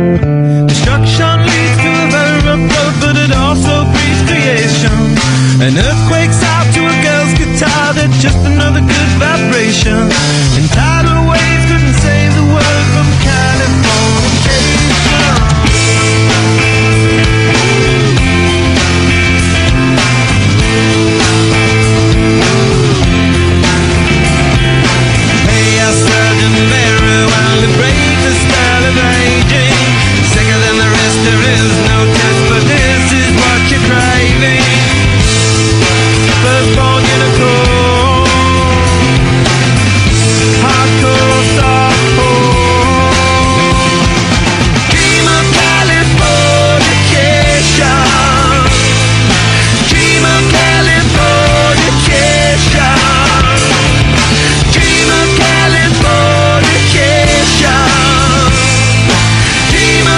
Speaker 10: Destruction leads to a very rough road, but it also breeds creation. An earthquake's out to a girl's guitar, that's just another good vibration. And tidal waves couldn't save the world from Californication. Hey, I served in very well to break the spell of aging. Sicker than the rest, there is no test, but this is what you're craving. Firstborn unicorn, hardcore softcore. Dream of Californication. Dream of Californication. Dream of Californication. Dream of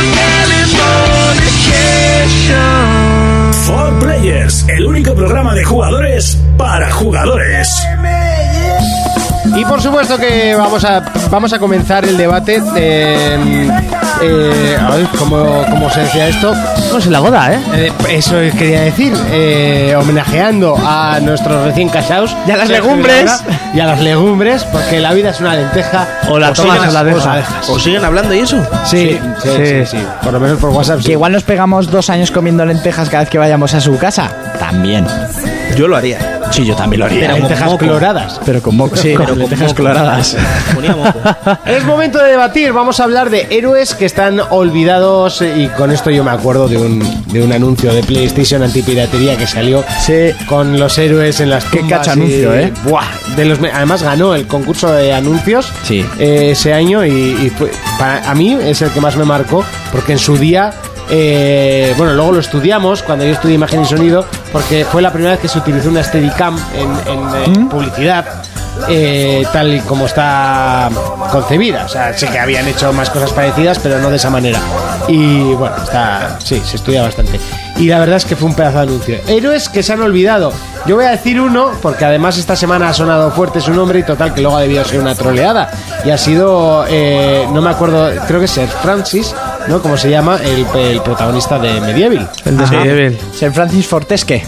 Speaker 10: Californication.
Speaker 1: For Players, el único programa de jugadores para jugadores.
Speaker 2: Y por supuesto que vamos a, vamos a comenzar el debate. eh, eh, a ver, ¿cómo, cómo se decía esto?
Speaker 5: No se la goda, ¿eh?
Speaker 2: Eh, eso quería decir, eh, homenajeando a nuestros recién casados.
Speaker 5: Y a las
Speaker 2: Sergio
Speaker 5: legumbres.
Speaker 2: Villagra, Y a las legumbres, porque la vida es una lenteja.
Speaker 5: O la tomas
Speaker 2: siguen
Speaker 5: o la
Speaker 2: las-
Speaker 5: dejas.
Speaker 2: dejas.
Speaker 6: ¿Os siguen hablando y eso?
Speaker 2: Sí, sí, sí,
Speaker 5: sí.
Speaker 2: sí. Por lo menos por WhatsApp. sí.
Speaker 4: Que igual nos pegamos dos años comiendo lentejas cada vez que vayamos a su casa. También.
Speaker 6: Yo lo haría.
Speaker 4: Sí, yo también lo haría. ¿eh?
Speaker 2: Pero con lentejas coloradas.
Speaker 4: Pero con moco. Sí, pero lentejas (laughs) coloradas.
Speaker 6: Ponía moco.
Speaker 2: Es momento de debatir. Vamos a hablar de héroes que están olvidados. Y con esto yo me acuerdo de un, de un anuncio de PlayStation antipiratería que salió
Speaker 4: Sí.
Speaker 2: con los héroes en las
Speaker 4: Qué
Speaker 2: tumbas.
Speaker 4: cacho
Speaker 2: y-
Speaker 4: anuncio, ¿eh?
Speaker 2: Buah, de los, me- además ganó el concurso de anuncios
Speaker 4: Sí.
Speaker 2: eh, ese año y, y fue- para, a mí es el que más me marcó porque en su día... eh, bueno, luego lo estudiamos cuando yo estudié imagen y sonido porque fue la primera vez que se utilizó una Steadicam en,
Speaker 4: ¿Mm?
Speaker 2: en, eh, publicidad eh, tal y como está concebida. O sea, sé que habían hecho más cosas parecidas, pero no de esa manera. Y bueno, está, sí, se estudia bastante. Y la verdad es que fue un pedazo de anuncio. Héroes que se han olvidado. Yo voy a decir uno, porque además esta semana ha sonado fuerte su nombre y total que luego ha debido ser una troleada. Y ha sido, eh, no me acuerdo, creo que es Sir Francis, ¿no? Como se llama, el, el protagonista de Medieval.
Speaker 5: El de Medieval.
Speaker 4: San Francis Fortesque.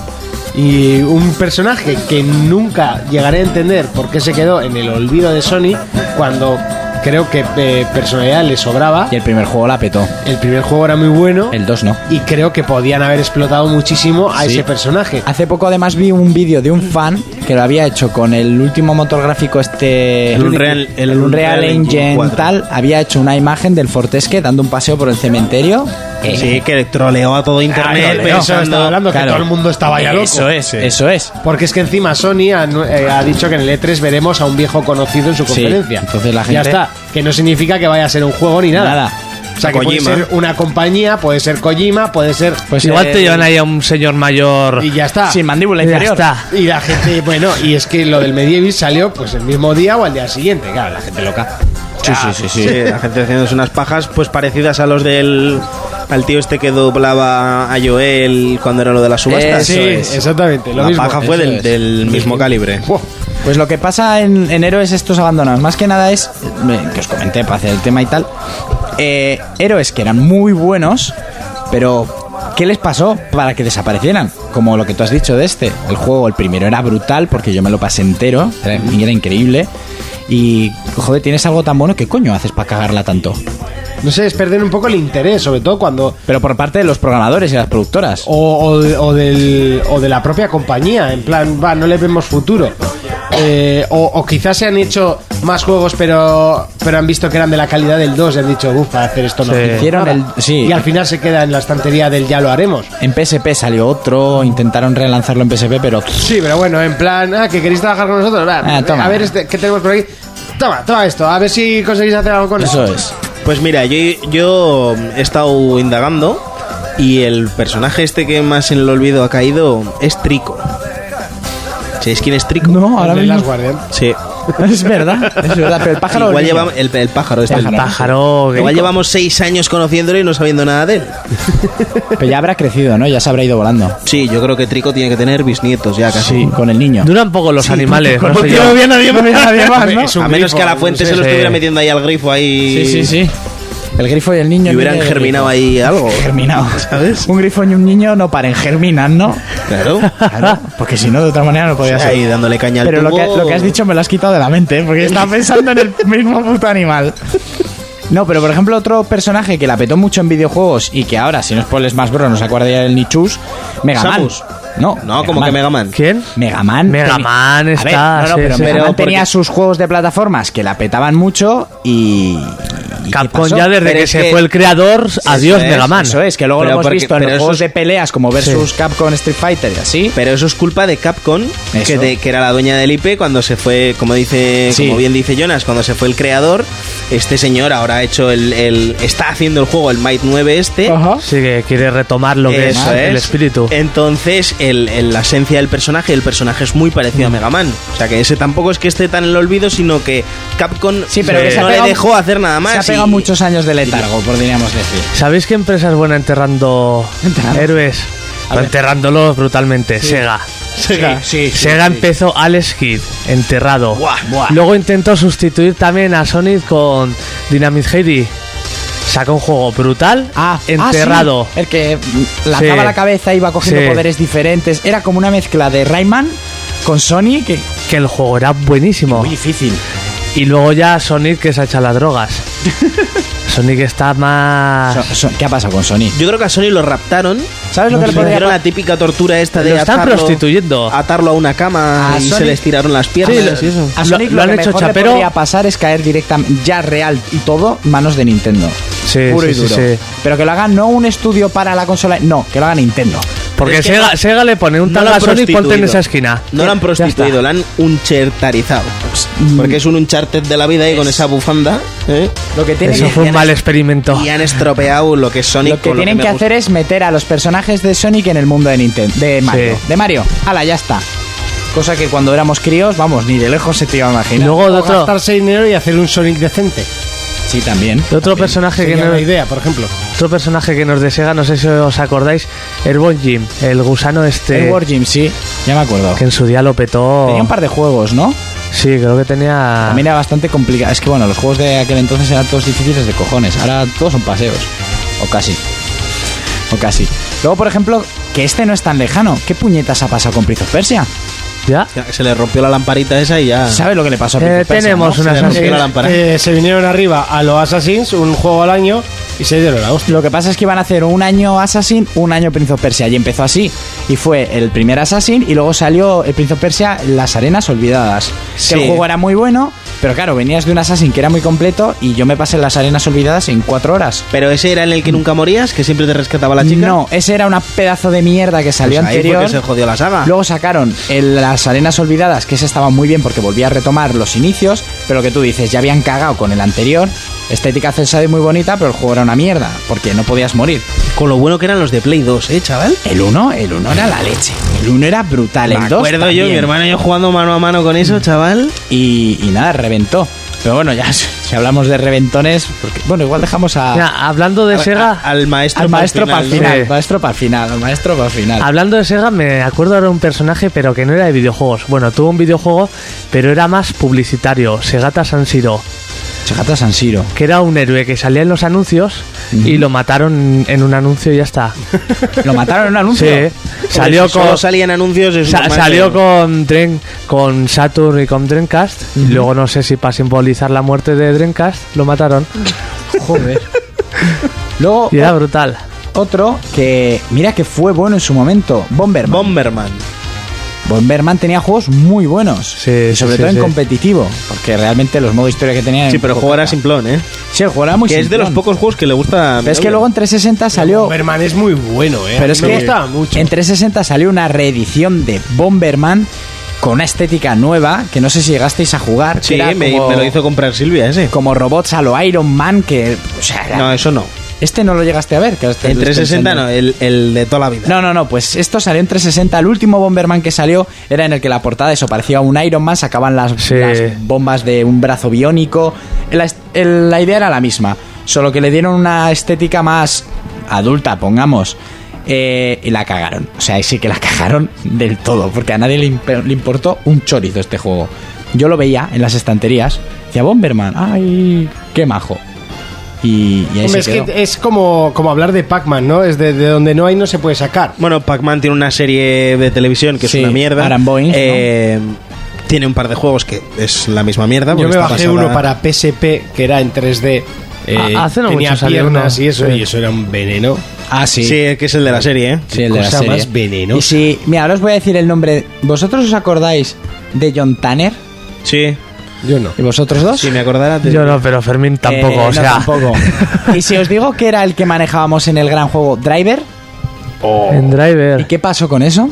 Speaker 2: Y un personaje que nunca llegaré a entender por qué se quedó en el olvido de Sony cuando creo que eh, personalidad le sobraba.
Speaker 4: Y el primer juego la petó.
Speaker 2: El primer juego era muy bueno.
Speaker 4: El 2 no.
Speaker 2: Y creo que podían haber explotado muchísimo a
Speaker 4: Sí.
Speaker 2: ese personaje.
Speaker 4: Hace poco además vi un vídeo de un fan que lo había hecho con el último motor gráfico este...
Speaker 6: El Unreal- el
Speaker 4: el Unreal
Speaker 6: Unreal Engine
Speaker 4: Engine
Speaker 6: 4.
Speaker 4: tal. Había hecho una imagen del Fortesque dando un paseo por el cementerio
Speaker 6: Sí, que troleó a todo internet
Speaker 2: Claro, de eso
Speaker 6: pensando.
Speaker 2: estaba hablando, que
Speaker 4: claro.
Speaker 2: todo el mundo estaba ya loco.
Speaker 6: Eso es,
Speaker 4: Eso es.
Speaker 2: Porque es que encima Sony ha, eh, ha dicho que en el E3 veremos a un viejo conocido en su conferencia.
Speaker 4: entonces la
Speaker 2: Ya
Speaker 4: gente-
Speaker 2: está. Que no significa que vaya a ser un juego ni nada.
Speaker 4: Nada.
Speaker 2: O sea, que
Speaker 6: Kojima.
Speaker 2: puede ser una compañía, puede ser Kojima, puede ser...
Speaker 4: Pues
Speaker 5: Igual
Speaker 4: eh,
Speaker 5: te llevan ahí a un señor mayor.
Speaker 2: Y ya está.
Speaker 4: Sin mandíbula
Speaker 5: Ya
Speaker 4: inferior.
Speaker 5: está.
Speaker 2: Y la gente, bueno, y es que lo del Medieval salió pues el mismo día o al día siguiente. Claro, la gente loca.
Speaker 4: Sí, sí, sí, sí.
Speaker 6: Sí, la gente haciéndose unas pajas pues parecidas a los del al tío este que doblaba a Joel cuando era lo de las subastas.
Speaker 4: Eso
Speaker 2: sí,
Speaker 4: es.
Speaker 2: exactamente. Lo
Speaker 6: la
Speaker 2: mismo.
Speaker 6: paja fue
Speaker 2: Eso
Speaker 6: del,
Speaker 2: es.
Speaker 6: del mismo calibre.
Speaker 2: Buah,
Speaker 4: Pues lo que pasa en, en Héroes estos abandonados, más que nada es, eh, que os comenté para hacer el tema y tal, eh, héroes que eran muy buenos, pero ¿qué les pasó para que desaparecieran? Como lo que tú has dicho de este, el juego, el primero era brutal porque yo me lo pasé entero, era, era increíble, y joder, tienes algo tan bueno, ¿qué coño haces para cagarla tanto?
Speaker 2: No sé, es perder un poco el interés, sobre todo cuando...
Speaker 4: Pero por parte de los programadores y las productoras.
Speaker 2: O, o de- o del- o de la propia compañía, en plan, va, no le vemos futuro. Eh, o, o quizás se han hecho más juegos, pero, pero han visto que eran de la calidad del 2 y han dicho, uff, para hacer esto no.
Speaker 5: Sí.
Speaker 2: hacemos
Speaker 4: Hicieron
Speaker 2: nada".
Speaker 4: el- sí.
Speaker 2: Y al final se queda en la estantería del ya lo haremos.
Speaker 4: En PSP salió otro, intentaron relanzarlo en PSP, pero...
Speaker 2: Sí, pero bueno, en plan, ah, que queréis trabajar con nosotros, Va,
Speaker 4: Ah, toma.
Speaker 2: a ver este, qué tenemos por aquí. Toma, toma esto, a ver si conseguís hacer algo con
Speaker 4: Eso es.
Speaker 6: Pues mira, yo, yo he estado indagando y el personaje este que más en el olvido ha caído es Trico. ¿Sabéis quién es Trico?
Speaker 4: No,
Speaker 2: Ahora
Speaker 4: ahora
Speaker 2: las
Speaker 4: mismo...
Speaker 2: Guardian.
Speaker 6: Sí.
Speaker 4: (laughs) Es verdad, es verdad, pero el pájaro...
Speaker 6: Igual
Speaker 4: no.
Speaker 6: llevamos el, el pájaro este.
Speaker 4: El
Speaker 5: Pájaro. que-
Speaker 6: Igual llevamos seis años conociéndolo y no sabiendo nada de él.
Speaker 4: Pero ya habrá crecido, ¿no? Ya se habrá ido volando.
Speaker 6: Sí, yo creo que Trico tiene que tener bisnietos ya casi.
Speaker 4: Sí, con el niño.
Speaker 5: Duran poco los animales. No sé yo.
Speaker 4: a nadie, más,
Speaker 2: Es un
Speaker 6: a menos
Speaker 2: grifo,
Speaker 6: que a la
Speaker 2: no
Speaker 6: fuente
Speaker 2: sé.
Speaker 6: se lo
Speaker 5: sí.
Speaker 6: estuviera metiendo ahí al grifo ahí.
Speaker 4: Sí, sí, sí. El grifo y el niño.
Speaker 6: Y hubieran
Speaker 4: niño y el
Speaker 6: germinado
Speaker 4: grifo.
Speaker 6: ahí algo.
Speaker 4: Germinado.
Speaker 6: (laughs) ¿Sabes?
Speaker 4: Un grifo y un niño no paren, germinan, ¿no?
Speaker 6: Claro.
Speaker 4: Claro, porque si no, de otra manera no podía
Speaker 6: Ahí
Speaker 4: ser.
Speaker 6: dándole caña al
Speaker 4: Pero lo que,
Speaker 6: tubo.
Speaker 4: lo que has dicho me lo has quitado de la mente, ¿eh? porque
Speaker 6: (laughs)
Speaker 4: estaba pensando en el mismo puto animal. No, pero por ejemplo, otro personaje que la petó mucho en videojuegos y que ahora, si no spoilers más bro, no se acuerda ya del Nichus, Megaman.
Speaker 6: Samus.
Speaker 4: No,
Speaker 6: No, como que Mega Man.
Speaker 5: ¿Quién?
Speaker 4: Megaman.
Speaker 5: Mega Man
Speaker 4: A ver,
Speaker 5: está,
Speaker 4: no, no,
Speaker 5: sí,
Speaker 4: pero
Speaker 5: sí.
Speaker 4: Mega
Speaker 6: Pero
Speaker 4: Man
Speaker 6: porque-
Speaker 4: tenía sus juegos de plataformas que la petaban mucho y. y- ¿qué
Speaker 5: Capcom
Speaker 4: pasó?
Speaker 5: ya desde
Speaker 6: Pero
Speaker 5: que
Speaker 6: es
Speaker 5: se
Speaker 6: que-
Speaker 5: fue el creador, adiós
Speaker 6: es,
Speaker 5: Mega Man.
Speaker 4: Eso es, que luego
Speaker 6: Pero
Speaker 4: lo hemos
Speaker 6: porque-
Speaker 4: visto en
Speaker 6: pero
Speaker 4: los
Speaker 6: eso
Speaker 4: juegos
Speaker 6: es-
Speaker 4: de peleas como versus Capcom Street Fighter y así.
Speaker 6: Pero eso es culpa de Capcom, que,
Speaker 4: Eso.
Speaker 6: de- que era la dueña del IP cuando se fue, como dice,
Speaker 4: Sí.
Speaker 6: como bien dice Jonas, cuando se fue el creador, este señor ahora ha hecho el, el- está haciendo el juego, el Might 9 este.
Speaker 5: Sí, que quiere retomar lo que es,
Speaker 6: Eso
Speaker 5: el
Speaker 6: es.
Speaker 5: espíritu.
Speaker 6: Entonces, el, el- la esencia del personaje, el personaje es muy
Speaker 4: Mm.
Speaker 6: parecido a Mega Man. O sea, que ese tampoco es que esté tan en el olvido, sino que Capcom
Speaker 4: Sí, pero que se ha
Speaker 6: no
Speaker 4: pegado-
Speaker 6: le dejó hacer nada más.
Speaker 4: Se ha pegado
Speaker 6: y-
Speaker 4: muchos años de letargo, podríamos decir.
Speaker 5: ¿Sabéis qué empresa es buena enterrando
Speaker 4: Enterrando.
Speaker 5: héroes? Pues Enterrándolos brutalmente. Sega.
Speaker 2: Sega, sí, sí,
Speaker 5: Sega empezó Alex Kidd, enterrado.
Speaker 6: Buah, buah.
Speaker 5: Luego intentó sustituir también a Sonic con Dynamite Heidi. Sacó un juego brutal,
Speaker 4: Ah,
Speaker 5: enterrado.
Speaker 4: sí, el que la
Speaker 5: Sí.
Speaker 4: la cabeza iba cogiendo
Speaker 5: Sí.
Speaker 4: poderes diferentes. Era como una mezcla de Rayman con Sonic. que-
Speaker 5: Que el juego era buenísimo.
Speaker 4: Muy difícil.
Speaker 5: Y luego ya Sonic que se ha hecho a las drogas.
Speaker 4: (laughs)
Speaker 5: Sonic está más...
Speaker 4: So- so- ¿Qué ha pasado con Sonic?
Speaker 6: Yo creo que a Sony lo raptaron.
Speaker 4: ¿Sabes lo que le
Speaker 6: Le
Speaker 4: podría
Speaker 6: hicieron
Speaker 4: pa-
Speaker 6: la típica tortura esta de
Speaker 5: Lo están
Speaker 6: atarlo,
Speaker 5: prostituyendo.
Speaker 6: atarlo a una cama
Speaker 4: A
Speaker 6: y
Speaker 4: Sony-
Speaker 6: se les tiraron las piernas
Speaker 5: Sí,
Speaker 6: y eso.
Speaker 4: A
Speaker 5: Lo-
Speaker 4: Sonic
Speaker 5: lo
Speaker 4: lo,
Speaker 5: han
Speaker 4: que
Speaker 5: hecho
Speaker 4: mejor le
Speaker 5: chapero.
Speaker 4: podría pasar es caer directamente, ya real y todo, manos de Nintendo.
Speaker 5: Sí,
Speaker 4: Puro
Speaker 5: sí,
Speaker 4: y
Speaker 5: sí,
Speaker 4: duro.
Speaker 5: sí.
Speaker 4: Pero que lo haga no un estudio para la consola, no, que lo haga Nintendo.
Speaker 5: Porque
Speaker 6: Es que
Speaker 5: Sega,
Speaker 6: no-
Speaker 5: Sega le pone un
Speaker 6: no
Speaker 5: tal
Speaker 6: lo
Speaker 5: a
Speaker 6: han
Speaker 5: Sonic, ponte en
Speaker 6: prostituido.
Speaker 5: esa esquina.
Speaker 6: No lo han
Speaker 5: Ya
Speaker 6: prostituido,
Speaker 5: está. Pues,
Speaker 6: lo han unchartarizado. Porque
Speaker 5: mm.
Speaker 6: es un uncharted de la vida y con esa bufanda. ¿eh?
Speaker 4: Lo que tienen
Speaker 5: Eso
Speaker 4: que,
Speaker 5: fue un mal experimento.
Speaker 6: Y han estropeado lo que es Sonic.
Speaker 4: lo que
Speaker 6: con
Speaker 4: tienen
Speaker 6: me
Speaker 4: que
Speaker 6: gusta.
Speaker 4: hacer es meter a los personajes de Sonic en el mundo de Nintendo, de Mario,
Speaker 5: Sí.
Speaker 4: de Mario. Ala, ya está. Cosa que cuando éramos críos, vamos, ni de lejos se te iba a
Speaker 5: Y
Speaker 4: imaginar.
Speaker 5: luego de
Speaker 2: O
Speaker 5: otro,
Speaker 2: gastarse dinero y hacer un Sonic decente.
Speaker 4: sí, también.
Speaker 5: de otro personaje que
Speaker 2: Sería
Speaker 5: no,
Speaker 2: una idea, por ejemplo.
Speaker 5: otro personaje que nos de Sega, no sé si os acordáis, Airborne Jim, el gusano este
Speaker 4: El War Gym, sí, ya me acuerdo.
Speaker 5: que en su día lo petó.
Speaker 4: Tenía un par de juegos, ¿no?
Speaker 5: Oh. Sí, creo que tenía
Speaker 4: También era bastante complicado. Es que bueno, los juegos de aquel entonces eran todos difíciles de cojones. Ahora todos son paseos. O casi. O casi. Luego, por ejemplo, que este no es tan lejano. ¿Qué puñetas ha pasado con Prince of Persia?
Speaker 5: ya.
Speaker 6: Ya, Se le rompió la lamparita esa y ya.
Speaker 4: ¿Sabes lo que le pasó a
Speaker 5: Eh,
Speaker 4: Prince of Persia?
Speaker 5: tenemos
Speaker 4: no? Pues
Speaker 5: una
Speaker 4: Se le-
Speaker 5: Sí,
Speaker 6: rompió la
Speaker 5: eh,
Speaker 6: lámpara.
Speaker 2: Eh, se vinieron arriba a los Assassins, un juego al año, y se dieron la hostia.
Speaker 4: Lo que pasa es que iban a hacer un año Assassin, un año Prince of Persia. Y empezó así. Y fue el primer Assassin y luego salió el Prince of Persia Las Arenas Olvidadas. Que
Speaker 6: Sí.
Speaker 4: el juego era muy bueno, Pero claro, venías de un Assassin que era muy completo y yo me pasé las arenas olvidadas en cuatro horas.
Speaker 6: Pero ese era en el que nunca morías, que siempre te rescataba la chica.
Speaker 4: No, ese era una pedazo de mierda que
Speaker 6: Pues
Speaker 4: salió
Speaker 6: ahí fue que
Speaker 4: anterior.
Speaker 6: se jodió la saga.
Speaker 4: Luego sacaron el- las arenas olvidadas, que ese estaba muy bien porque volvía a retomar los inicios, pero lo que tú dices, ya habían cagado con el anterior. Estética censada y muy bonita, pero el juego era una mierda, porque no podías morir.
Speaker 6: Con lo bueno que eran los de Play 2, ¿eh, chaval?
Speaker 4: El 1, el 1 era la leche. El 1 era brutal,
Speaker 6: Me
Speaker 4: el 2
Speaker 6: acuerdo yo, mi hermano y yo jugando mano a mano con
Speaker 4: Mm.
Speaker 6: eso, chaval.
Speaker 4: Y, y nada, reventó. Pero bueno, ya (laughs) si hablamos de reventones, porque- bueno, igual dejamos a,
Speaker 5: Mira, hablando de Sega,
Speaker 6: A- al maestro,
Speaker 4: al
Speaker 6: pa'l
Speaker 4: maestro para el final,
Speaker 5: Sí.
Speaker 4: maestro para el final, al maestro para el final.
Speaker 5: Hablando de Sega, me acuerdo ahora un personaje, pero que no era de videojuegos. Bueno, tuvo un videojuego, pero era más publicitario, Segata Sansiro,
Speaker 4: Chegata San Siro.
Speaker 5: que era un héroe que salía en los anuncios y lo mataron en un anuncio y ya está.
Speaker 4: (laughs) Lo mataron en un anuncio.
Speaker 5: Sí, salió
Speaker 6: Hombre, si
Speaker 5: con,
Speaker 6: Solo salían anuncios. es
Speaker 5: sa-
Speaker 6: normal
Speaker 5: salió
Speaker 6: que-
Speaker 5: con, Dren- con Saturn y con Dreamcast. Y luego no sé si para simbolizar la muerte de Dreamcast lo mataron.
Speaker 4: Joder. Luego
Speaker 5: Y era brutal.
Speaker 4: otro que mira que fue bueno en su momento, Bomberman.
Speaker 6: Bomberman.
Speaker 4: Bomberman tenía juegos muy buenos,
Speaker 5: Sí,
Speaker 4: y
Speaker 5: sí,
Speaker 4: sobre
Speaker 5: sí,
Speaker 4: todo en
Speaker 5: sí.
Speaker 4: competitivo,
Speaker 6: Ah,
Speaker 4: porque realmente los modos historia que tenían
Speaker 6: Sí, pero jugar
Speaker 4: jugar
Speaker 6: era simplón, ¿eh?
Speaker 4: Sí, el juego era muy
Speaker 6: Que es de los
Speaker 4: simplón.
Speaker 6: pocos juegos que le gusta. a mi
Speaker 4: Pero es que
Speaker 6: novia.
Speaker 4: luego en 360 salió
Speaker 2: Superman es muy bueno, ¿eh? A
Speaker 4: Pero
Speaker 2: mí
Speaker 4: es
Speaker 2: me
Speaker 4: que
Speaker 2: gustaba mucho.
Speaker 4: en 360 salió una reedición de Bomberman con una estética nueva que no sé si llegasteis a jugar. que
Speaker 6: Sí,
Speaker 4: era
Speaker 6: me,
Speaker 4: como,
Speaker 6: me lo hizo comprar Silvia ese.
Speaker 4: como robots a lo Iron Man que... o sea, era-
Speaker 6: No, eso no.
Speaker 4: Este no lo llegaste a ver. Que este-
Speaker 6: En
Speaker 4: este
Speaker 6: 360
Speaker 4: enseño.
Speaker 6: no, el, el de toda la vida.
Speaker 4: No, no, no, pues esto salió en 360. El último Bomberman que salió era en el que la portada eso parecía un Iron Man, sacaban las,
Speaker 5: Sí.
Speaker 4: las bombas de un brazo biónico. La, est- el- la idea era la misma, solo que le dieron una estética más adulta, pongamos. eh, y la cagaron. O sea, sí que la (laughs) cagaron del todo, porque a nadie le, imp- le importó un chorizo este juego. Yo lo veía en las estanterías, decía Bomberman, ¡ay! ¡Qué majo! Y, y ahí
Speaker 2: Hombre,
Speaker 4: se
Speaker 2: es
Speaker 4: quedó.
Speaker 2: que es como, como hablar de Pac-Man, ¿no? Es de, de donde no hay no se puede sacar.
Speaker 6: Bueno, Pac-Man tiene una serie de televisión que
Speaker 4: Sí,
Speaker 6: es una mierda.
Speaker 4: Aran Boeing, ¿no?
Speaker 6: Eh, Tiene un par de juegos que es la misma mierda.
Speaker 2: Yo
Speaker 6: porque
Speaker 2: me
Speaker 6: está
Speaker 2: bajé
Speaker 6: basada-
Speaker 2: uno para PSP que era en 3D. eh,
Speaker 5: Ah, hace no
Speaker 2: tenía
Speaker 5: mucho salió
Speaker 2: piernas
Speaker 5: uno.
Speaker 2: y eso,
Speaker 5: Sí.
Speaker 2: y eso era un veneno.
Speaker 4: Ah,
Speaker 6: Sí, que es el de la serie, ¿eh?
Speaker 4: Sí, el de la
Speaker 2: Cosa
Speaker 4: serie.
Speaker 2: más venenosa.
Speaker 4: Y si, mira, ahora os voy a decir el nombre. ¿Vosotros os acordáis de John Tanner?
Speaker 6: Sí.
Speaker 2: Yo no.
Speaker 4: ¿Y vosotros dos?
Speaker 6: Si me acordara. te-
Speaker 5: Yo no, pero Fermín tampoco,
Speaker 4: Eh,
Speaker 5: o
Speaker 4: no,
Speaker 5: sea. (laughs)
Speaker 4: tampoco. y si os digo que era el que manejábamos en el gran juego Driver,
Speaker 5: En
Speaker 4: ¿y
Speaker 5: Driver.
Speaker 4: qué pasó con eso?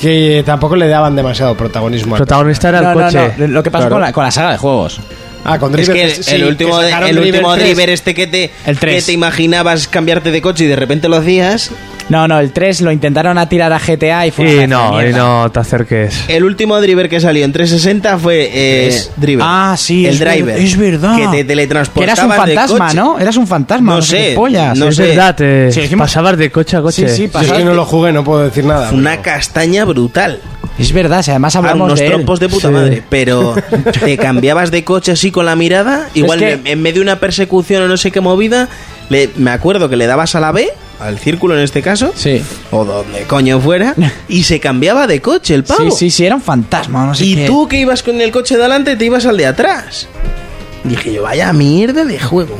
Speaker 2: Que tampoco le daban demasiado protagonismo. al-
Speaker 5: Protagonista era el
Speaker 4: No, no,
Speaker 5: coche.
Speaker 4: no, Lo que pasó
Speaker 2: Claro.
Speaker 4: con, la, con la saga de juegos.
Speaker 2: Ah, con
Speaker 6: Es
Speaker 2: Driver.
Speaker 6: que
Speaker 2: sí,
Speaker 6: el último,
Speaker 2: que
Speaker 6: de-
Speaker 2: sacaron
Speaker 6: el último
Speaker 2: 3.
Speaker 6: driver este que te,
Speaker 4: El
Speaker 6: que
Speaker 4: tres.
Speaker 6: te imaginabas cambiarte de coche y de repente lo hacías.
Speaker 4: No, no, el 3 lo intentaron atirar a GTA y fue. una
Speaker 5: Y
Speaker 4: mierda.
Speaker 5: no, y no te acerques.
Speaker 6: El último driver que salió en 360 fue eh, Driver.
Speaker 4: Ah, sí,
Speaker 6: el
Speaker 4: es ver-
Speaker 6: driver.
Speaker 4: es verdad.
Speaker 6: Que te
Speaker 4: Que
Speaker 6: teletransportabas.
Speaker 4: eras un
Speaker 6: de
Speaker 4: fantasma,
Speaker 6: coche.
Speaker 4: ¿no? Eras un fantasma.
Speaker 6: No
Speaker 4: qué
Speaker 6: sé,
Speaker 4: Pollas.
Speaker 6: no
Speaker 5: es
Speaker 6: sé.
Speaker 5: verdad, te
Speaker 4: Sí, dijimos-
Speaker 5: pasabas de coche a
Speaker 4: Sí,
Speaker 5: coche.
Speaker 4: sí,
Speaker 2: Yo es
Speaker 4: pasó.
Speaker 2: que no lo jugué, no puedo decir nada.
Speaker 6: Fue una
Speaker 2: pero-
Speaker 6: castaña brutal.
Speaker 4: Es verdad, si además
Speaker 6: A
Speaker 4: hablamos
Speaker 6: Ah, unos
Speaker 4: de. él.
Speaker 6: trompos de puta
Speaker 5: Sí.
Speaker 6: madre.
Speaker 4: (laughs)
Speaker 6: Pero te cambiabas de coche así con la mirada. Igual
Speaker 4: que-
Speaker 6: en- en medio de una persecución o no sé qué movida, le- me acuerdo que le dabas a la B, al círculo en este caso,
Speaker 4: Sí.
Speaker 6: o donde coño
Speaker 4: (laughs)
Speaker 6: fuera, y se cambiaba de coche el pavo.
Speaker 4: Sí, sí, sí, era un fantasma. No sé
Speaker 6: y
Speaker 4: qué.
Speaker 6: tú que ibas con el coche de adelante, te ibas al de atrás. Dije yo, vaya mierda de juego.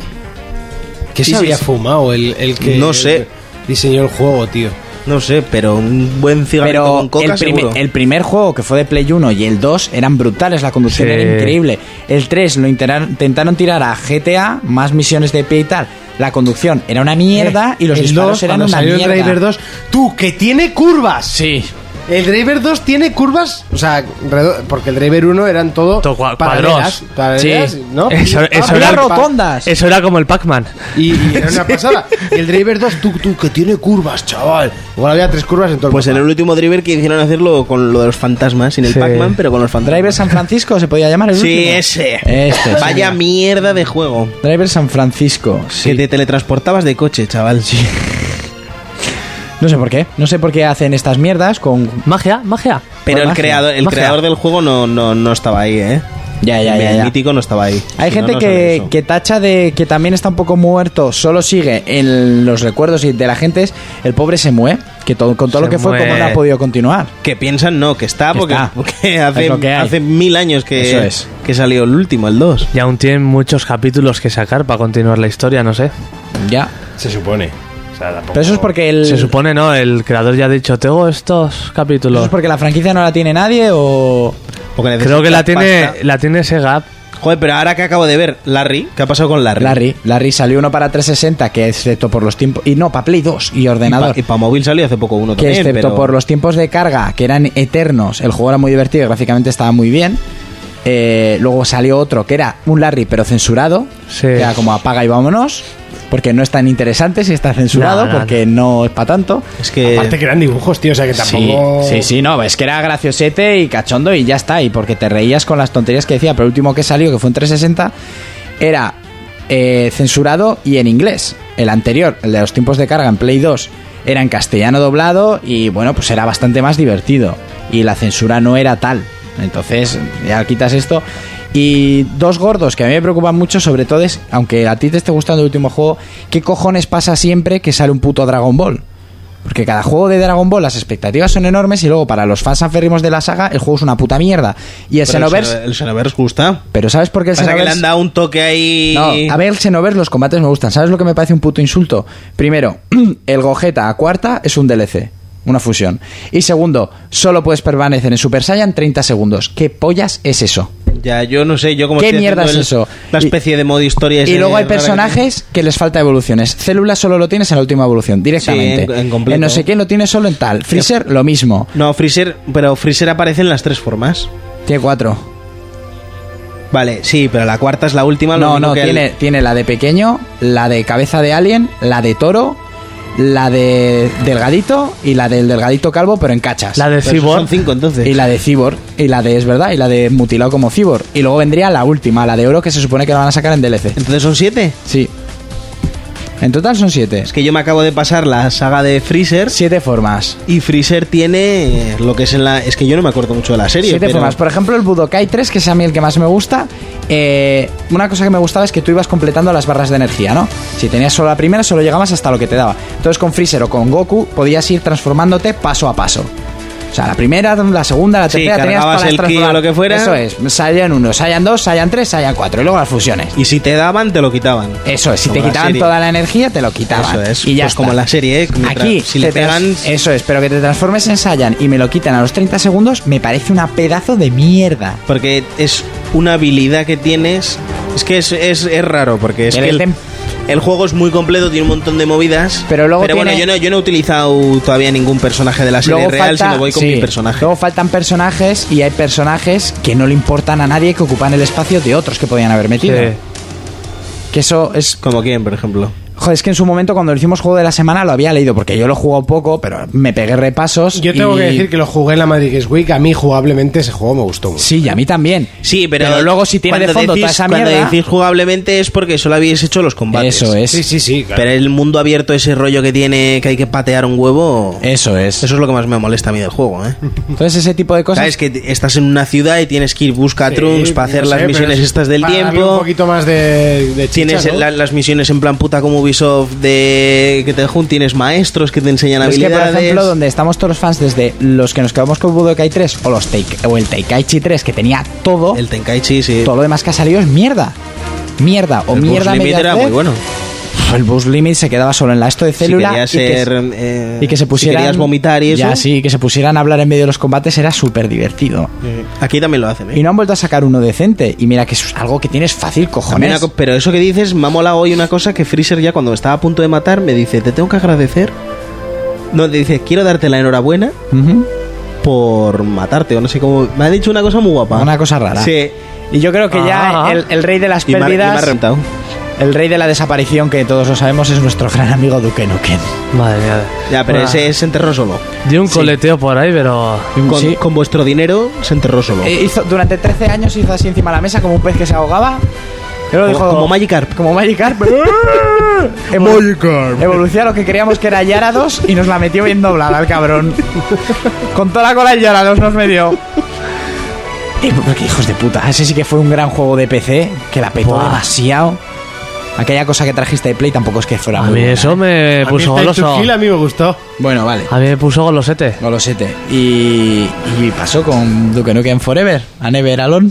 Speaker 2: ¿Qué
Speaker 6: Sí,
Speaker 2: se
Speaker 6: sí,
Speaker 2: había
Speaker 6: sí.
Speaker 2: fumado el, el que
Speaker 6: No sé.
Speaker 2: el que diseñó el juego, tío?
Speaker 6: No sé, pero un buen cigarrito
Speaker 4: Pero
Speaker 6: con coca
Speaker 4: el, primer-
Speaker 6: seguro.
Speaker 4: el primer juego que fue de Play 1 y el 2 eran brutales, la conducción
Speaker 5: Sí.
Speaker 4: era increíble. El 3 lo interaron- intentaron tirar a GTA, más misiones de pie y tal. La conducción era una mierda y los
Speaker 2: "Eh, el
Speaker 4: disparos
Speaker 2: 2,
Speaker 4: eran
Speaker 2: cuando
Speaker 4: una
Speaker 2: salió
Speaker 4: mierda.
Speaker 2: el Driver 2, tú que tiene curvas.
Speaker 4: Sí.
Speaker 2: El Driver 2 tiene curvas, o sea, redo- porque el Driver 1 eran todo
Speaker 5: Todo cua-
Speaker 2: paralelas,
Speaker 5: cuadros.
Speaker 2: paralelas,
Speaker 4: Sí.
Speaker 2: ¿no?
Speaker 5: Eso-
Speaker 2: Ah,
Speaker 5: eso
Speaker 2: mira,
Speaker 4: Había
Speaker 5: era-
Speaker 2: pa-
Speaker 4: rotondas.
Speaker 5: Eso era como el Pac-Man.
Speaker 2: Y,
Speaker 5: (laughs)
Speaker 2: y (laughs) era una pasada. Y el Driver 2, tú, tú que tiene curvas, chaval. Igual había tres curvas en todo el
Speaker 6: Pues en
Speaker 2: mapa.
Speaker 6: el último driver que hicieron hacerlo con lo de los fantasmas, sin el
Speaker 5: Sí.
Speaker 6: Pac-Man, pero con los fantasmas.
Speaker 4: Driver San Francisco se podía llamar el
Speaker 6: Sí,
Speaker 4: último.
Speaker 6: ese.
Speaker 4: Este, sí.
Speaker 6: Vaya mierda de juego.
Speaker 4: Driver San Francisco. Sí.
Speaker 6: Que te teletransportabas de coche, chaval. Sí.
Speaker 4: No sé por qué. No sé por qué hacen estas mierdas con.
Speaker 5: Magia, magia.
Speaker 6: Pero el
Speaker 4: Magia,
Speaker 6: creador, el
Speaker 5: magia.
Speaker 6: creador del juego no, no, no estaba ahí, ¿eh?
Speaker 4: Ya, ya,
Speaker 6: El
Speaker 4: ya, ya.
Speaker 6: mítico no estaba ahí.
Speaker 4: Hay
Speaker 6: Si no,
Speaker 4: gente
Speaker 6: no sabría
Speaker 4: que,
Speaker 6: eso.
Speaker 4: que tacha de que también está un poco muerto, solo sigue en los recuerdos y de la gente. es El pobre se mueve, que todo, con todo
Speaker 5: Se
Speaker 4: lo que fue,
Speaker 5: mue.
Speaker 4: como no ha podido continuar.
Speaker 6: Que piensan no, que está
Speaker 4: Que
Speaker 6: porque,
Speaker 4: está.
Speaker 6: porque
Speaker 4: Es
Speaker 6: hace,
Speaker 4: lo que hay.
Speaker 6: hace mil años que,
Speaker 4: Eso es.
Speaker 6: que salió el último, el 2.
Speaker 5: Y aún tienen muchos capítulos que sacar para continuar la historia, no sé.
Speaker 4: Ya.
Speaker 2: Se supone.
Speaker 4: Pero eso es porque el.
Speaker 5: Se supone, ¿no? El creador ya ha dicho, tengo estos
Speaker 4: ¿Eso es
Speaker 5: capítulos.
Speaker 4: porque la franquicia no la tiene nadie o.
Speaker 6: Porque
Speaker 5: Creo que
Speaker 6: necesitas
Speaker 5: la tiene,
Speaker 6: pasta.
Speaker 5: la tiene Sega,
Speaker 6: Joder, pero ahora que acabo de ver, Larry, ¿qué ha pasado con Larry?
Speaker 4: Larry, Larry salió uno para 360 que excepto por los tiempos y no para Play 2 y ordenador.
Speaker 6: Y para móvil salió hace poco uno
Speaker 4: que
Speaker 6: también.
Speaker 4: excepto
Speaker 6: pero-
Speaker 4: por los tiempos de carga que eran eternos, el juego era muy divertido y gráficamente estaba muy bien. Eh, luego salió otro que era un Larry pero censurado,
Speaker 5: Sí.
Speaker 4: que era como apaga y vámonos, porque no es tan interesante si está censurado,
Speaker 5: No, no,
Speaker 4: porque no, es para tanto.
Speaker 6: Es que.
Speaker 2: Aparte que eran dibujos, tío, o sea que
Speaker 4: Sí,
Speaker 2: tampoco...
Speaker 4: sí, sí, no, es que era graciosete y cachondo y ya está, y porque te reías con las tonterías que decía, pero el último que salió, que fue un 360, era eh, censurado y en inglés. El anterior, el de los tiempos de carga en Play 2, era en castellano doblado y bueno, pues era bastante más divertido. Y la censura no era tal. Entonces, ya quitas esto. Y dos gordos que a mí me preocupan mucho, sobre todo es, aunque a ti te esté gustando el último juego, ¿qué cojones pasa siempre que sale un puto Dragon Ball? Porque cada juego de Dragon Ball las expectativas son enormes y luego para los fans aférrimos de la saga el juego es una puta mierda. Y el
Speaker 6: pero el
Speaker 4: Xenoverse...
Speaker 6: Xeno- El Xenoverse gusta.
Speaker 4: Pero ¿sabes por qué el
Speaker 6: Pasa que le
Speaker 4: Xenoverse-
Speaker 6: han dado un toque ahí.
Speaker 4: no, a ver, el Xenoverse, los combates me gustan. ¿Sabes lo que me parece un puto insulto? Primero, (clears throat) el Gogeta a cuarta es un DLC, una fusión. Y segundo, solo puedes permanecer en Super Saiyan 30 segundos. ¿Qué pollas es eso?
Speaker 6: Ya, yo no sé, yo como
Speaker 4: ¿Qué
Speaker 6: estoy
Speaker 4: mierda
Speaker 6: haciendo
Speaker 4: es
Speaker 6: el-
Speaker 4: eso?
Speaker 6: La
Speaker 4: Y-
Speaker 6: especie de modo historia.
Speaker 4: Y
Speaker 6: ese
Speaker 4: luego hay
Speaker 6: rara que
Speaker 4: personajes que les falta evoluciones. Célula solo lo tienes en la última evolución, directamente.
Speaker 6: Sí, en- en completo.
Speaker 4: no sé qué lo tienes solo en tal. Freezer, lo mismo.
Speaker 6: tiene. No, Freezer, pero Freezer aparece en las tres formas.
Speaker 4: Tiene cuatro.
Speaker 6: Vale, sí, pero la cuarta es la última. lo
Speaker 4: No,
Speaker 6: único
Speaker 4: no,
Speaker 6: que el-
Speaker 4: tiene, tiene la de pequeño, la de cabeza de alien, la de toro, la de delgadito y la del delgadito calvo, pero en cachas.
Speaker 5: La de
Speaker 6: pero esos
Speaker 5: Cyborg.
Speaker 6: Son cinco entonces.
Speaker 4: Y la de Cibor, y la de, es verdad, y la de mutilado como Cibor. Y luego vendría la última, la de oro, que se supone que la van a sacar en DLC.
Speaker 6: Entonces son siete.
Speaker 4: Sí. En total son siete.
Speaker 6: Es que yo me acabo de pasar la saga de Freezer.
Speaker 4: Siete formas.
Speaker 6: Y Freezer tiene lo que es en la. Es que yo no me acuerdo mucho de la serie.
Speaker 4: Siete
Speaker 6: pero-
Speaker 4: formas. pues, Por ejemplo, el Budokai 3, que es a mí el que más me gusta. eh, una cosa que me gustaba es que tú ibas completando las barras de energía, ¿no? Si tenías solo la primera, solo llegabas hasta lo que te daba. Entonces con Freezer o con Goku podías ir transformándote paso a paso. O sea, la primera, la segunda, la
Speaker 6: Sí,
Speaker 4: tercera, tenías
Speaker 6: cargabas
Speaker 4: para
Speaker 6: el ki o
Speaker 4: transformar.
Speaker 6: lo que fuera.
Speaker 4: Eso es. Salían uno, salían dos, salían tres, salían cuatro. Y luego las fusiones.
Speaker 6: Y si te daban, te lo quitaban.
Speaker 4: Eso es, si
Speaker 6: Como
Speaker 4: te
Speaker 6: la
Speaker 4: quitaban
Speaker 6: serie.
Speaker 4: toda la energía, te lo quitaban.
Speaker 6: Eso es.
Speaker 4: Y ya
Speaker 6: pues
Speaker 4: está.
Speaker 6: como la serie, ¿eh? Mientras-
Speaker 4: Aquí,
Speaker 6: si le
Speaker 4: te trans-
Speaker 6: pegan.
Speaker 4: Eso es, pero que te transformes en Saiyan y me lo quitan a los 30 segundos, me parece una pedazo de mierda.
Speaker 6: Porque es una habilidad que tienes. Es que es, es, es raro, porque es
Speaker 4: El
Speaker 6: que el,
Speaker 4: tem-
Speaker 6: el juego es muy completo, tiene un montón de movidas.
Speaker 4: Pero luego
Speaker 6: bueno,
Speaker 4: tiene-
Speaker 6: yo no, yo no he utilizado todavía ningún personaje de la serie
Speaker 4: Luego
Speaker 6: real,
Speaker 4: falta-
Speaker 6: sino voy con
Speaker 4: sí,
Speaker 6: mi personaje.
Speaker 4: Luego faltan personajes y hay personajes que no le importan a nadie que ocupan el espacio de otros que podían haber metido.
Speaker 5: Sí.
Speaker 4: Que eso es.
Speaker 6: Como quién, por ejemplo.
Speaker 4: Joder, es que en su momento cuando lo hicimos juego de la semana lo había leído porque yo lo he jugado poco, pero me pegué repasos.
Speaker 2: Yo tengo
Speaker 4: y-
Speaker 2: que decir que lo jugué en la Madrid Games Week, a mí jugablemente ese juego me gustó mucho.
Speaker 4: Sí, y a mí también.
Speaker 6: Sí, pero,
Speaker 4: luego si tiene de
Speaker 6: cuando
Speaker 4: fondo
Speaker 6: decís,
Speaker 4: toda esa
Speaker 6: cuando
Speaker 4: mierda.
Speaker 6: decís jugablemente es porque solo habéis hecho los combates.
Speaker 4: Eso es.
Speaker 2: Sí, sí, sí, claro.
Speaker 6: Pero el mundo abierto, ese rollo que tiene que hay que patear un huevo.
Speaker 4: Eso es.
Speaker 6: Eso es lo que más me molesta a mí del juego,
Speaker 2: (laughs)
Speaker 6: ¿eh?
Speaker 4: Entonces ese tipo de cosas.
Speaker 6: Sabes que te- estás en una ciudad y tienes que ir busca trunks
Speaker 2: Sí,
Speaker 6: para hacer
Speaker 2: no
Speaker 6: las
Speaker 2: sé,
Speaker 6: misiones
Speaker 2: pero es
Speaker 6: estas del
Speaker 2: para darle
Speaker 6: tiempo.
Speaker 2: un poquito más de, de chicha,
Speaker 6: Tienes
Speaker 2: ¿no?
Speaker 6: la- las misiones en plan puta como Ubisoft de que te jun- tienes maestros que te enseñan
Speaker 4: Es que, por
Speaker 6: habilidades.
Speaker 4: ejemplo, donde estamos todos los fans, desde los que nos quedamos con Budokai 3 o, los Teik- o el Teikaichi 3, que tenía todo,
Speaker 6: El Tenkaichi, sí.
Speaker 4: todo lo demás que ha salido es mierda. Mierda o
Speaker 6: el Bus
Speaker 4: mierda
Speaker 6: Limit
Speaker 4: media
Speaker 6: era
Speaker 4: C.
Speaker 6: muy bueno.
Speaker 4: Uf, El Bus Limit se quedaba solo en la esto de célula.
Speaker 6: si
Speaker 4: y, que,
Speaker 6: querías ser, eh,
Speaker 4: y que se
Speaker 6: si
Speaker 4: pusieran.
Speaker 6: querías vomitar y eso.
Speaker 4: Ya, sí, que se pusieran a hablar en medio de los combates era súper divertido.
Speaker 6: Aquí también lo hacen. ¿eh?
Speaker 4: Y no han vuelto a sacar uno decente. Y mira que es algo que tienes fácil,
Speaker 6: También
Speaker 4: cojones.
Speaker 6: una co- pero eso que dices me ha molado hoy una cosa que Freezer ya cuando estaba a punto de matar me dice, te tengo que agradecer. No, te dice, quiero darte la enhorabuena
Speaker 4: Ujú.
Speaker 6: por matarte o no sé cómo. Me ha dicho una cosa muy guapa.
Speaker 4: Una cosa rara.
Speaker 6: Sí.
Speaker 4: Y yo creo que ya
Speaker 5: Ah.
Speaker 4: el, el rey de las
Speaker 6: Y me ha- y me ha
Speaker 4: pérdidas.
Speaker 6: reventado.
Speaker 4: El rey de la desaparición, que todos lo sabemos, es nuestro gran amigo Duque Nukem.
Speaker 5: Madre mía.
Speaker 6: Ya, pero
Speaker 5: Bueno,
Speaker 6: ese se enterró solo.
Speaker 5: Dio un coleteo por ahí, pero.
Speaker 6: Con,
Speaker 4: Sí.
Speaker 6: con vuestro dinero se enterró solo.
Speaker 4: Eh, hizo, durante 13 años hizo así encima de la mesa como un pez que se ahogaba. Yo lo
Speaker 6: como,
Speaker 4: dijo,
Speaker 6: como Magikarp.
Speaker 4: Como
Speaker 5: (laughs)
Speaker 4: Magikarp. Magikarp. Evolucionó lo que queríamos que era Yara 2 y nos la metió bien doblada el
Speaker 5: (laughs)
Speaker 4: cabrón. Con toda la cola en Yara 2 nos metió. Y porque hijos de puta, ese sí que fue un gran juego de PC que la petó
Speaker 5: Buah.
Speaker 4: demasiado. Aquella cosa que trajiste de Play tampoco es que fuera
Speaker 5: A
Speaker 4: muy
Speaker 5: mí
Speaker 4: buena. ¿eh?
Speaker 5: eso me
Speaker 2: A mí
Speaker 5: Eh, puso
Speaker 2: State to
Speaker 5: goloso.
Speaker 2: Kill a mí me gustó.
Speaker 4: Bueno, vale.
Speaker 5: A mí me puso golosete.
Speaker 4: Golosete. Y, y pasó con Duke Nukem Forever, a Never Alone.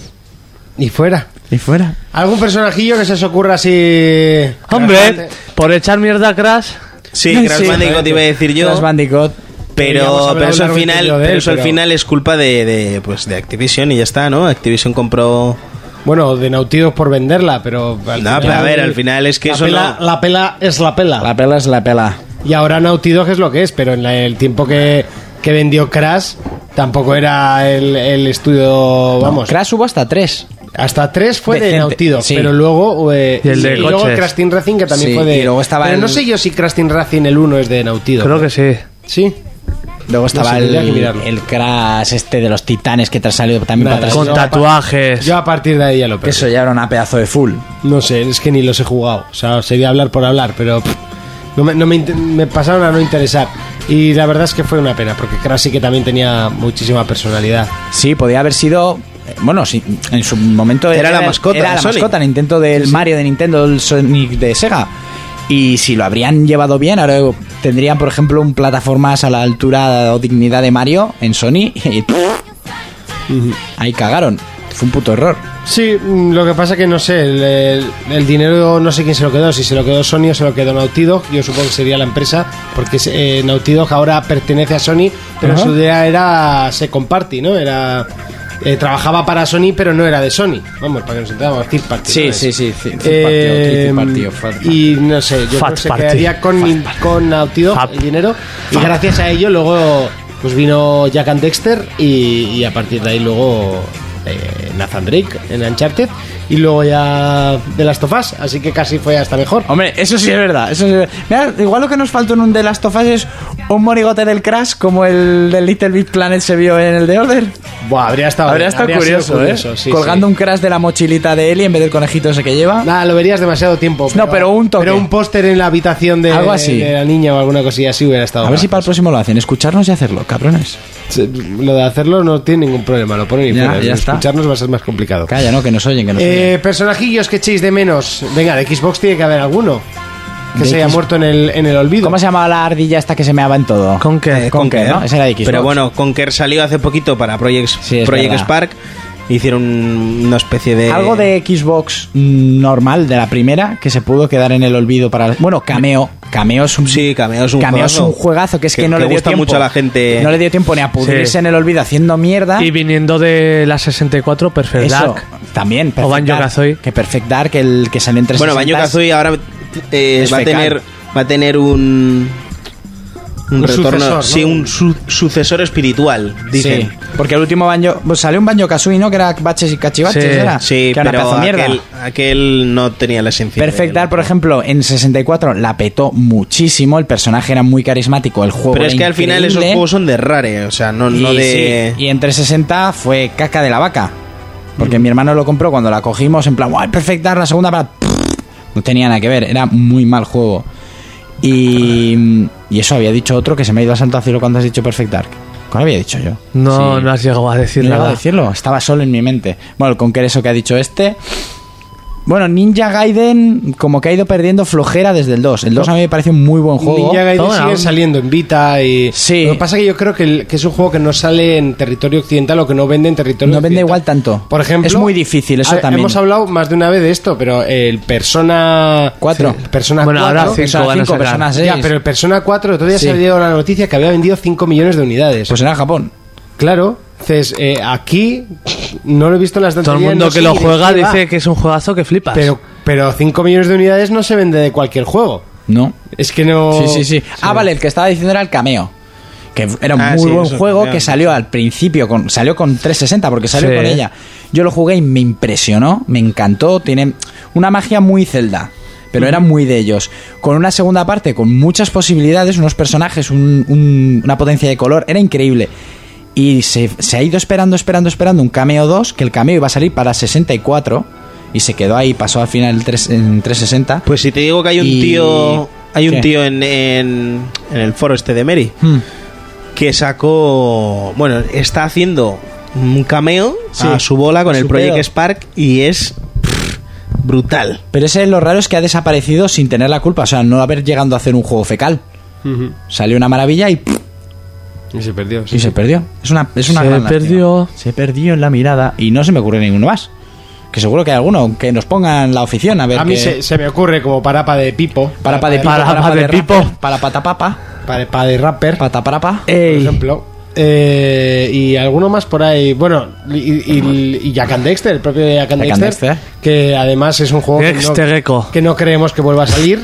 Speaker 2: Y fuera.
Speaker 4: Y fuera.
Speaker 2: ¿Algún personajillo que se os ocurra así...
Speaker 5: Hombre, por echar mierda a Crash.
Speaker 6: Sí,
Speaker 5: (laughs)
Speaker 4: Sí,
Speaker 6: Crash
Speaker 4: sí.
Speaker 6: Bandicoot iba a decir yo.
Speaker 4: Crash Bandicoot.
Speaker 2: Podríamos
Speaker 6: Pero,
Speaker 2: haber
Speaker 6: pero eso al
Speaker 2: hablado
Speaker 6: final,
Speaker 2: mucho de él,
Speaker 6: pero eso al
Speaker 2: pero-
Speaker 6: final es culpa de, de, pues, de Activision y ya está, ¿no? Activision compró
Speaker 2: Bueno, de nautidos por venderla, pero... al
Speaker 6: No, pero a ver, al final es que
Speaker 2: la
Speaker 6: eso
Speaker 2: pela,
Speaker 6: no-
Speaker 2: La pela es la pela.
Speaker 4: La pela es la pela.
Speaker 2: Y ahora Naughty que es lo que es, pero en la- el tiempo que, que vendió Crash tampoco era el, el estudio, vamos.
Speaker 4: Crash hubo hasta tres.
Speaker 2: Hasta tres fue de
Speaker 4: Decente,
Speaker 2: Naughty Dog,
Speaker 4: sí.
Speaker 2: pero luego eh,
Speaker 5: Y el de
Speaker 2: luego
Speaker 5: coches.
Speaker 2: Crash Team Racing que también
Speaker 4: Sí,
Speaker 2: fue de
Speaker 4: y luego estaba
Speaker 2: Pero
Speaker 4: el-
Speaker 2: no sé yo si Crash Team Racing el 1 es de Naughty Dog.
Speaker 5: Creo que sí.
Speaker 2: sí.
Speaker 4: Luego estaba
Speaker 2: sé, tendría que
Speaker 4: el,
Speaker 2: mirarlo.
Speaker 4: el Crash este de los titanes que te salió también
Speaker 2: Nada,
Speaker 4: para atrás.
Speaker 5: Con
Speaker 2: no,
Speaker 5: tatuajes.
Speaker 2: Yo a partir de ahí ya lo perdí.
Speaker 4: Eso ya era una pedazo de full.
Speaker 2: No sé, es que ni los he jugado. O sea, sería hablar por hablar, pero pff, no me, no me inte- me pasaron a no interesar. Y la verdad es que fue una pena, porque Crash sí que también tenía muchísima personalidad.
Speaker 4: Sí, podía haber sido. Bueno, sí, en su momento
Speaker 6: Era la mascota
Speaker 4: Era
Speaker 6: de
Speaker 4: la
Speaker 6: Sony.
Speaker 4: mascota, Nintendo del Mario de Nintendo, el Sonic de Sega. Y si lo habrían llevado bien, ahora tendrían, por ejemplo, un plataformas a la altura o dignidad de Mario en Sony. Y ahí cagaron. Fue un puto error.
Speaker 2: Sí, mm, lo que pasa que no sé, el, el- el dinero no sé quién se lo quedó, si se lo quedó Sony o se lo quedó Naughty Dog, yo supongo que sería la empresa, porque eh, Naughty Dog ahora pertenece a Sony, pero
Speaker 4: Ajá.
Speaker 2: su idea era Second Party, ¿no? Era eh, trabajaba para Sony, pero no era de Sony. Vamos, para que nos entendamos, Third Party.
Speaker 4: Sí,
Speaker 2: ¿no es?
Speaker 4: sí, sí, thi- third party o
Speaker 2: Eh,
Speaker 4: third party o third party.
Speaker 2: Y no sé, yo
Speaker 5: Fat
Speaker 2: creo que se
Speaker 5: party.
Speaker 2: quedaría con,
Speaker 5: Fat
Speaker 2: nin-
Speaker 5: party.
Speaker 2: con Naughty Dog
Speaker 5: Fat.
Speaker 2: el dinero, y gracias a ello luego pues vino Jack and Dexter y, y a partir de ahí luego eh, Nathan Drake en Uncharted y luego ya de Last of Us, así que casi fue hasta mejor.
Speaker 4: Hombre, eso sí es verdad. Ah, Eso sí es verdad. Mira, igual lo que nos faltó en un The Last of Us es un morigote del Crash como el del Little Big Planet se vio en el The Order.
Speaker 2: Buah, habría estado,
Speaker 4: Habría
Speaker 2: bien,
Speaker 4: estado
Speaker 2: sido
Speaker 4: curioso, ¿eh?
Speaker 2: sí,
Speaker 4: Colgando
Speaker 2: sí.
Speaker 4: un Crash de la mochilita de Eli en vez del conejito ese que lleva.
Speaker 2: Nada, lo verías demasiado tiempo.
Speaker 4: No, pero un toque.
Speaker 2: Pero un póster en la habitación de,
Speaker 4: Algo así. Ah,
Speaker 2: de la niña o alguna cosilla así hubiera estado.
Speaker 4: A ver
Speaker 2: guay.
Speaker 4: si para el próximo lo hacen. Escucharnos y hacerlo, cabrones.
Speaker 2: Se- Lo de hacerlo no tiene ningún problema, lo ponen y
Speaker 4: Ya,
Speaker 2: fuera.
Speaker 4: ya está.
Speaker 2: Escucharnos va a ser más complicado.
Speaker 4: Calla, no, que nos oyen, que nos
Speaker 2: Eh,
Speaker 4: oyen.
Speaker 2: personajillos que echéis de menos. Venga, de Xbox tiene que haber alguno. Que
Speaker 4: De
Speaker 2: se haya
Speaker 4: Xbox.
Speaker 2: muerto en el, en el olvido.
Speaker 4: ¿Cómo se llamaba la ardilla esta que se meaba en todo?
Speaker 5: ¿Con qué?
Speaker 4: Eh, Conker, ¿no? Esa era de Xbox.
Speaker 6: Pero bueno, Conker salió hace poquito para Project,
Speaker 4: Sí, es
Speaker 6: Project
Speaker 4: verdad.
Speaker 6: Spark. Hicieron una especie de.
Speaker 4: Algo de Xbox normal, de la primera, que se pudo quedar en el olvido para... Bueno, Cameo. Cameo es un...
Speaker 6: Sí, Cameo es un
Speaker 4: Cameo
Speaker 6: juegazo.
Speaker 4: es un juegazo que es que,
Speaker 6: Que-
Speaker 4: no le
Speaker 6: que
Speaker 4: dio
Speaker 6: gusta
Speaker 4: tiempo.
Speaker 6: mucho a la gente.
Speaker 4: No le dio tiempo ni a pudrirse
Speaker 5: Sí.
Speaker 4: en el olvido haciendo mierda.
Speaker 5: Y viniendo de la 64, Perfect
Speaker 4: Eso,
Speaker 5: pues, Dark.
Speaker 4: también. Perfect Dark,
Speaker 5: Banjo-Kazooie.
Speaker 4: Que Perfect Dark, que el que salió entre
Speaker 6: Bueno, Banjo Kazooie ahora eh,
Speaker 4: Es
Speaker 6: va, a
Speaker 4: fecal.
Speaker 6: tener, va a tener un. Un,
Speaker 2: Un
Speaker 6: retorno.
Speaker 2: sucesor, ¿no?
Speaker 6: Sí, un su- sucesor espiritual,
Speaker 4: Dice,
Speaker 6: dicen.
Speaker 4: porque el último Banjo... pues salió un Banjo Kazooie, ¿no? Que era baches y cachivaches,
Speaker 5: Sí,
Speaker 4: ¿era?
Speaker 6: Sí,
Speaker 4: que era una
Speaker 6: pero
Speaker 4: pedazo de mierda.
Speaker 6: aquel, aquel no tenía la esencia.
Speaker 4: Perfect
Speaker 6: del-
Speaker 4: Dark, por ejemplo, en 64 la petó muchísimo. El personaje era muy carismático, el juego.
Speaker 6: Pero
Speaker 4: era
Speaker 6: es que al final esos
Speaker 4: increíble.
Speaker 6: juegos son de rare, o sea, no,
Speaker 4: Y,
Speaker 6: no de.
Speaker 4: sí, y entre 60 fue caca de la vaca.
Speaker 6: Mm.
Speaker 4: Porque mi hermano lo compró cuando la cogimos, en plan, "Buah, el Perfect Dark, la segunda para. No tenía nada que ver, era muy mal juego. Y, y eso había dicho otro que se me ha ido a santo al cielo cuando has dicho Perfect Dark. ¿Cuál había dicho yo?
Speaker 5: No,
Speaker 4: Sí.
Speaker 5: no has llegado a decir
Speaker 4: No iba a
Speaker 5: nada.
Speaker 4: decirlo, estaba solo en mi mente. Bueno, el Conquer eso que ha dicho este. Bueno, Ninja Gaiden como que ha ido perdiendo flojera desde el 2. El 2 a mí me parece un muy buen juego.
Speaker 2: Ninja Gaiden
Speaker 5: Toma,
Speaker 2: sigue
Speaker 5: hombre.
Speaker 2: saliendo en Vita y...
Speaker 4: Sí.
Speaker 2: Lo que pasa que yo creo que, el- que es un juego que no sale en territorio occidental o que no vende en territorio
Speaker 4: No vende
Speaker 2: occidental.
Speaker 4: igual tanto.
Speaker 2: Por ejemplo...
Speaker 4: Es muy difícil, eso
Speaker 2: ha-
Speaker 4: también.
Speaker 2: Hemos hablado más de una vez de esto, pero el Persona...
Speaker 4: Cuatro.
Speaker 2: Sí, Persona
Speaker 5: Bueno,
Speaker 2: 4...
Speaker 5: ahora
Speaker 4: Persona
Speaker 5: cinco van a
Speaker 4: cinco,
Speaker 5: sacar.
Speaker 4: Persona seis.
Speaker 2: Ya, pero el Persona 4, el otro día
Speaker 4: Sí.
Speaker 2: se había dado la noticia que había vendido 5 millones de unidades.
Speaker 4: Pues era Japón.
Speaker 2: Claro, entonces eh, aquí no lo he visto en las
Speaker 5: Todo el mundo que lo juega dice que es un juegazo que flipas.
Speaker 2: Pero, pero 5 millones de unidades no se vende de cualquier juego.
Speaker 4: No.
Speaker 2: Es que no.
Speaker 4: Sí, sí, sí. Ah, vale, el que estaba diciendo era el cameo. Que era un
Speaker 6: Ah,
Speaker 4: muy
Speaker 6: sí,
Speaker 4: buen
Speaker 6: eso,
Speaker 4: juego
Speaker 6: ya.
Speaker 4: que salió al principio, con, salió con 360 porque salió
Speaker 5: Sí.
Speaker 4: con ella. Yo lo jugué y me impresionó, me encantó, tiene una magia muy celda, pero era muy de ellos. Con una segunda parte, con muchas posibilidades, unos personajes, un- un- una potencia de color, era increíble. Y se, se ha ido esperando, esperando, esperando un cameo 2, que el cameo iba a salir para 64 y se quedó ahí, pasó al final el tres- en 360.
Speaker 6: Pues si te digo que hay un
Speaker 4: Y-
Speaker 6: tío. Hay un
Speaker 4: ¿Qué?
Speaker 6: tío en, en, en el foro este de Mary
Speaker 4: Hmm.
Speaker 6: que sacó. Bueno, está haciendo un cameo a su bola con
Speaker 4: a
Speaker 6: el
Speaker 4: su
Speaker 6: Project
Speaker 4: pedo.
Speaker 6: Spark y es pff, brutal.
Speaker 4: Pero ese lo raro es que ha desaparecido sin tener la culpa, o sea, no haber llegado a hacer un juego fecal. Salió una maravilla y, ¡pum!
Speaker 2: Y se perdió. sí.
Speaker 4: y se perdió. Es una, es una
Speaker 5: Se
Speaker 4: gran lástima.
Speaker 5: perdió.
Speaker 4: Se perdió en la mirada y no se me ocurre ninguno más. Que seguro que hay alguno que nos pongan la afición a ver.
Speaker 2: A mí
Speaker 4: qué-
Speaker 2: se, se me ocurre como parapa de pipo.
Speaker 4: Para pa de pipo,
Speaker 5: Para
Speaker 4: para
Speaker 5: pa
Speaker 4: pa
Speaker 5: de
Speaker 4: de
Speaker 5: pipo.
Speaker 4: rapper, para patapapa,
Speaker 2: Para, para de rapper,
Speaker 4: pataparapa.
Speaker 2: por ejemplo. eh, y alguno más por ahí. Bueno, y, y- y Jack and Dexter, el propio Jack and
Speaker 4: Jack and
Speaker 2: Dexter,
Speaker 4: Dexter.
Speaker 2: que además es un juego que no,
Speaker 5: Dextereco.
Speaker 2: que no creemos que vuelva
Speaker 4: (laughs)
Speaker 2: a salir.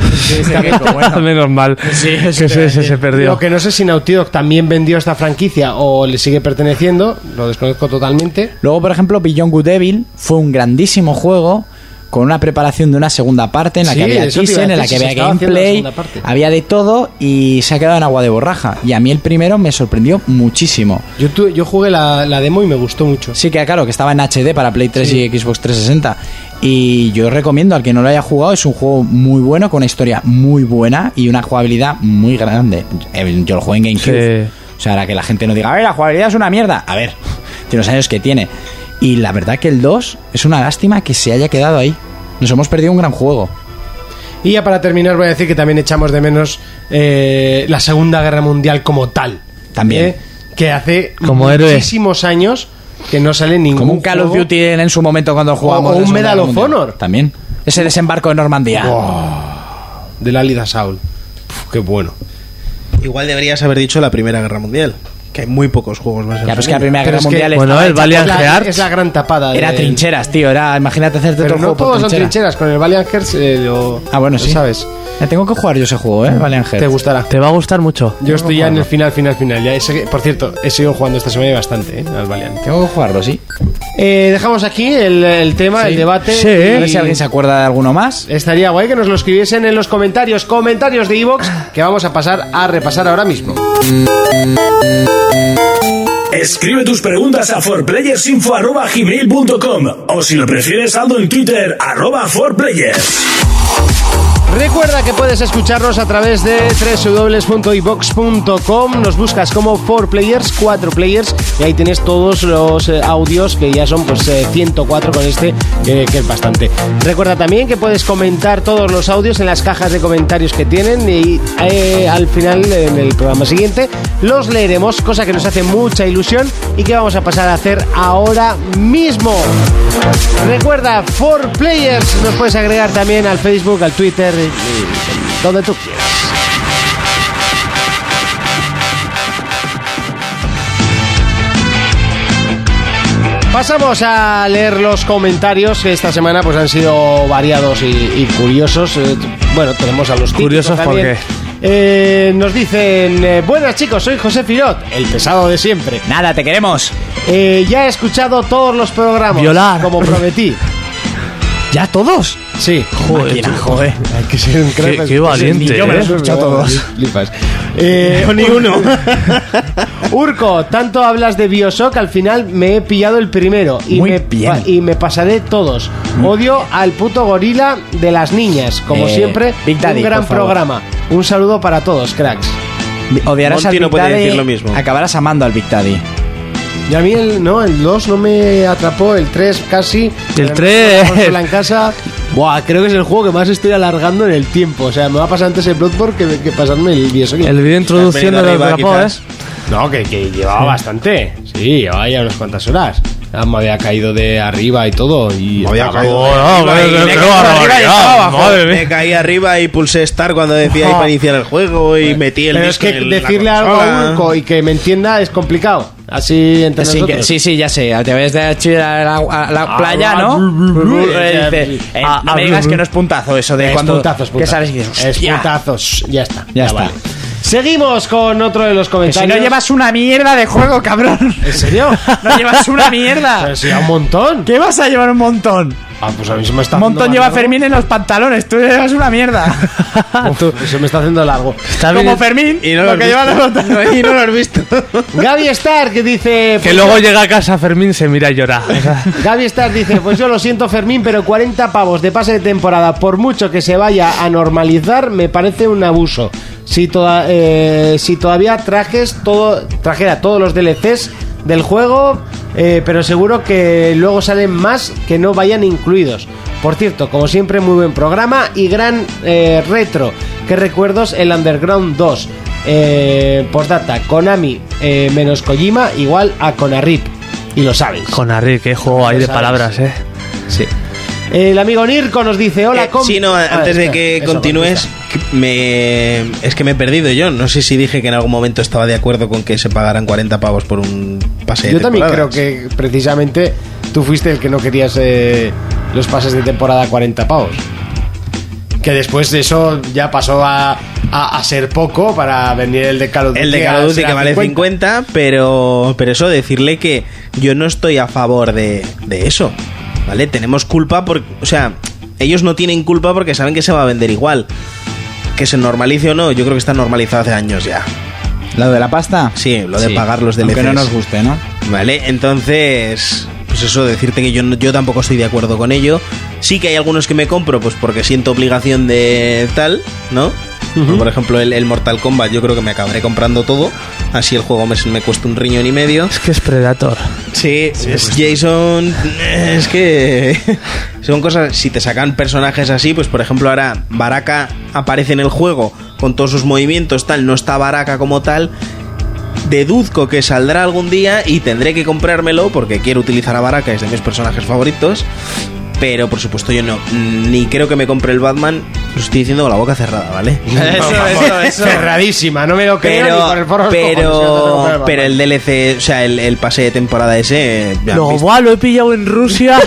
Speaker 2: (laughs)
Speaker 5: Menos mal. que ese, ese se perdió.
Speaker 2: Lo que no sé si Naughty Dog también vendió esta franquicia o le sigue perteneciendo, lo desconozco totalmente.
Speaker 4: Luego, por ejemplo, Beyond Good Evil fue un grandísimo juego con una preparación de una segunda parte en la
Speaker 2: Sí,
Speaker 4: que había
Speaker 2: eso te iba a
Speaker 4: teaser, en la que
Speaker 2: decir, si se
Speaker 4: había
Speaker 2: estaba haciendo la
Speaker 4: gameplay,
Speaker 2: segunda parte.
Speaker 4: había de todo y se ha quedado en agua de borraja. Y a mí el primero me sorprendió muchísimo.
Speaker 2: Yo, tuve- yo jugué la, la demo y me gustó mucho.
Speaker 4: Sí que claro, que estaba en HD para Play 3
Speaker 2: Sí.
Speaker 4: y Xbox 360. Y yo recomiendo al que no lo haya jugado, es un juego muy bueno, con una historia muy buena y una jugabilidad muy grande. Eh, Yo lo jugué en GameCube.
Speaker 5: Sí.
Speaker 4: O sea, ahora que la gente no diga, a ver, la jugabilidad es una mierda. A ver, (laughs) tiene los años que tiene. Y la verdad que el 2 es una lástima que se haya quedado ahí. Nos hemos perdido un gran juego.
Speaker 2: Y ya para terminar voy a decir que también echamos de menos eh, la Segunda Guerra Mundial como tal.
Speaker 4: También.
Speaker 2: ¿eh? Que hace
Speaker 5: Como héroe.
Speaker 2: muchísimos años que no sale ningún
Speaker 4: Como un Call of
Speaker 2: juego.
Speaker 4: Duty en su momento cuando jugamos.
Speaker 2: o
Speaker 4: la
Speaker 2: un
Speaker 4: Segunda
Speaker 2: Medal
Speaker 4: Guerra
Speaker 2: of
Speaker 4: Mundial.
Speaker 2: Honor.
Speaker 4: También. Ese desembarco de Normandía.
Speaker 2: de la Lida Saul. Puf, qué bueno.
Speaker 6: Igual deberías haber dicho la Primera Guerra Mundial. Que hay muy pocos juegos más.
Speaker 4: Ya, pues que la Primera Guerra
Speaker 2: Pero es que-
Speaker 4: Mundial
Speaker 5: Bueno,
Speaker 4: estaba
Speaker 5: el
Speaker 4: hecha
Speaker 5: Valiant
Speaker 2: La-
Speaker 5: Hearts.
Speaker 2: es la gran tapada.
Speaker 4: Era
Speaker 2: del-
Speaker 4: trincheras, tío. Era, imagínate hacerte
Speaker 2: Pero
Speaker 4: todo el
Speaker 2: no
Speaker 4: juego por
Speaker 2: todos son
Speaker 4: trinchera.
Speaker 2: trincheras. Con el Valiant Hearts eh, lo-
Speaker 4: Ah, bueno,
Speaker 2: lo
Speaker 4: sí.
Speaker 2: sabes. Mm.
Speaker 4: Ya tengo que jugar yo ese juego, ¿eh? Valiant Hearts.
Speaker 2: Te gustará.
Speaker 5: Te va a gustar mucho.
Speaker 2: Yo estoy ya en el final, final, final. Ya ese- por cierto, he seguido jugando esta semana y bastante eh, al Valiant.
Speaker 4: Tengo que jugarlo, sí.
Speaker 2: Eh, dejamos aquí el, el tema, el debate.
Speaker 4: Sí. A ver
Speaker 2: y
Speaker 4: si alguien se acuerda de alguno más.
Speaker 2: Estaría guay que nos lo escribiesen en los comentarios, comentarios de Evox, que vamos a pasar a repasar ahora mismo.
Speaker 1: Escribe tus preguntas a forplayersinfo.com o si lo prefieres, saldo en Twitter, arroba forplayers.
Speaker 2: Recuerda que puedes escucharnos a través de www.ibox.com. Nos buscas como 4players, 4players, y ahí tienes todos los eh, audios que ya son pues eh, 104 con este, eh, que es bastante. Recuerda también que puedes comentar todos los audios en las cajas de comentarios que tienen y eh, al final, en el programa siguiente, los leeremos, cosa que nos hace mucha ilusión y que vamos a pasar a hacer ahora mismo. Recuerda, 4 Players, nos puedes agregar también al Facebook, al Twitter, y- y- donde tú quieras. Pasamos a leer los comentarios que esta semana pues han sido variados y, y curiosos. Eh, t- Bueno, tenemos a los típicos
Speaker 5: Curiosos, ¿por
Speaker 2: también.
Speaker 5: qué?
Speaker 2: Eh, nos dicen, eh, buenas chicos, soy José Firot, el pesado de siempre.
Speaker 4: Nada, te queremos.
Speaker 2: Eh, ya he escuchado todos los programas.
Speaker 5: Violar.
Speaker 2: Como
Speaker 5: (laughs)
Speaker 2: prometí.
Speaker 4: ¿Ya todos?
Speaker 2: Sí.
Speaker 5: Joder,
Speaker 4: Máquina, joder.
Speaker 2: Hay que ser un
Speaker 5: Qué- qué valiente,
Speaker 4: Yo me lo he
Speaker 5: ¿eh?
Speaker 4: escuchado todos.
Speaker 2: Flipas. Eh,
Speaker 6: ni uno.
Speaker 2: (laughs) Urco, tanto hablas de Bioshock, al final me he pillado el primero. Y,
Speaker 4: Muy
Speaker 2: me,
Speaker 4: bien.
Speaker 2: pa- y me pasaré todos. Odio al puto gorila de las niñas. Como
Speaker 4: Eh,
Speaker 2: siempre,
Speaker 4: Big Daddy,
Speaker 2: un gran
Speaker 4: por favor.
Speaker 2: programa. Un saludo para todos, cracks.
Speaker 4: Odiarás
Speaker 6: Monty
Speaker 4: al
Speaker 6: no
Speaker 4: Big
Speaker 6: puede
Speaker 4: Daddy,
Speaker 6: decir lo mismo.
Speaker 4: Acabarás amando al Big Daddy.
Speaker 2: Y a mí el, no, el 2 no me atrapó, el 3 casi.
Speaker 5: El
Speaker 2: Pero (laughs)
Speaker 5: tres.
Speaker 2: no tengo la consola en casa. Buah, creo que es el juego que más estoy alargando en el tiempo. O sea, me va a pasar antes el Bloodborne que, que pasarme el Bioshock.
Speaker 5: El vídeo introduciendo
Speaker 6: venido
Speaker 5: los ¿eh?
Speaker 6: arriba,
Speaker 5: drapones.
Speaker 2: No, que, que llevaba bastante. Sí, llevaba ya unas cuantas horas. Ah, Me había caído de arriba y todo. Y
Speaker 6: Me había
Speaker 2: estaba-
Speaker 6: caído de
Speaker 5: Oh,
Speaker 6: arriba
Speaker 5: qué-
Speaker 6: y-
Speaker 5: qué-
Speaker 6: me
Speaker 5: qué
Speaker 6: caí de arriba y
Speaker 5: barbaridad,
Speaker 6: estaba abajo.
Speaker 5: madre mía.
Speaker 6: Me caí arriba y pulsé Start cuando decía ahí para iniciar el juego y metí el
Speaker 2: Pero es
Speaker 6: disco
Speaker 2: que
Speaker 6: en la
Speaker 2: decirle algo
Speaker 6: consola.
Speaker 2: a Urco y que me entienda es complicado. Así entre
Speaker 4: Sí, que-
Speaker 2: nosotros.
Speaker 4: sí, sí, ya sé. Te ves de chill a la, a
Speaker 2: Ah,
Speaker 4: la playa, ¿no?
Speaker 2: blu, blu, blu.
Speaker 4: Eh, dice,
Speaker 2: Sí.
Speaker 4: eh,
Speaker 5: Ah,
Speaker 4: no
Speaker 5: ah,
Speaker 4: me
Speaker 5: blu,
Speaker 4: digas
Speaker 5: blu.
Speaker 4: que no es puntazo eso de
Speaker 2: Es
Speaker 4: cuando...
Speaker 2: puntazo, es
Speaker 4: Que
Speaker 2: puntazo.
Speaker 4: sales y dices,
Speaker 2: Es
Speaker 4: "Hostia".
Speaker 2: puntazo, shh, Ya está.
Speaker 4: Ya está.
Speaker 2: Seguimos con otro de los
Speaker 4: Que
Speaker 2: comentarios.
Speaker 4: si no llevas una mierda de juego, cabrón.
Speaker 2: ¿En serio?
Speaker 4: (laughs) No llevas una mierda.
Speaker 2: (laughs) Pero si a un montón.
Speaker 4: ¿Qué vas a llevar un montón?
Speaker 2: Ah, pues a mí se me está
Speaker 4: Un montón lleva
Speaker 2: haciendo más
Speaker 4: Fermín en los pantalones. Tú eres una mierda.
Speaker 2: largo. Uf, se me está haciendo largo.
Speaker 4: Como Fermín,
Speaker 6: Y no lo
Speaker 4: lo
Speaker 6: has
Speaker 4: que lleva en los pantalones.
Speaker 6: (laughs) Y no lo has visto.
Speaker 2: Gaby Star que dice.
Speaker 5: Que
Speaker 2: pues,
Speaker 5: luego llega a casa Fermín se mira y (laughs) llora.
Speaker 2: (laughs) Gaby Star dice, pues yo lo siento Fermín, pero 40 pavos de pase de temporada, por mucho que se vaya a normalizar, me parece un abuso. Si, toda- eh, si todavía trajes todo, trajera todos los DLCs del juego, eh, pero seguro que luego salen más que no vayan incluidos. Por cierto, como siempre, muy buen programa y gran eh, retro. Qué recuerdos el Underground 2. Eh, postdata, Konami eh, menos Kojima igual a Konarip. Y lo sabes.
Speaker 5: Con Arri, qué juego hay de
Speaker 2: sabes.
Speaker 5: palabras, eh.
Speaker 2: Sí. El amigo Nirko nos dice, hola,
Speaker 6: Eh,
Speaker 2: compi.
Speaker 6: sí, no,
Speaker 2: Ah,
Speaker 6: antes de
Speaker 2: espera,
Speaker 6: que
Speaker 2: eso,
Speaker 6: continúes, que me, es que me he perdido yo. No sé si dije que en algún momento estaba de acuerdo con que se pagaran 40 pavos por un pase de
Speaker 2: Yo también creo
Speaker 6: temporada.
Speaker 2: que precisamente tú fuiste el que no querías eh, los pases de temporada a 40 pavos. Que después de eso ya pasó a, a- a ser poco para venir el de Call of
Speaker 6: El de
Speaker 2: Duty a
Speaker 6: Call of Duty
Speaker 2: ser a
Speaker 6: que vale 50, pero, pero eso, decirle que yo no estoy a favor de, de eso. ¿Vale? Tenemos culpa por. O sea, ellos no tienen culpa porque saben que se va a vender igual. Que se normalice o no, yo creo que está normalizado hace años ya.
Speaker 4: ¿Lo de la pasta?
Speaker 6: Sí, lo de pagar los
Speaker 4: Aunque no
Speaker 6: DLCs.
Speaker 4: nos guste, ¿no?
Speaker 6: Vale, entonces, pues eso, decirte que yo, no- yo tampoco estoy de acuerdo con ello. Sí que hay algunos que me compro, pues porque siento obligación de tal, ¿no? Por ejemplo, el, el Mortal Kombat, yo creo que me acabaré comprando todo. Así el juego me, me cuesta un riñón y medio.
Speaker 5: Es que es Predator.
Speaker 6: Sí, es Jason. eh, Es que. (laughs) Son cosas. Si te sacan personajes así, pues por ejemplo, ahora Baraka aparece en el juego con todos sus movimientos, tal. No está Baraka como tal. Deduzco que saldrá algún día y tendré que comprármelo porque quiero utilizar a Baraka, es de mis personajes favoritos. Pero por supuesto, yo no. Ni creo que me compre el Batman. Lo estoy diciendo con la boca cerrada, ¿vale?
Speaker 2: Eso, eso, eso. Cerradísima, Ah, no me lo creo ni por el forro
Speaker 6: Pero,
Speaker 2: de los cojones,
Speaker 6: pero,
Speaker 2: no te
Speaker 6: pero
Speaker 2: lo
Speaker 6: el DLC, o sea, el, el pase de temporada ese. eh, ya han
Speaker 5: No,
Speaker 6: visto.
Speaker 5: guau, lo he pillado en Rusia.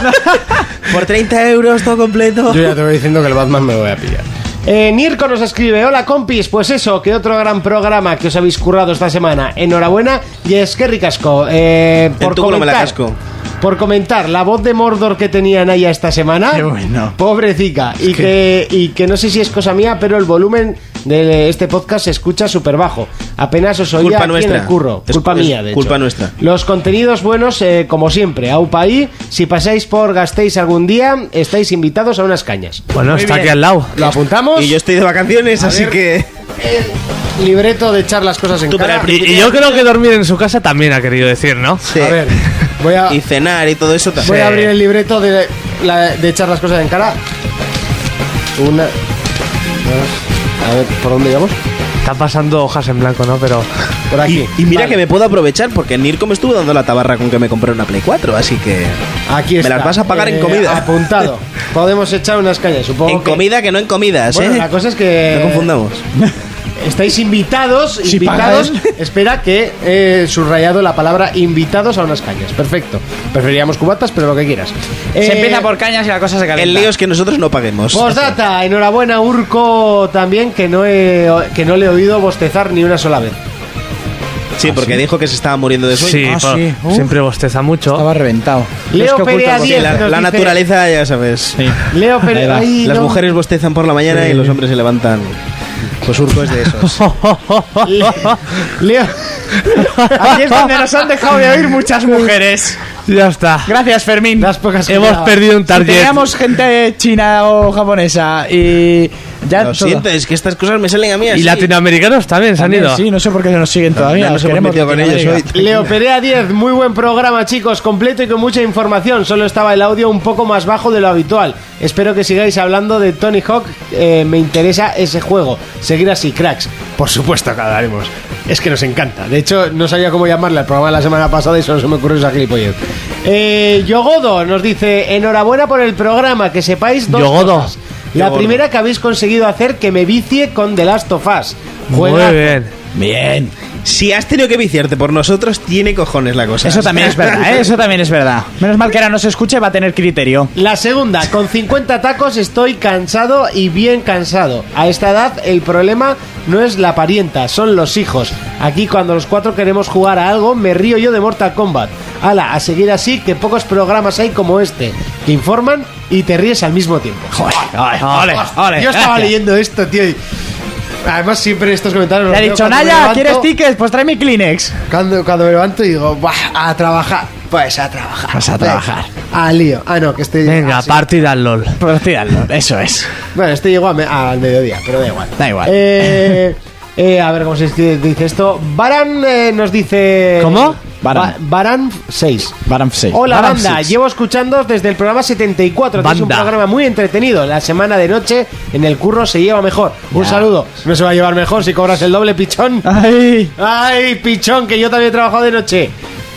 Speaker 2: (laughs)
Speaker 6: Por 30 euros todo completo.
Speaker 2: Yo ya te voy diciendo que el Batman me lo voy a pillar. Eh, Nirko nos escribe, hola compis, pues eso, que otro gran programa que os habéis currado esta semana. Enhorabuena y es que ricasco. Eh, por
Speaker 6: tú no me la casco.
Speaker 2: Por comentar, la voz de Mordor que tenía Naya esta semana.
Speaker 4: Qué bueno.
Speaker 2: Pobrecita. Y que... y que no sé si es cosa mía, pero el volumen de este podcast se escucha súper bajo. Apenas os oía
Speaker 6: Culpa
Speaker 2: aquí en el
Speaker 6: nuestra.
Speaker 2: curro.
Speaker 6: Es-
Speaker 2: culpa
Speaker 6: es
Speaker 2: mía, de hecho.
Speaker 6: culpa nuestra.
Speaker 2: Los contenidos buenos, eh, como siempre, aupaí. Si pasáis por Gastéis algún día, estáis invitados a unas cañas.
Speaker 5: bueno, está aquí al lado.
Speaker 2: Lo apuntamos.
Speaker 6: Y yo estoy de vacaciones, así
Speaker 2: ver.
Speaker 6: que.
Speaker 2: Libreto de echar las cosas en
Speaker 6: Tú,
Speaker 2: cara.
Speaker 6: pero el
Speaker 5: Y, y yo creo que dormir en su casa también ha querido decir, ¿no?
Speaker 2: A ver, voy a,
Speaker 6: (laughs) Y cenar y todo eso
Speaker 2: voy
Speaker 6: también.
Speaker 2: a abrir el libreto de, la- de echar las cosas en cara. Una. dos, A ver, ¿por dónde íbamos?
Speaker 5: Está pasando hojas en blanco, ¿no? Pero.
Speaker 2: Por aquí.
Speaker 6: Y mira
Speaker 2: Vale.
Speaker 6: que me puedo aprovechar porque Nirko me estuvo dando la tabarra con que me compré una Play 4, así que.
Speaker 2: Aquí
Speaker 6: me
Speaker 2: está.
Speaker 6: las vas a pagar en
Speaker 2: Eh,
Speaker 6: comida. (laughs)
Speaker 2: Apuntado. Podemos echar unas cañas, supongo.
Speaker 6: En
Speaker 2: que-
Speaker 6: comida que no en comidas,
Speaker 2: Bueno,
Speaker 6: ¿eh?
Speaker 2: la cosa es que.
Speaker 6: No confundamos.
Speaker 2: Estáis invitados,
Speaker 4: Si
Speaker 2: invitados.
Speaker 4: pagas.
Speaker 2: Espera que he subrayado la palabra invitados a unas cañas. Perfecto. Preferiríamos cubatas, pero lo que quieras. Eh, Pues
Speaker 4: Se empieza por cañas y la cosa se calienta.
Speaker 6: El lío es que nosotros no paguemos.
Speaker 2: Postdata, enhorabuena Urco también, que no, he, que no le he oído bostezar ni una sola vez.
Speaker 6: Eh, Sí, porque dijo que se estaba muriendo de
Speaker 5: Sí,
Speaker 6: sueño.
Speaker 4: Ah,
Speaker 5: por-
Speaker 4: sí. Uh.
Speaker 5: siempre bosteza mucho.
Speaker 4: Estaba reventado.
Speaker 2: Leo
Speaker 4: ocultan
Speaker 2: Perea
Speaker 4: cosas.
Speaker 6: Sí,
Speaker 2: 10
Speaker 6: la,
Speaker 2: nos
Speaker 6: la
Speaker 2: dice-
Speaker 6: naturaleza, ya sabes.
Speaker 2: Leo
Speaker 4: Ahí
Speaker 2: Perea.
Speaker 4: va.
Speaker 2: Ay,
Speaker 6: Las
Speaker 2: no.
Speaker 6: mujeres bostezan por la mañana y los hombres se levantan. Pues Urco es de esos.
Speaker 2: Leo.
Speaker 11: Aquí es donde nos han dejado de oír muchas mujeres.
Speaker 5: Ya está.
Speaker 4: Gracias, Fermín.
Speaker 2: Las pocas que
Speaker 5: Hemos
Speaker 2: quedaban.
Speaker 5: perdido un
Speaker 4: Si
Speaker 5: target.
Speaker 4: teníamos gente china o japonesa y. Ya
Speaker 6: Lo
Speaker 4: todo.
Speaker 6: siento, es que estas cosas me salen a mí así.
Speaker 5: Y latinoamericanos también se han
Speaker 4: También,
Speaker 5: ido.
Speaker 4: Sí, no sé por qué nos siguen todavía.
Speaker 6: No
Speaker 4: nos
Speaker 6: nos hemos
Speaker 4: queremos
Speaker 6: metido con ellos
Speaker 4: Latinoamérica.
Speaker 6: hoy.
Speaker 2: Leo Perea 10, muy buen programa chicos, completo y con mucha información, solo estaba el audio un poco más bajo de lo habitual. Espero que sigáis hablando de Tony Hawk, Eh, me interesa ese juego, seguir así, cracks. Por supuesto que hablaremos, es que nos encanta. De hecho, no sabía cómo llamarle al programa de la semana pasada y solo se me ocurrió esa gilipollez. Eh, Yogodo nos dice, enhorabuena por el programa, que sepáis dos
Speaker 5: Yogodo.
Speaker 2: cosas. La
Speaker 6: Yogodo.
Speaker 2: primera que habéis conseguido hacer que me vicie con The Last of Us. Juegazo.
Speaker 5: Muy bien.
Speaker 4: Bien.
Speaker 6: Si has tenido que viciarte por nosotros, tiene cojones la cosa.
Speaker 4: Eso también es verdad,
Speaker 6: (laughs)
Speaker 4: ¿eh? Eso también es verdad. Menos mal que ahora no se escucha y va a tener criterio.
Speaker 2: La segunda, con 50 tacos estoy cansado y bien cansado. A esta edad el problema no es la parienta, son los hijos. Aquí cuando los cuatro queremos jugar a algo me río yo de Mortal Kombat. Ala, a seguir así que pocos programas hay como este, que informan y te ríes al mismo tiempo. (laughs)
Speaker 4: Ole, ole.
Speaker 2: yo estaba
Speaker 4: gracias.
Speaker 2: leyendo esto, tío. y- Además siempre en estos comentarios...
Speaker 4: Le
Speaker 2: los
Speaker 4: ha
Speaker 2: leo
Speaker 4: dicho,
Speaker 2: cuando me
Speaker 4: Naya,
Speaker 2: levanto,
Speaker 4: ¿quieres tickets? Pues tráeme Kleenex.
Speaker 2: Cuando, cuando me levanto y digo, "Buah, a trabajar. Pues a trabajar.
Speaker 4: Vas a trabajar.
Speaker 2: Venga, Al lío. Ah, no, que estoy...
Speaker 5: Venga,
Speaker 2: ah, sí.
Speaker 5: partida al LOL.
Speaker 4: Pues tíralo, eso es.
Speaker 2: Bueno, este llegó a me- al mediodía, pero da igual.
Speaker 4: Da igual.
Speaker 2: Eh, eh, a ver cómo se escribe- dice esto. Baran eh, nos dice.
Speaker 5: ¿Cómo?
Speaker 4: Baran.
Speaker 2: Ba- Baran 6.
Speaker 4: Baran 6.
Speaker 2: Hola
Speaker 5: Baran
Speaker 2: banda,
Speaker 5: Six.
Speaker 2: llevo escuchándoos desde el programa 74. Es un
Speaker 5: Banda.
Speaker 2: programa muy entretenido. La semana de noche en el curro se lleva mejor. Un
Speaker 4: Ya.
Speaker 2: saludo. No se va a llevar mejor si cobras el doble pichón.
Speaker 4: Ay.
Speaker 2: Ay, pichón, que yo también he trabajado de noche.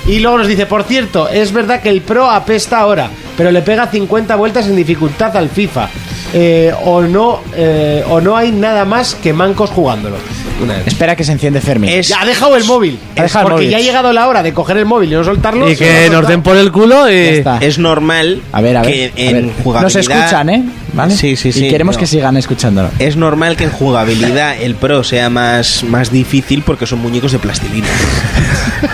Speaker 2: Y luego nos dice, por cierto, es verdad que el pro apesta ahora. pero le pega 50 vueltas en dificultad al FIFA. Eh, o, no, eh, o no hay nada más que mancos jugándolo. Una vez.
Speaker 4: Espera que se enciende Fermín.
Speaker 6: Es-
Speaker 2: Ya ha dejado el móvil.
Speaker 4: Ha dejado el
Speaker 2: porque
Speaker 4: móvil.
Speaker 2: ya ha llegado la hora de coger el móvil y no soltarlo.
Speaker 5: Y
Speaker 2: se lo ha
Speaker 5: que nos
Speaker 2: soltado.
Speaker 5: den por el culo y.
Speaker 4: está.
Speaker 6: Es normal
Speaker 4: A ver, a ver.
Speaker 6: que
Speaker 4: a
Speaker 6: en
Speaker 4: ver.
Speaker 6: jugabilidad...
Speaker 4: Nos escuchan, ¿eh? ¿Vale?
Speaker 6: Sí, sí, sí.
Speaker 4: Y queremos
Speaker 6: No.
Speaker 4: que sigan
Speaker 6: (laughs)
Speaker 4: escuchándolo.
Speaker 6: Es normal que en jugabilidad el pro sea más, más difícil porque son muñecos de plastilina.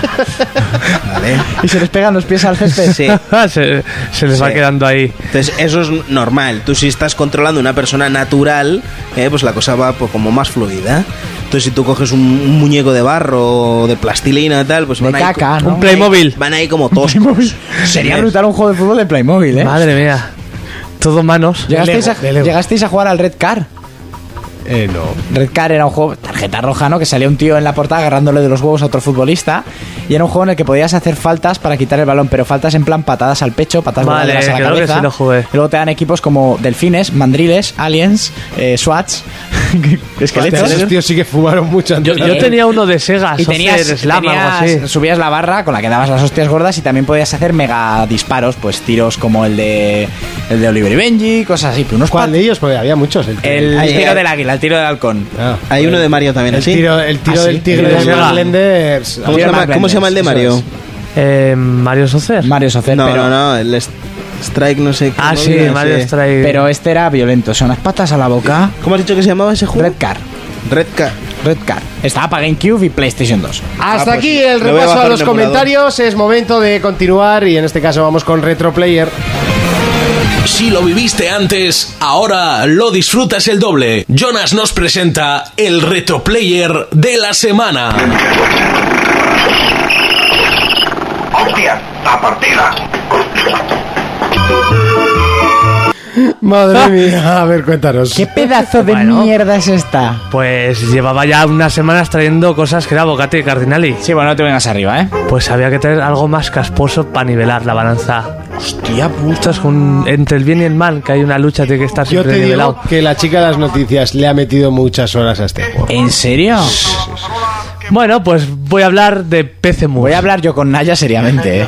Speaker 6: ¿Vale?
Speaker 4: Y se les pegan los pies al césped.
Speaker 6: Sí.
Speaker 5: (laughs) Ah, se, se les va
Speaker 6: Sí.
Speaker 5: quedando ahí.
Speaker 6: Entonces, eso es normal. Tú si estás controlando una persona natural, eh, pues la cosa va pues, como más fluida. Entonces, si tú coges un, un muñeco de barro o de plastilina tal, pues
Speaker 4: De
Speaker 6: van ahí
Speaker 4: caca,
Speaker 6: co-
Speaker 4: ¿no?
Speaker 5: Un Playmobil.
Speaker 6: Van ahí como toscos.
Speaker 4: Playmobil. (laughs) Sería
Speaker 6: ¿Ves?
Speaker 4: brutal un juego de fútbol de Playmobil, ¿eh?
Speaker 5: Madre mía. Todo manos.
Speaker 4: ¿Llegasteis, a, llegasteis a jugar al Red Car?
Speaker 2: Eh, no.
Speaker 4: Red Car era un juego, tarjeta roja, ¿no? Que salía un tío en la portada agarrándole de los huevos a otro futbolista. Y era un juego en el que podías hacer faltas para quitar el balón, pero faltas en plan patadas al pecho, patadas
Speaker 5: Vale,
Speaker 4: voladoras a la
Speaker 5: creo que
Speaker 4: cabeza.
Speaker 5: sí lo jugué.
Speaker 4: Y luego te dan equipos como delfines, mandriles, aliens, eh, (laughs) swats, esqueletos.
Speaker 2: Esos tíos sí que fumaron mucho
Speaker 5: Yo,
Speaker 2: antes.
Speaker 5: yo tenía uno de Sega,
Speaker 4: Y tenías,
Speaker 5: Soccer Slam,
Speaker 4: tenías-
Speaker 5: algo así.
Speaker 4: subías la barra con la que dabas las hostias gordas y también podías hacer mega disparos, pues tiros como el de el de Oliver y Benji, cosas así, pero unos
Speaker 2: ¿Cuál
Speaker 4: pat-
Speaker 2: de ellos? Porque había muchos. El, eh,
Speaker 4: el,
Speaker 6: Ahí,
Speaker 4: tiro
Speaker 6: ahí.
Speaker 4: del águila, el tiro del halcón.
Speaker 2: Ah.
Speaker 6: Hay uno de Mario también
Speaker 2: El
Speaker 6: así.
Speaker 2: tiro, el tiro
Speaker 4: Ah, sí.
Speaker 2: del tigre
Speaker 5: El de
Speaker 2: de
Speaker 5: Sega.
Speaker 2: Marlenders.
Speaker 6: ¿Cómo, se
Speaker 4: Mario
Speaker 6: llama,
Speaker 4: Mark
Speaker 6: cómo se llama el de
Speaker 4: Benders,
Speaker 6: Mario?
Speaker 4: eso
Speaker 5: Eh, Mario Soccer.
Speaker 4: Mario Socer,
Speaker 6: No, no,
Speaker 4: pero,
Speaker 6: no. El est- Strike, no sé.
Speaker 5: ah,
Speaker 6: cómo
Speaker 5: sí,
Speaker 6: era,
Speaker 5: Mario
Speaker 6: sí.
Speaker 5: Strike.
Speaker 4: pero este era violento, son las patas a la boca.
Speaker 6: ¿Cómo has dicho que se llamaba ese juego?
Speaker 4: Red Car,
Speaker 6: Red Car.
Speaker 4: Red Car. Estaba para GameCube y PlayStation 2.
Speaker 2: Hasta
Speaker 6: Ah, pues
Speaker 2: aquí
Speaker 6: sí.
Speaker 2: el
Speaker 6: Lo voy a
Speaker 2: repaso a
Speaker 6: bajar
Speaker 2: los
Speaker 6: en emulador.
Speaker 2: comentarios. Es momento de continuar y en este caso vamos con Retro
Speaker 6: (laughs)
Speaker 2: Player.
Speaker 1: Si lo viviste antes, ahora lo disfrutas el doble. Jonas nos presenta el Retro Player de la semana.
Speaker 9: (laughs) ¡Hostia! ¡La partida!
Speaker 2: Madre mía, a ver, cuéntanos.
Speaker 4: ¿Qué pedazo de
Speaker 5: Bueno.
Speaker 4: mierda es esta?
Speaker 5: Pues llevaba ya unas semanas trayendo cosas que era bocate y cardinali.
Speaker 4: Sí, bueno, no te vengas arriba, ¿eh?
Speaker 5: Pues había que traer algo más casposo para nivelar la balanza.
Speaker 4: Hostia,
Speaker 5: Esto es un- entre el bien y el mal, que hay una lucha, tiene que estar
Speaker 2: Yo
Speaker 5: siempre
Speaker 2: te
Speaker 5: nivelado.
Speaker 2: digo que la chica de las noticias le ha metido muchas horas a este juego.
Speaker 4: ¿En serio?
Speaker 5: Bueno, pues voy a hablar de PC Moon.
Speaker 4: Voy a hablar yo con Naya seriamente, ¿eh?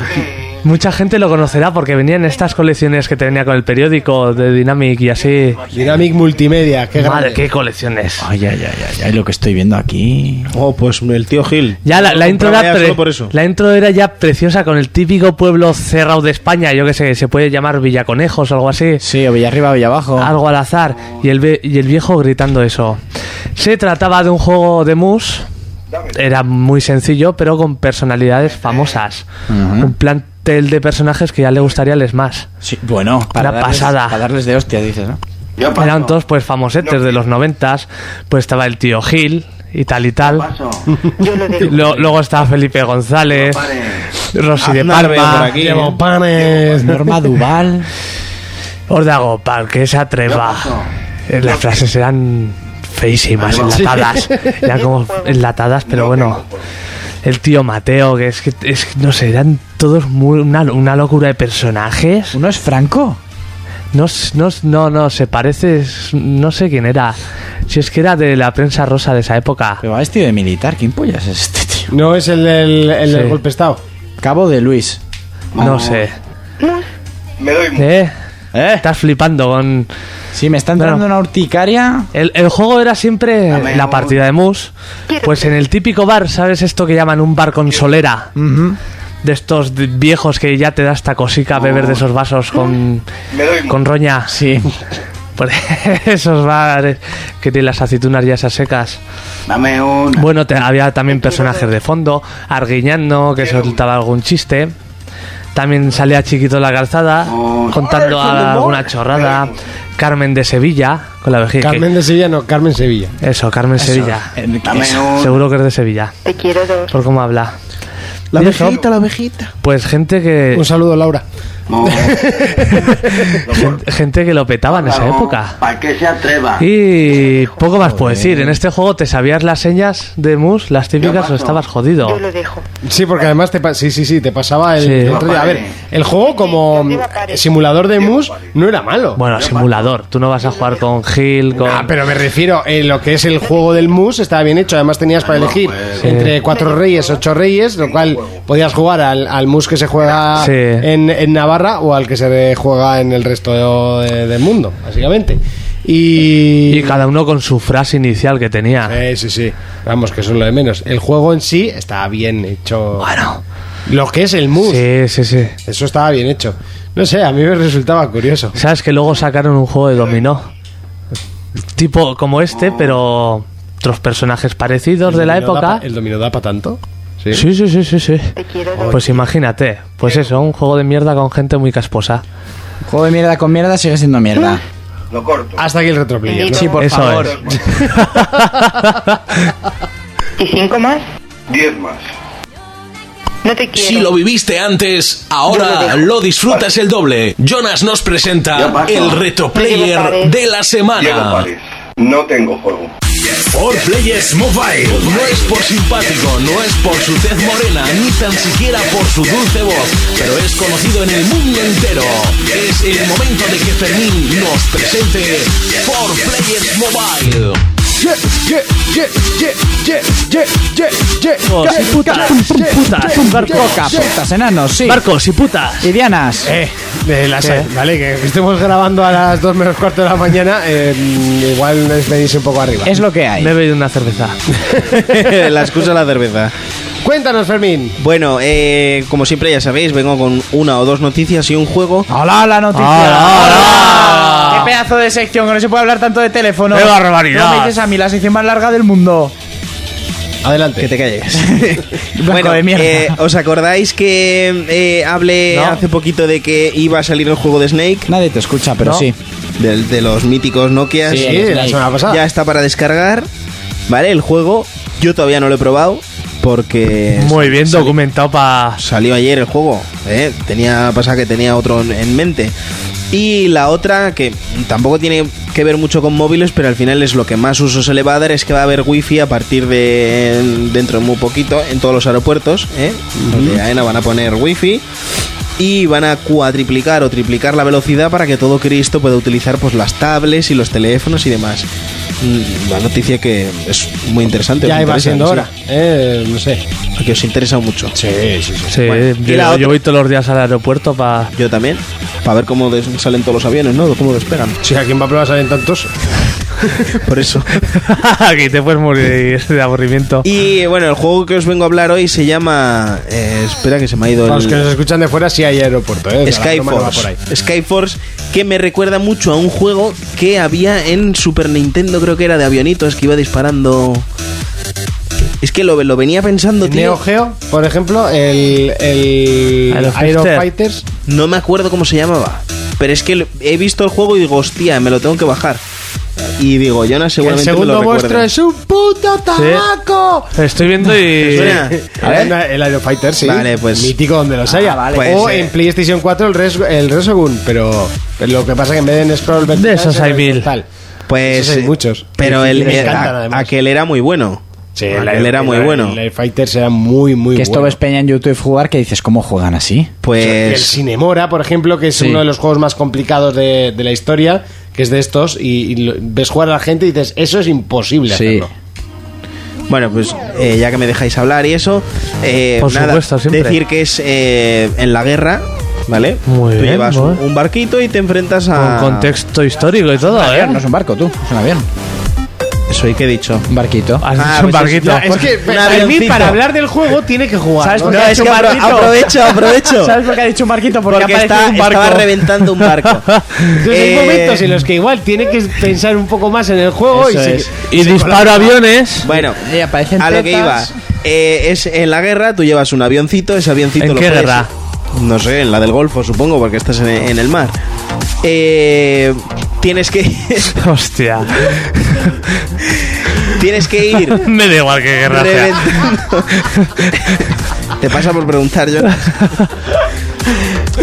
Speaker 5: Mucha gente lo conocerá porque venían estas colecciones que te venía con el periódico de Dynamic y así.
Speaker 2: Dynamic Multimedia, qué grande.
Speaker 5: Madre, qué colecciones.
Speaker 4: Ay, ay, ay, ay, ay, lo que estoy viendo aquí.
Speaker 6: Oh, pues el tío Gil.
Speaker 5: Ya la, la
Speaker 6: Lo
Speaker 5: intro
Speaker 6: compraba
Speaker 5: era
Speaker 6: ya
Speaker 5: pre-
Speaker 6: solo por eso.
Speaker 5: la intro era ya preciosa con el típico pueblo cerrado de España, yo que sé, se puede llamar Villaconejos o algo así.
Speaker 4: Sí, o Villa Arriba, Villa Abajo.
Speaker 5: algo al azar y el, ve- y el viejo gritando eso. Se trataba de un juego de mus, era muy sencillo, pero con personalidades famosas. Un plantel de personajes que ya le gustaría les más.
Speaker 4: Sí, bueno, para
Speaker 5: Una
Speaker 4: darles-
Speaker 5: pasada.
Speaker 4: Para darles de hostia, dices, ¿no?
Speaker 5: Eran todos pues famosetes de los noventas, pues estaba el tío Gil y tal y tal. Lo- luego estaba Felipe González, Rosy de
Speaker 6: Aznar veo por
Speaker 5: Palma,
Speaker 6: aquí.
Speaker 5: Diego Pa-
Speaker 2: Panes.
Speaker 4: Norma Duval.
Speaker 5: Ordago, para que se atreva. Eh, Las frases eran
Speaker 4: (laughs)
Speaker 5: feísimas, enlatadas. Eran como enlatadas, pero bueno. El tío Mateo, que es que, es, que, no sé, eran todos muy, una, una locura de personajes.
Speaker 4: ¿Uno es Franco?
Speaker 5: No, s- no, s- no, no, se parece, s- no sé quién era. Si es que era de la prensa rosa de esa época.
Speaker 4: Pero va vestido de militar. ¿Quién pollas es este tío?
Speaker 2: No es el del, el del
Speaker 5: Sí.
Speaker 2: golpe de estado.
Speaker 4: Cabo de Luis. Oh.
Speaker 5: No sé.
Speaker 9: Me doy
Speaker 5: ¿Eh?
Speaker 4: ¿Eh?
Speaker 5: Estás flipando con...
Speaker 4: Sí, me está entrando
Speaker 5: Bueno.
Speaker 4: una urticaria.
Speaker 5: El, el juego era siempre la partida de mus. Pues en el típico bar, ¿sabes esto que llaman un bar con solera? De estos de- viejos que ya te da esta cosica beber de esos vasos con, con roña.
Speaker 4: Sí.
Speaker 5: Por (laughs) esos bares que tienen las aceitunas ya esas secas.
Speaker 9: Dame un...
Speaker 5: Bueno, te- había también personajes de fondo. Arguiñando, que soltaba algún chiste. También salía Chiquito la calzada, contando alguna chorrada. Carmen de Sevilla, con la vejiga. que-
Speaker 2: Carmen de Sevilla, no, Carmen Sevilla.
Speaker 5: Eso, Carmen Sevilla.
Speaker 4: En- es-
Speaker 5: Seguro que es de Sevilla. Te quiero dos. Por cómo habla.
Speaker 6: La
Speaker 5: Y eso,
Speaker 6: abejita, la
Speaker 5: (laughs)
Speaker 6: abejita.
Speaker 5: Pues gente que
Speaker 2: Un saludo, Laura.
Speaker 5: gen- gente que lo petaba en esa época.
Speaker 9: Para que se atreva.
Speaker 5: Y poco más puedo decir. En este juego te sabías las señas de mus, las típicas o estabas jodido.
Speaker 8: (laughs)
Speaker 2: Sí, porque además te pa- sí, sí, sí, te pasaba el,
Speaker 5: Sí.
Speaker 2: el otro día. A ver, el juego como eh, simulador de mus no era malo.
Speaker 5: Bueno, simulador. Tú no vas a jugar con Gil, con.
Speaker 2: Ah, pero me refiero, eh, lo que es el juego del mus estaba bien hecho. Además tenías para elegir entre cuatro reyes, ocho reyes, lo cual podías jugar al, al mus que se juega
Speaker 5: Sí.
Speaker 2: en, en Navarra o al que se ve juega en el resto de- del mundo, básicamente. Y...
Speaker 5: Y cada uno con su frase inicial que tenía.
Speaker 2: Eh, sí, sí. Vamos, que eso es lo de menos. El juego en sí está bien hecho.
Speaker 5: Bueno.
Speaker 2: Lo que es el mood.
Speaker 5: Sí, sí, sí.
Speaker 2: Eso estaba bien hecho. No sé, a mí me
Speaker 5: (laughs)
Speaker 2: resultaba curioso.
Speaker 5: ¿Sabes que luego sacaron un juego de dominó? Tipo como este, pero otros personajes parecidos de la
Speaker 2: dominó da
Speaker 5: época.
Speaker 2: pa- ¿El dominó da para tanto? Sí.
Speaker 5: Sí, sí, sí, sí, sí. Pues imagínate, pues eso, un juego de mierda con gente muy casposa.
Speaker 4: Juego de mierda con mierda sigue siendo mierda.
Speaker 2: Hasta aquí el retroplayer. ¿no?
Speaker 4: Sí, por
Speaker 5: Eso
Speaker 4: favor.
Speaker 5: es.
Speaker 12: ¿Y cinco más?
Speaker 10: Diez más.
Speaker 12: No te quiero.
Speaker 1: Si lo viviste antes, ahora lo disfrutas el doble. Jonas nos presenta el reto player de la semana.
Speaker 10: No tengo juego.
Speaker 1: All Players Mobile. No es por simpático, no es por su tez morena, ni tan siquiera por su dulce voz, pero es conocido en el mundo entero. Es el momento de que Fermín nos presente For Players Mobile.
Speaker 5: Putas y putas, putas,
Speaker 4: Coca, putas, enanos, sí.
Speaker 5: Marcos y putas.
Speaker 4: Y dianas.
Speaker 2: Eh, de las- vale, que estemos grabando a las 2 menos cuarto de la mañana, eh, igual les venís un poco arriba.
Speaker 4: Es lo que hay.
Speaker 5: Me he bebido una
Speaker 2: (laughs)
Speaker 5: cerveza.
Speaker 6: (laughs) la excusa es la cerveza.
Speaker 2: Cuéntanos, Fermín.
Speaker 6: Bueno, eh, como siempre ya sabéis, vengo con una o dos noticias y un juego.
Speaker 4: ¡Hola, la noticia!
Speaker 5: ¡Hala,
Speaker 4: (laughs)
Speaker 5: hala!
Speaker 4: ¡Qué pedazo de sección! Que no se puede hablar tanto de teléfono.
Speaker 5: ¡Qué barbaridad!
Speaker 4: No me dices a mí la sección más larga del mundo.
Speaker 2: Adelante.
Speaker 6: Que te (laughs) calles.
Speaker 4: Blanco de mierda.
Speaker 6: eh, ¿os acordáis que eh, hablé
Speaker 5: No.
Speaker 6: hace poquito de que iba a salir el juego de Snake?
Speaker 4: Nadie te escucha, pero
Speaker 5: No.
Speaker 4: sí.
Speaker 6: Del- De, los míticos Nokia.
Speaker 4: Sí,
Speaker 2: Sí, la semana pasada.
Speaker 6: Ya está para descargar. Vale, el juego. Yo todavía no lo he probado porque
Speaker 5: Muy bien documentado para...
Speaker 6: salió ayer el juego. ¿eh? Tenía pasa que tenía otro en- en mente. Y la otra, que tampoco tiene que ver mucho con móviles, pero al final es lo que más uso se le va a dar, es que va a haber wifi a partir de dentro de muy poquito en todos los aeropuertos. ¿eh? Los de AENA van a poner wifi. Y van a cuadriplicar o triplicar la velocidad para que todo Cristo pueda utilizar pues las tablets y los teléfonos y demás. Mm, Una noticia que es muy interesante.
Speaker 2: Ya
Speaker 6: muy
Speaker 2: iba siendo hora.
Speaker 6: interesante,
Speaker 2: Eh, no sé.
Speaker 6: sí, Que os interesa mucho.
Speaker 2: Sí, sí, sí.
Speaker 5: Sí,
Speaker 6: Bueno, y
Speaker 5: yo,
Speaker 6: la otra-
Speaker 5: yo voy todos los días al aeropuerto para...
Speaker 6: Yo también. Para ver cómo des- salen todos los aviones, ¿no? Cómo despegan.
Speaker 2: Si a quién va a probar salen tantos.
Speaker 6: (laughs) Por eso.
Speaker 5: (laughs) Aquí te puedes morir de aburrimiento.
Speaker 6: Y bueno, el juego que os vengo a hablar hoy se llama. eh, espera que se me ha ido
Speaker 2: Para los que nos
Speaker 6: el.
Speaker 2: escuchan de fuera, sí hay aeropuerto. Eh, O sea, la broma no va por ahí.
Speaker 6: Skyforce. Skyforce, que me recuerda mucho a un juego que había en Super Nintendo, creo que era de avionitos, que iba disparando. Es que lo, lo venía pensando,
Speaker 2: Neo
Speaker 6: tío.
Speaker 2: Geo, por ejemplo, el, el
Speaker 5: Aerofighter.
Speaker 2: Aero Fighters.
Speaker 6: No me acuerdo cómo se llamaba. Pero es que lo- he visto el juego y digo, hostia, me lo tengo que bajar. Y digo, Jonas
Speaker 2: El
Speaker 6: seguramente me
Speaker 2: segundo
Speaker 6: lo
Speaker 2: vuestro
Speaker 6: recuerde.
Speaker 2: es un puto tabaco.
Speaker 5: Estoy viendo y...
Speaker 6: Suena.
Speaker 2: (laughs) A ver, el Aero Fighter, sí.
Speaker 6: Vale, pues-
Speaker 2: Mítico donde los haya.
Speaker 6: Pues,
Speaker 2: o
Speaker 6: eh,
Speaker 2: en PlayStation 4 el, Res, el Resogun, pero lo que pasa que en vez de en scroll vertical,
Speaker 5: De esos
Speaker 2: es
Speaker 5: hay
Speaker 2: en
Speaker 5: mil.
Speaker 2: horizontal.
Speaker 6: Pues
Speaker 2: Esos hay
Speaker 6: eh,
Speaker 2: muchos.
Speaker 6: Pero
Speaker 2: Y- y
Speaker 6: el,
Speaker 2: me
Speaker 6: eh,
Speaker 2: encantan,
Speaker 6: a-
Speaker 2: además.
Speaker 6: aquel era muy bueno.
Speaker 2: Sí,
Speaker 6: aquel
Speaker 2: Aero-
Speaker 6: era muy
Speaker 2: Aero-
Speaker 6: bueno.
Speaker 2: El Aero Fighters era muy, muy
Speaker 4: que
Speaker 2: bueno.
Speaker 4: esto ves Peña en YouTube jugar que dices, ¿cómo juegan así?
Speaker 2: Y el
Speaker 6: Pues
Speaker 2: Cinemora, por ejemplo, que es
Speaker 4: Sí.
Speaker 2: uno de los juegos más complicados de, de la historia, que es de estos, y, y lo- ves jugar a la gente y dices, eso es imposible
Speaker 4: Sí.
Speaker 2: hacerlo.
Speaker 6: bueno, pues eh, ya que me dejáis hablar y eso, eh,
Speaker 5: Por
Speaker 6: nada,
Speaker 5: supuesto, siempre.
Speaker 6: decir que es eh, en la guerra, ¿vale?
Speaker 5: Muy
Speaker 6: Tú
Speaker 5: bien,
Speaker 6: llevas un,
Speaker 5: muy-
Speaker 6: un barquito y te enfrentas a
Speaker 5: Con contexto histórico y todo, ¿eh?
Speaker 4: No es un barco, tú. Es un avión.
Speaker 6: Eso y que he dicho.
Speaker 4: Un barquito.
Speaker 5: Has
Speaker 6: Ah,
Speaker 5: dicho un
Speaker 6: pues
Speaker 5: barquito.
Speaker 6: ya, es
Speaker 2: que
Speaker 6: Un avioncito.
Speaker 2: del juego tiene que jugar.
Speaker 4: ¿Sabes
Speaker 2: ¿no?
Speaker 4: por qué
Speaker 6: No,
Speaker 4: ha
Speaker 6: es
Speaker 4: dicho
Speaker 6: que
Speaker 4: un
Speaker 6: apro-
Speaker 4: barquito?
Speaker 6: aprovecho, aprovecho.
Speaker 4: ¿Sabes por qué ha dicho un barquito? Porque,
Speaker 6: Porque
Speaker 4: aparece
Speaker 6: está-
Speaker 4: un barco.
Speaker 6: estaba reventando un barco.
Speaker 2: Entonces
Speaker 6: Eh,
Speaker 2: hay momentos en los que igual tiene que pensar un poco más en el juego y,
Speaker 4: Eso
Speaker 2: se-
Speaker 4: es.
Speaker 5: Y
Speaker 2: se
Speaker 5: disparo
Speaker 2: coloca-
Speaker 5: aviones.
Speaker 6: Bueno,
Speaker 4: Y aparecen
Speaker 6: a lo que iba.
Speaker 4: tetas.
Speaker 6: Eh, es en la guerra, tú llevas un avioncito, ese avioncito
Speaker 5: ¿En
Speaker 6: lo
Speaker 5: qué
Speaker 6: puedes-
Speaker 5: guerra?
Speaker 6: No sé, en la del Golfo, supongo, porque estás en, en el mar. Eh, tienes que
Speaker 5: (laughs) Hostia.
Speaker 6: tienes que (laughs) ir
Speaker 5: (laughs) Me da igual que guerra sea.
Speaker 6: reventando. Te pasa por preguntar, yo.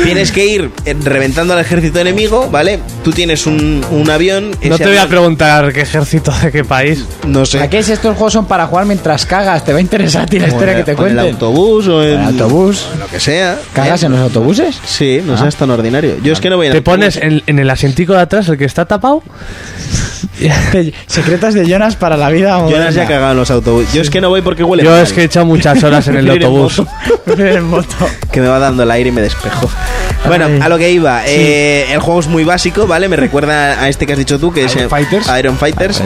Speaker 6: Tienes que ir eh, reventando al ejército enemigo, ¿vale? Tú tienes un, un avión.
Speaker 5: No
Speaker 6: ese
Speaker 5: te voy a
Speaker 6: avión-
Speaker 5: preguntar qué ejército de qué país.
Speaker 6: No sé.
Speaker 4: ¿A qué si estos juegos son para jugar mientras cagas? Te va a interesar a ti la historia que te
Speaker 6: O en el
Speaker 4: cuenten.
Speaker 6: autobús o en
Speaker 4: En el autobús.
Speaker 6: Lo que sea.
Speaker 4: ¿Cagas
Speaker 6: ¿eh?
Speaker 4: en los autobuses?
Speaker 6: Sí, no seas tan ordinario. Yo es que no voy a.
Speaker 5: Te pones en, en el asientico de atrás, el que
Speaker 4: (laughs)
Speaker 5: está tapado.
Speaker 4: Te- Secretas de Jonas para la vida
Speaker 5: Ah,
Speaker 6: Yo
Speaker 4: moderna.
Speaker 6: las ya he cagado en los autobuses. Yo es que no voy porque huele
Speaker 5: Yo
Speaker 6: mal. (laughs)
Speaker 5: es que he echado muchas horas en el
Speaker 6: Prefiero ir en
Speaker 5: autobús.
Speaker 6: moto, que me va dando el aire y me espejo. Bueno, a lo que iba. eh, el juego es muy básico, ¿vale? Me recuerda a este que has dicho tú, que es eh,
Speaker 4: Fighters.
Speaker 6: Iron Fighters.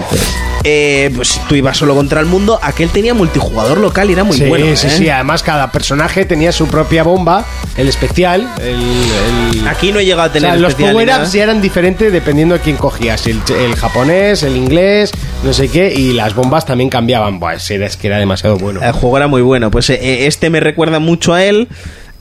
Speaker 6: Eh, pues tú ibas solo contra el mundo. Aquel tenía multijugador local y era muy
Speaker 2: sí,
Speaker 6: bueno.
Speaker 2: sí,
Speaker 6: ¿eh?
Speaker 2: sí. Además, cada personaje tenía su propia bomba, el especial, el- el-
Speaker 6: Aquí no he llegado a
Speaker 2: O
Speaker 6: tener
Speaker 2: sea, los
Speaker 6: especial ni
Speaker 2: power-ups
Speaker 6: nada.
Speaker 2: ya eran diferentes dependiendo a quién cogías. El, el japonés, el inglés, no sé qué. Y las bombas también cambiaban. Buah, ese era- es que era demasiado bueno.
Speaker 6: El juego era muy bueno. Pues eh, este me recuerda mucho a él.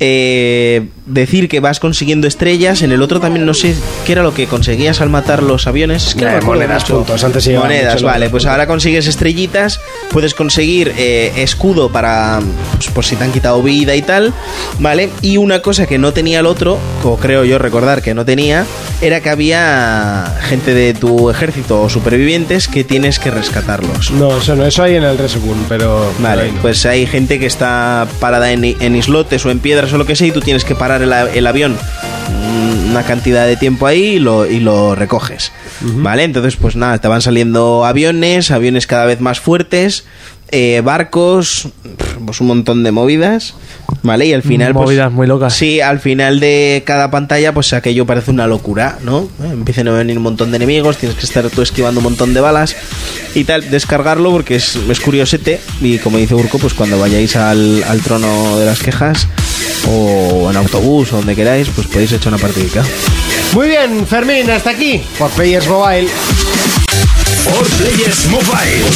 Speaker 6: Eh, decir que vas consiguiendo estrellas. En el otro también no sé qué era lo que conseguías al matar los aviones. Es que no
Speaker 2: Eh,
Speaker 6: me acuerdo
Speaker 2: monedas,
Speaker 6: mucho.
Speaker 2: puntos. Antes se llevaban
Speaker 6: Monedas,
Speaker 2: mucho los
Speaker 6: vale. Pues
Speaker 2: puntos.
Speaker 6: ahora consigues estrellitas. Puedes conseguir eh, escudo para. Pues, por si te han quitado vida y tal. Vale. Y una cosa que no tenía el otro, o creo yo recordar que no tenía, era que había gente de tu ejército o supervivientes que tienes que rescatarlos.
Speaker 2: No, eso no, eso hay en el Resogun, pero.
Speaker 6: Vale,
Speaker 2: pero ahí no.
Speaker 6: pues hay gente que está parada en, en islotes o en piedras o lo que sea y tú tienes que parar el, a- el avión mm, una cantidad de tiempo ahí y lo, y lo recoges. Vale, entonces pues nada, te van saliendo aviones, aviones cada vez más fuertes, eh, barcos, pf, pues un montón de movidas. Vale, y al final... pues,
Speaker 5: Movidas muy locas.
Speaker 6: Sí, al final de cada pantalla, pues aquello parece una locura, ¿no? Eh, Empiezan a venir un montón de enemigos, tienes que estar tú esquivando un montón de balas y tal. Descargarlo porque es, es curiosete y como dice Urco, pues cuando vayáis al, al trono de las quejas o en autobús o donde queráis, pues podéis echar una partidica.
Speaker 2: Muy bien, Fermín, hasta aquí. Por Players Mobile.
Speaker 1: For Players Mobile.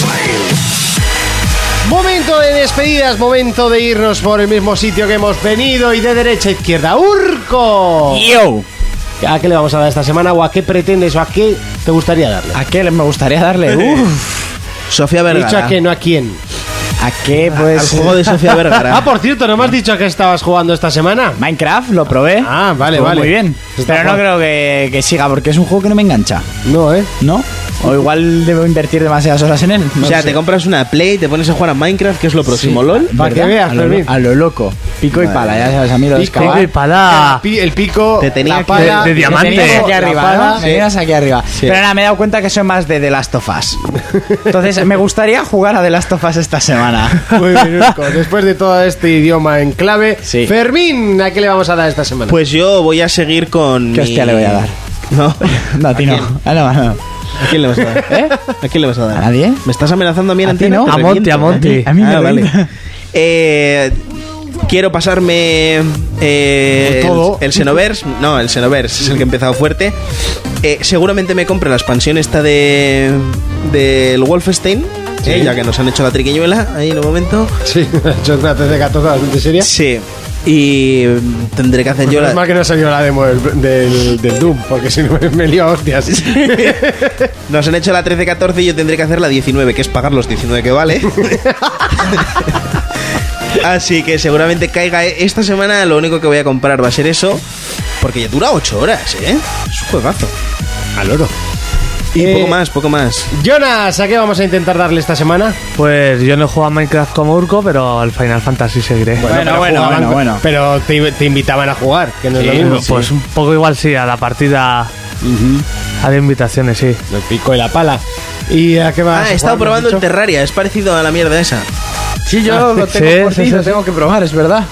Speaker 2: Momento de despedidas, momento de irnos por el mismo sitio que hemos venido y de derecha a izquierda. ¡Urco!
Speaker 4: Yo.
Speaker 2: ¿A qué le vamos a dar esta semana o a qué pretendes o a qué te gustaría darle?
Speaker 4: ¿A qué le- me gustaría darle? Uf,
Speaker 6: Sofía
Speaker 2: He dicho a
Speaker 6: Vergara.
Speaker 2: qué, no a quién.
Speaker 4: ¿A qué
Speaker 6: Al
Speaker 4: pues?
Speaker 6: juego de Sofía
Speaker 2: (laughs) Ah,
Speaker 6: Vergara.
Speaker 2: por cierto, ¿no me has dicho a qué estabas jugando esta semana?
Speaker 4: Minecraft lo probé.
Speaker 2: Ah, vale,
Speaker 4: Estuvo
Speaker 2: vale.
Speaker 4: Pues Muy bien.
Speaker 2: Está
Speaker 4: Pero no
Speaker 2: guapo.
Speaker 4: creo que, que siga porque es un juego que no me engancha,
Speaker 2: No, ¿eh?
Speaker 4: ¿no? O igual debo invertir demasiadas horas en él.
Speaker 6: O
Speaker 4: no
Speaker 6: sea,
Speaker 4: lo sé.
Speaker 6: te compras una Play, te pones a jugar a Minecraft, que es lo próximo, LOL.
Speaker 2: Para que
Speaker 4: ¿Verdad?
Speaker 2: veas,
Speaker 4: a lo,
Speaker 2: Fermín.
Speaker 4: a lo loco. Pico y
Speaker 6: Vale.
Speaker 4: pala, ya sabes, a mí lo de
Speaker 2: Pico
Speaker 4: excavar.
Speaker 5: Pico y pala.
Speaker 2: El pi- El pico,
Speaker 6: Te tenía
Speaker 2: la
Speaker 6: que-
Speaker 2: pala,
Speaker 5: de-
Speaker 4: Me
Speaker 5: de diamante.
Speaker 4: miras aquí
Speaker 2: La
Speaker 4: arriba,
Speaker 2: pala,
Speaker 4: ¿no?
Speaker 2: sí.
Speaker 4: Me miras aquí arriba. Pero nada, me he dado cuenta que soy más de The Last of Us. Entonces, me gustaría jugar a The Last of Us esta semana.
Speaker 2: Muy bien, Urco. Después de todo este idioma en clave,
Speaker 4: Sí.
Speaker 2: Fermín, ¿a qué le vamos a dar esta semana?
Speaker 6: Pues yo voy a seguir con.
Speaker 4: ¿Qué
Speaker 6: mi-
Speaker 4: hostia le voy a dar?
Speaker 6: No.
Speaker 4: No, a ti no. Ah, no, no.
Speaker 6: ¿A quién le vas a dar? ¿Eh? ¿A quién le vas a dar?
Speaker 4: ¿A nadie?
Speaker 6: ¿Me estás amenazando a mí en
Speaker 4: ¿A ti
Speaker 6: antena?
Speaker 4: no?
Speaker 6: Te
Speaker 5: A Monty,
Speaker 6: reviento,
Speaker 5: a
Speaker 6: ¿eh?
Speaker 5: Monty.
Speaker 4: A mí me
Speaker 6: Ah, vale.
Speaker 4: revienta.
Speaker 6: Eh, quiero pasarme eh,
Speaker 2: Todo.
Speaker 6: el, el Xenoverse. No, el Xenoverse es el que he empezado fuerte. Eh, seguramente me compre la expansión esta de del Wolfenstein. eh, ya que nos han hecho la triquiñuela ahí en un momento.
Speaker 2: Sí, (laughs) ha hecho una tez de gatos bastante seria.
Speaker 6: Sí. Y mm, tendré que hacer yo
Speaker 2: Es
Speaker 6: la...
Speaker 2: más Pues que no ha salido la demo del, del- del Doom, porque si no me, me lío a hostias. (laughs)
Speaker 6: Nos han hecho la 13-14 y yo tendré que hacer la 19, que es pagar los 19 que
Speaker 2: (laughs)
Speaker 6: vale. Así que seguramente caiga eh. esta semana. Lo único que voy a comprar va a ser eso. Porque ya dura 8 horas, ¿eh? Es un juegazo.
Speaker 2: Al oro.
Speaker 6: Y
Speaker 2: Eh,
Speaker 6: poco más, poco más.
Speaker 2: Jonas, ¿a qué vamos a intentar darle esta semana?
Speaker 5: Pues yo no he jugado a Minecraft como Urco, pero al Final Fantasy seguiré.
Speaker 4: Bueno, bueno,
Speaker 2: jugaban-
Speaker 4: bueno, bueno.
Speaker 2: Pero te, te invitaban a jugar, que no es lo
Speaker 5: Sí,
Speaker 2: mismo.
Speaker 5: pues un poco igual sí, a la partida. Había invitaciones, sí.
Speaker 2: El pico y la pala. ¿Y a qué vas?
Speaker 6: Ah,
Speaker 2: a
Speaker 6: he estado
Speaker 2: jugar,
Speaker 6: probando el
Speaker 2: macho?
Speaker 6: Terraria. Es parecido a la mierda esa.
Speaker 4: Sí, yo
Speaker 2: (laughs)
Speaker 6: (laughs)
Speaker 4: lo tengo
Speaker 5: Sí,
Speaker 4: por
Speaker 5: sí,
Speaker 4: ti,
Speaker 5: sí,
Speaker 4: lo
Speaker 5: sí.
Speaker 4: tengo que probar, es verdad.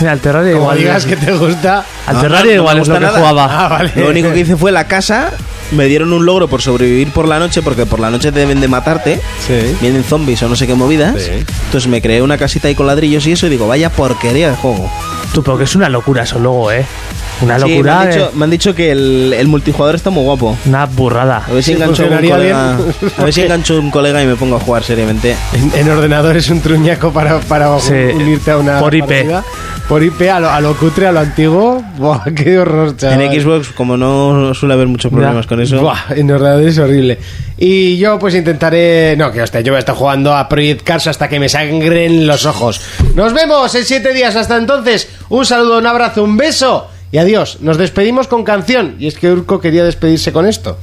Speaker 5: Mira, al Terraria
Speaker 2: Como
Speaker 5: igual.
Speaker 2: digas que te gusta.
Speaker 5: Al
Speaker 6: Ah,
Speaker 5: Terraria
Speaker 6: no me
Speaker 5: igual es
Speaker 6: gusta
Speaker 5: lo que
Speaker 6: nada.
Speaker 5: jugaba.
Speaker 2: Ah, vale.
Speaker 6: Lo único que hice fue la casa. Me dieron un logro por sobrevivir por la noche, porque por la noche te deben de matarte.
Speaker 2: Sí.
Speaker 6: Vienen zombies o no sé qué movidas. Entonces me creé una casita ahí con ladrillos y eso. Y digo, vaya porquería de juego.
Speaker 5: Tú, pero que es una locura eso luego, eh. Una
Speaker 6: Sí,
Speaker 5: locura.
Speaker 6: me, han dicho,
Speaker 5: eh.
Speaker 6: me han dicho que el, el multijugador está muy guapo.
Speaker 5: Una burrada.
Speaker 6: A ver si
Speaker 2: Sí,
Speaker 6: engancho a un
Speaker 2: funcionaría
Speaker 6: colega.
Speaker 2: bien.
Speaker 6: A ver si engancho a un colega y me pongo a jugar seriamente.
Speaker 2: En, en ordenador es un truñaco para, para
Speaker 5: Sí,
Speaker 2: unirte a una.
Speaker 5: por IP.
Speaker 2: partida. Por IP, a lo, a lo cutre, a lo antiguo. Buah, qué horror, chaval.
Speaker 6: En Xbox, como no suele haber muchos problemas
Speaker 5: Ya.
Speaker 6: con eso.
Speaker 2: Buah, en ordenador es horrible. Y yo pues intentaré... No, que hostia, yo voy a estar jugando a Project Cars hasta que me sangren los ojos. Nos vemos en siete días. Hasta entonces, un saludo, un abrazo, un beso y adiós. Nos despedimos con canción. Y es que Urco quería despedirse con esto.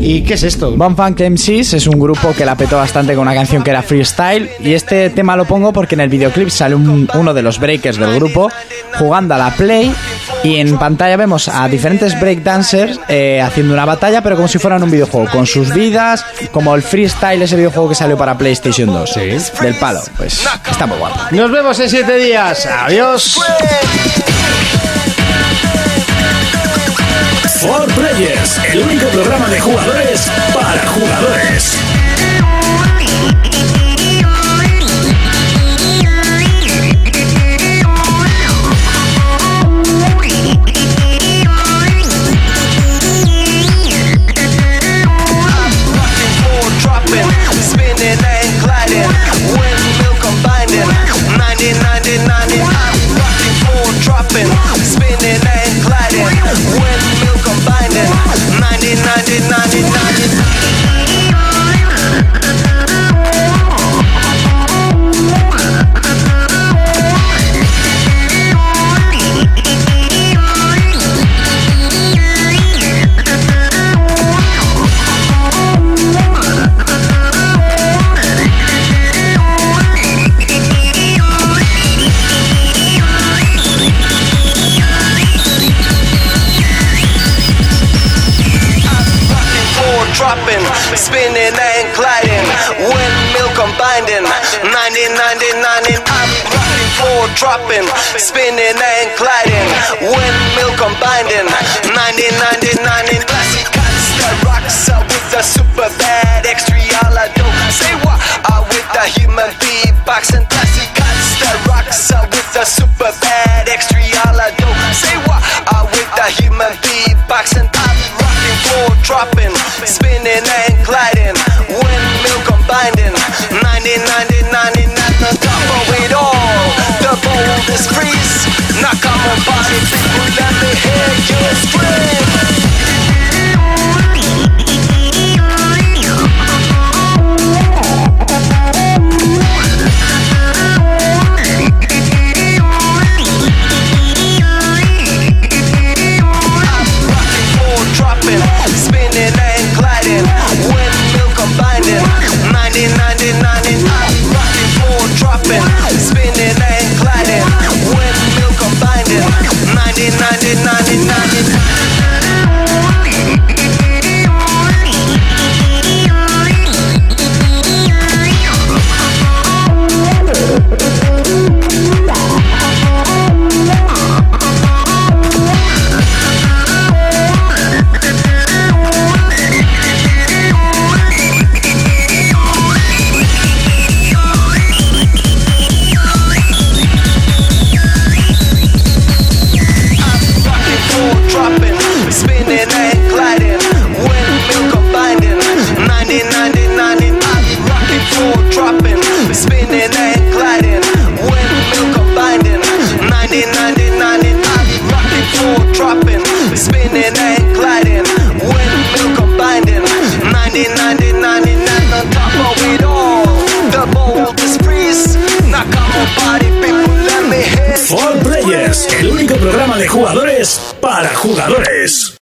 Speaker 2: ¿Y qué es esto?
Speaker 4: Bon Funk MCs es un grupo que la petó bastante con una canción que era freestyle y este tema lo pongo porque en el videoclip sale un- uno de los breakers del grupo jugando a la play Y en pantalla vemos a diferentes breakdancers eh, haciendo una batalla, pero como si fueran un videojuego, con sus vidas, como el freestyle, ese videojuego que salió para PlayStation 2. Del palo, pues está muy guapo.
Speaker 2: Nos vemos en siete días. Adiós.
Speaker 1: For Players, el único programa de jugadores para jugadores.
Speaker 9: more dropping, spinning and gliding, windmill combining, 90, 90, 90. I'm rocking more dropping, spinning and gliding, windmill combining, 90, 90, 90, 90. Four dropping, spinning and gliding, windmill combining, 90, 90, 90. I'm rocking four dropping, spinning and gliding, windmill combining, 90, 90, 90. Classic cuts that rocks out with the super bad extra do Say what? I with the human beatbox and classic cuts that rocks out with the super bad extra do Say what? I with the human beatbox and I'm rocking four dropping, spinning and gliding, windmill combining, 90, 90, 90, at the top of it all, the boldest priest, Nakama body people, let me hear you scream. Four dropping, spinning and gliding, windmill combining, 90, 90, 90, rocking four dropping, spinning and gliding, windmill combining, 90, 90, 90, 90. four dropping, spinning and gliding, windmill combining, 90, 90, 90, rocking four dropping, spinning and gliding, windmill combining, 90, 90, 90, rocking four dropping, spinning and gliding, windmill combining, 90, 90, 90, the top of it all, the boldest priest, Nakamo body people, let me hear
Speaker 1: For Players, el único programa de jugadores para jugadores.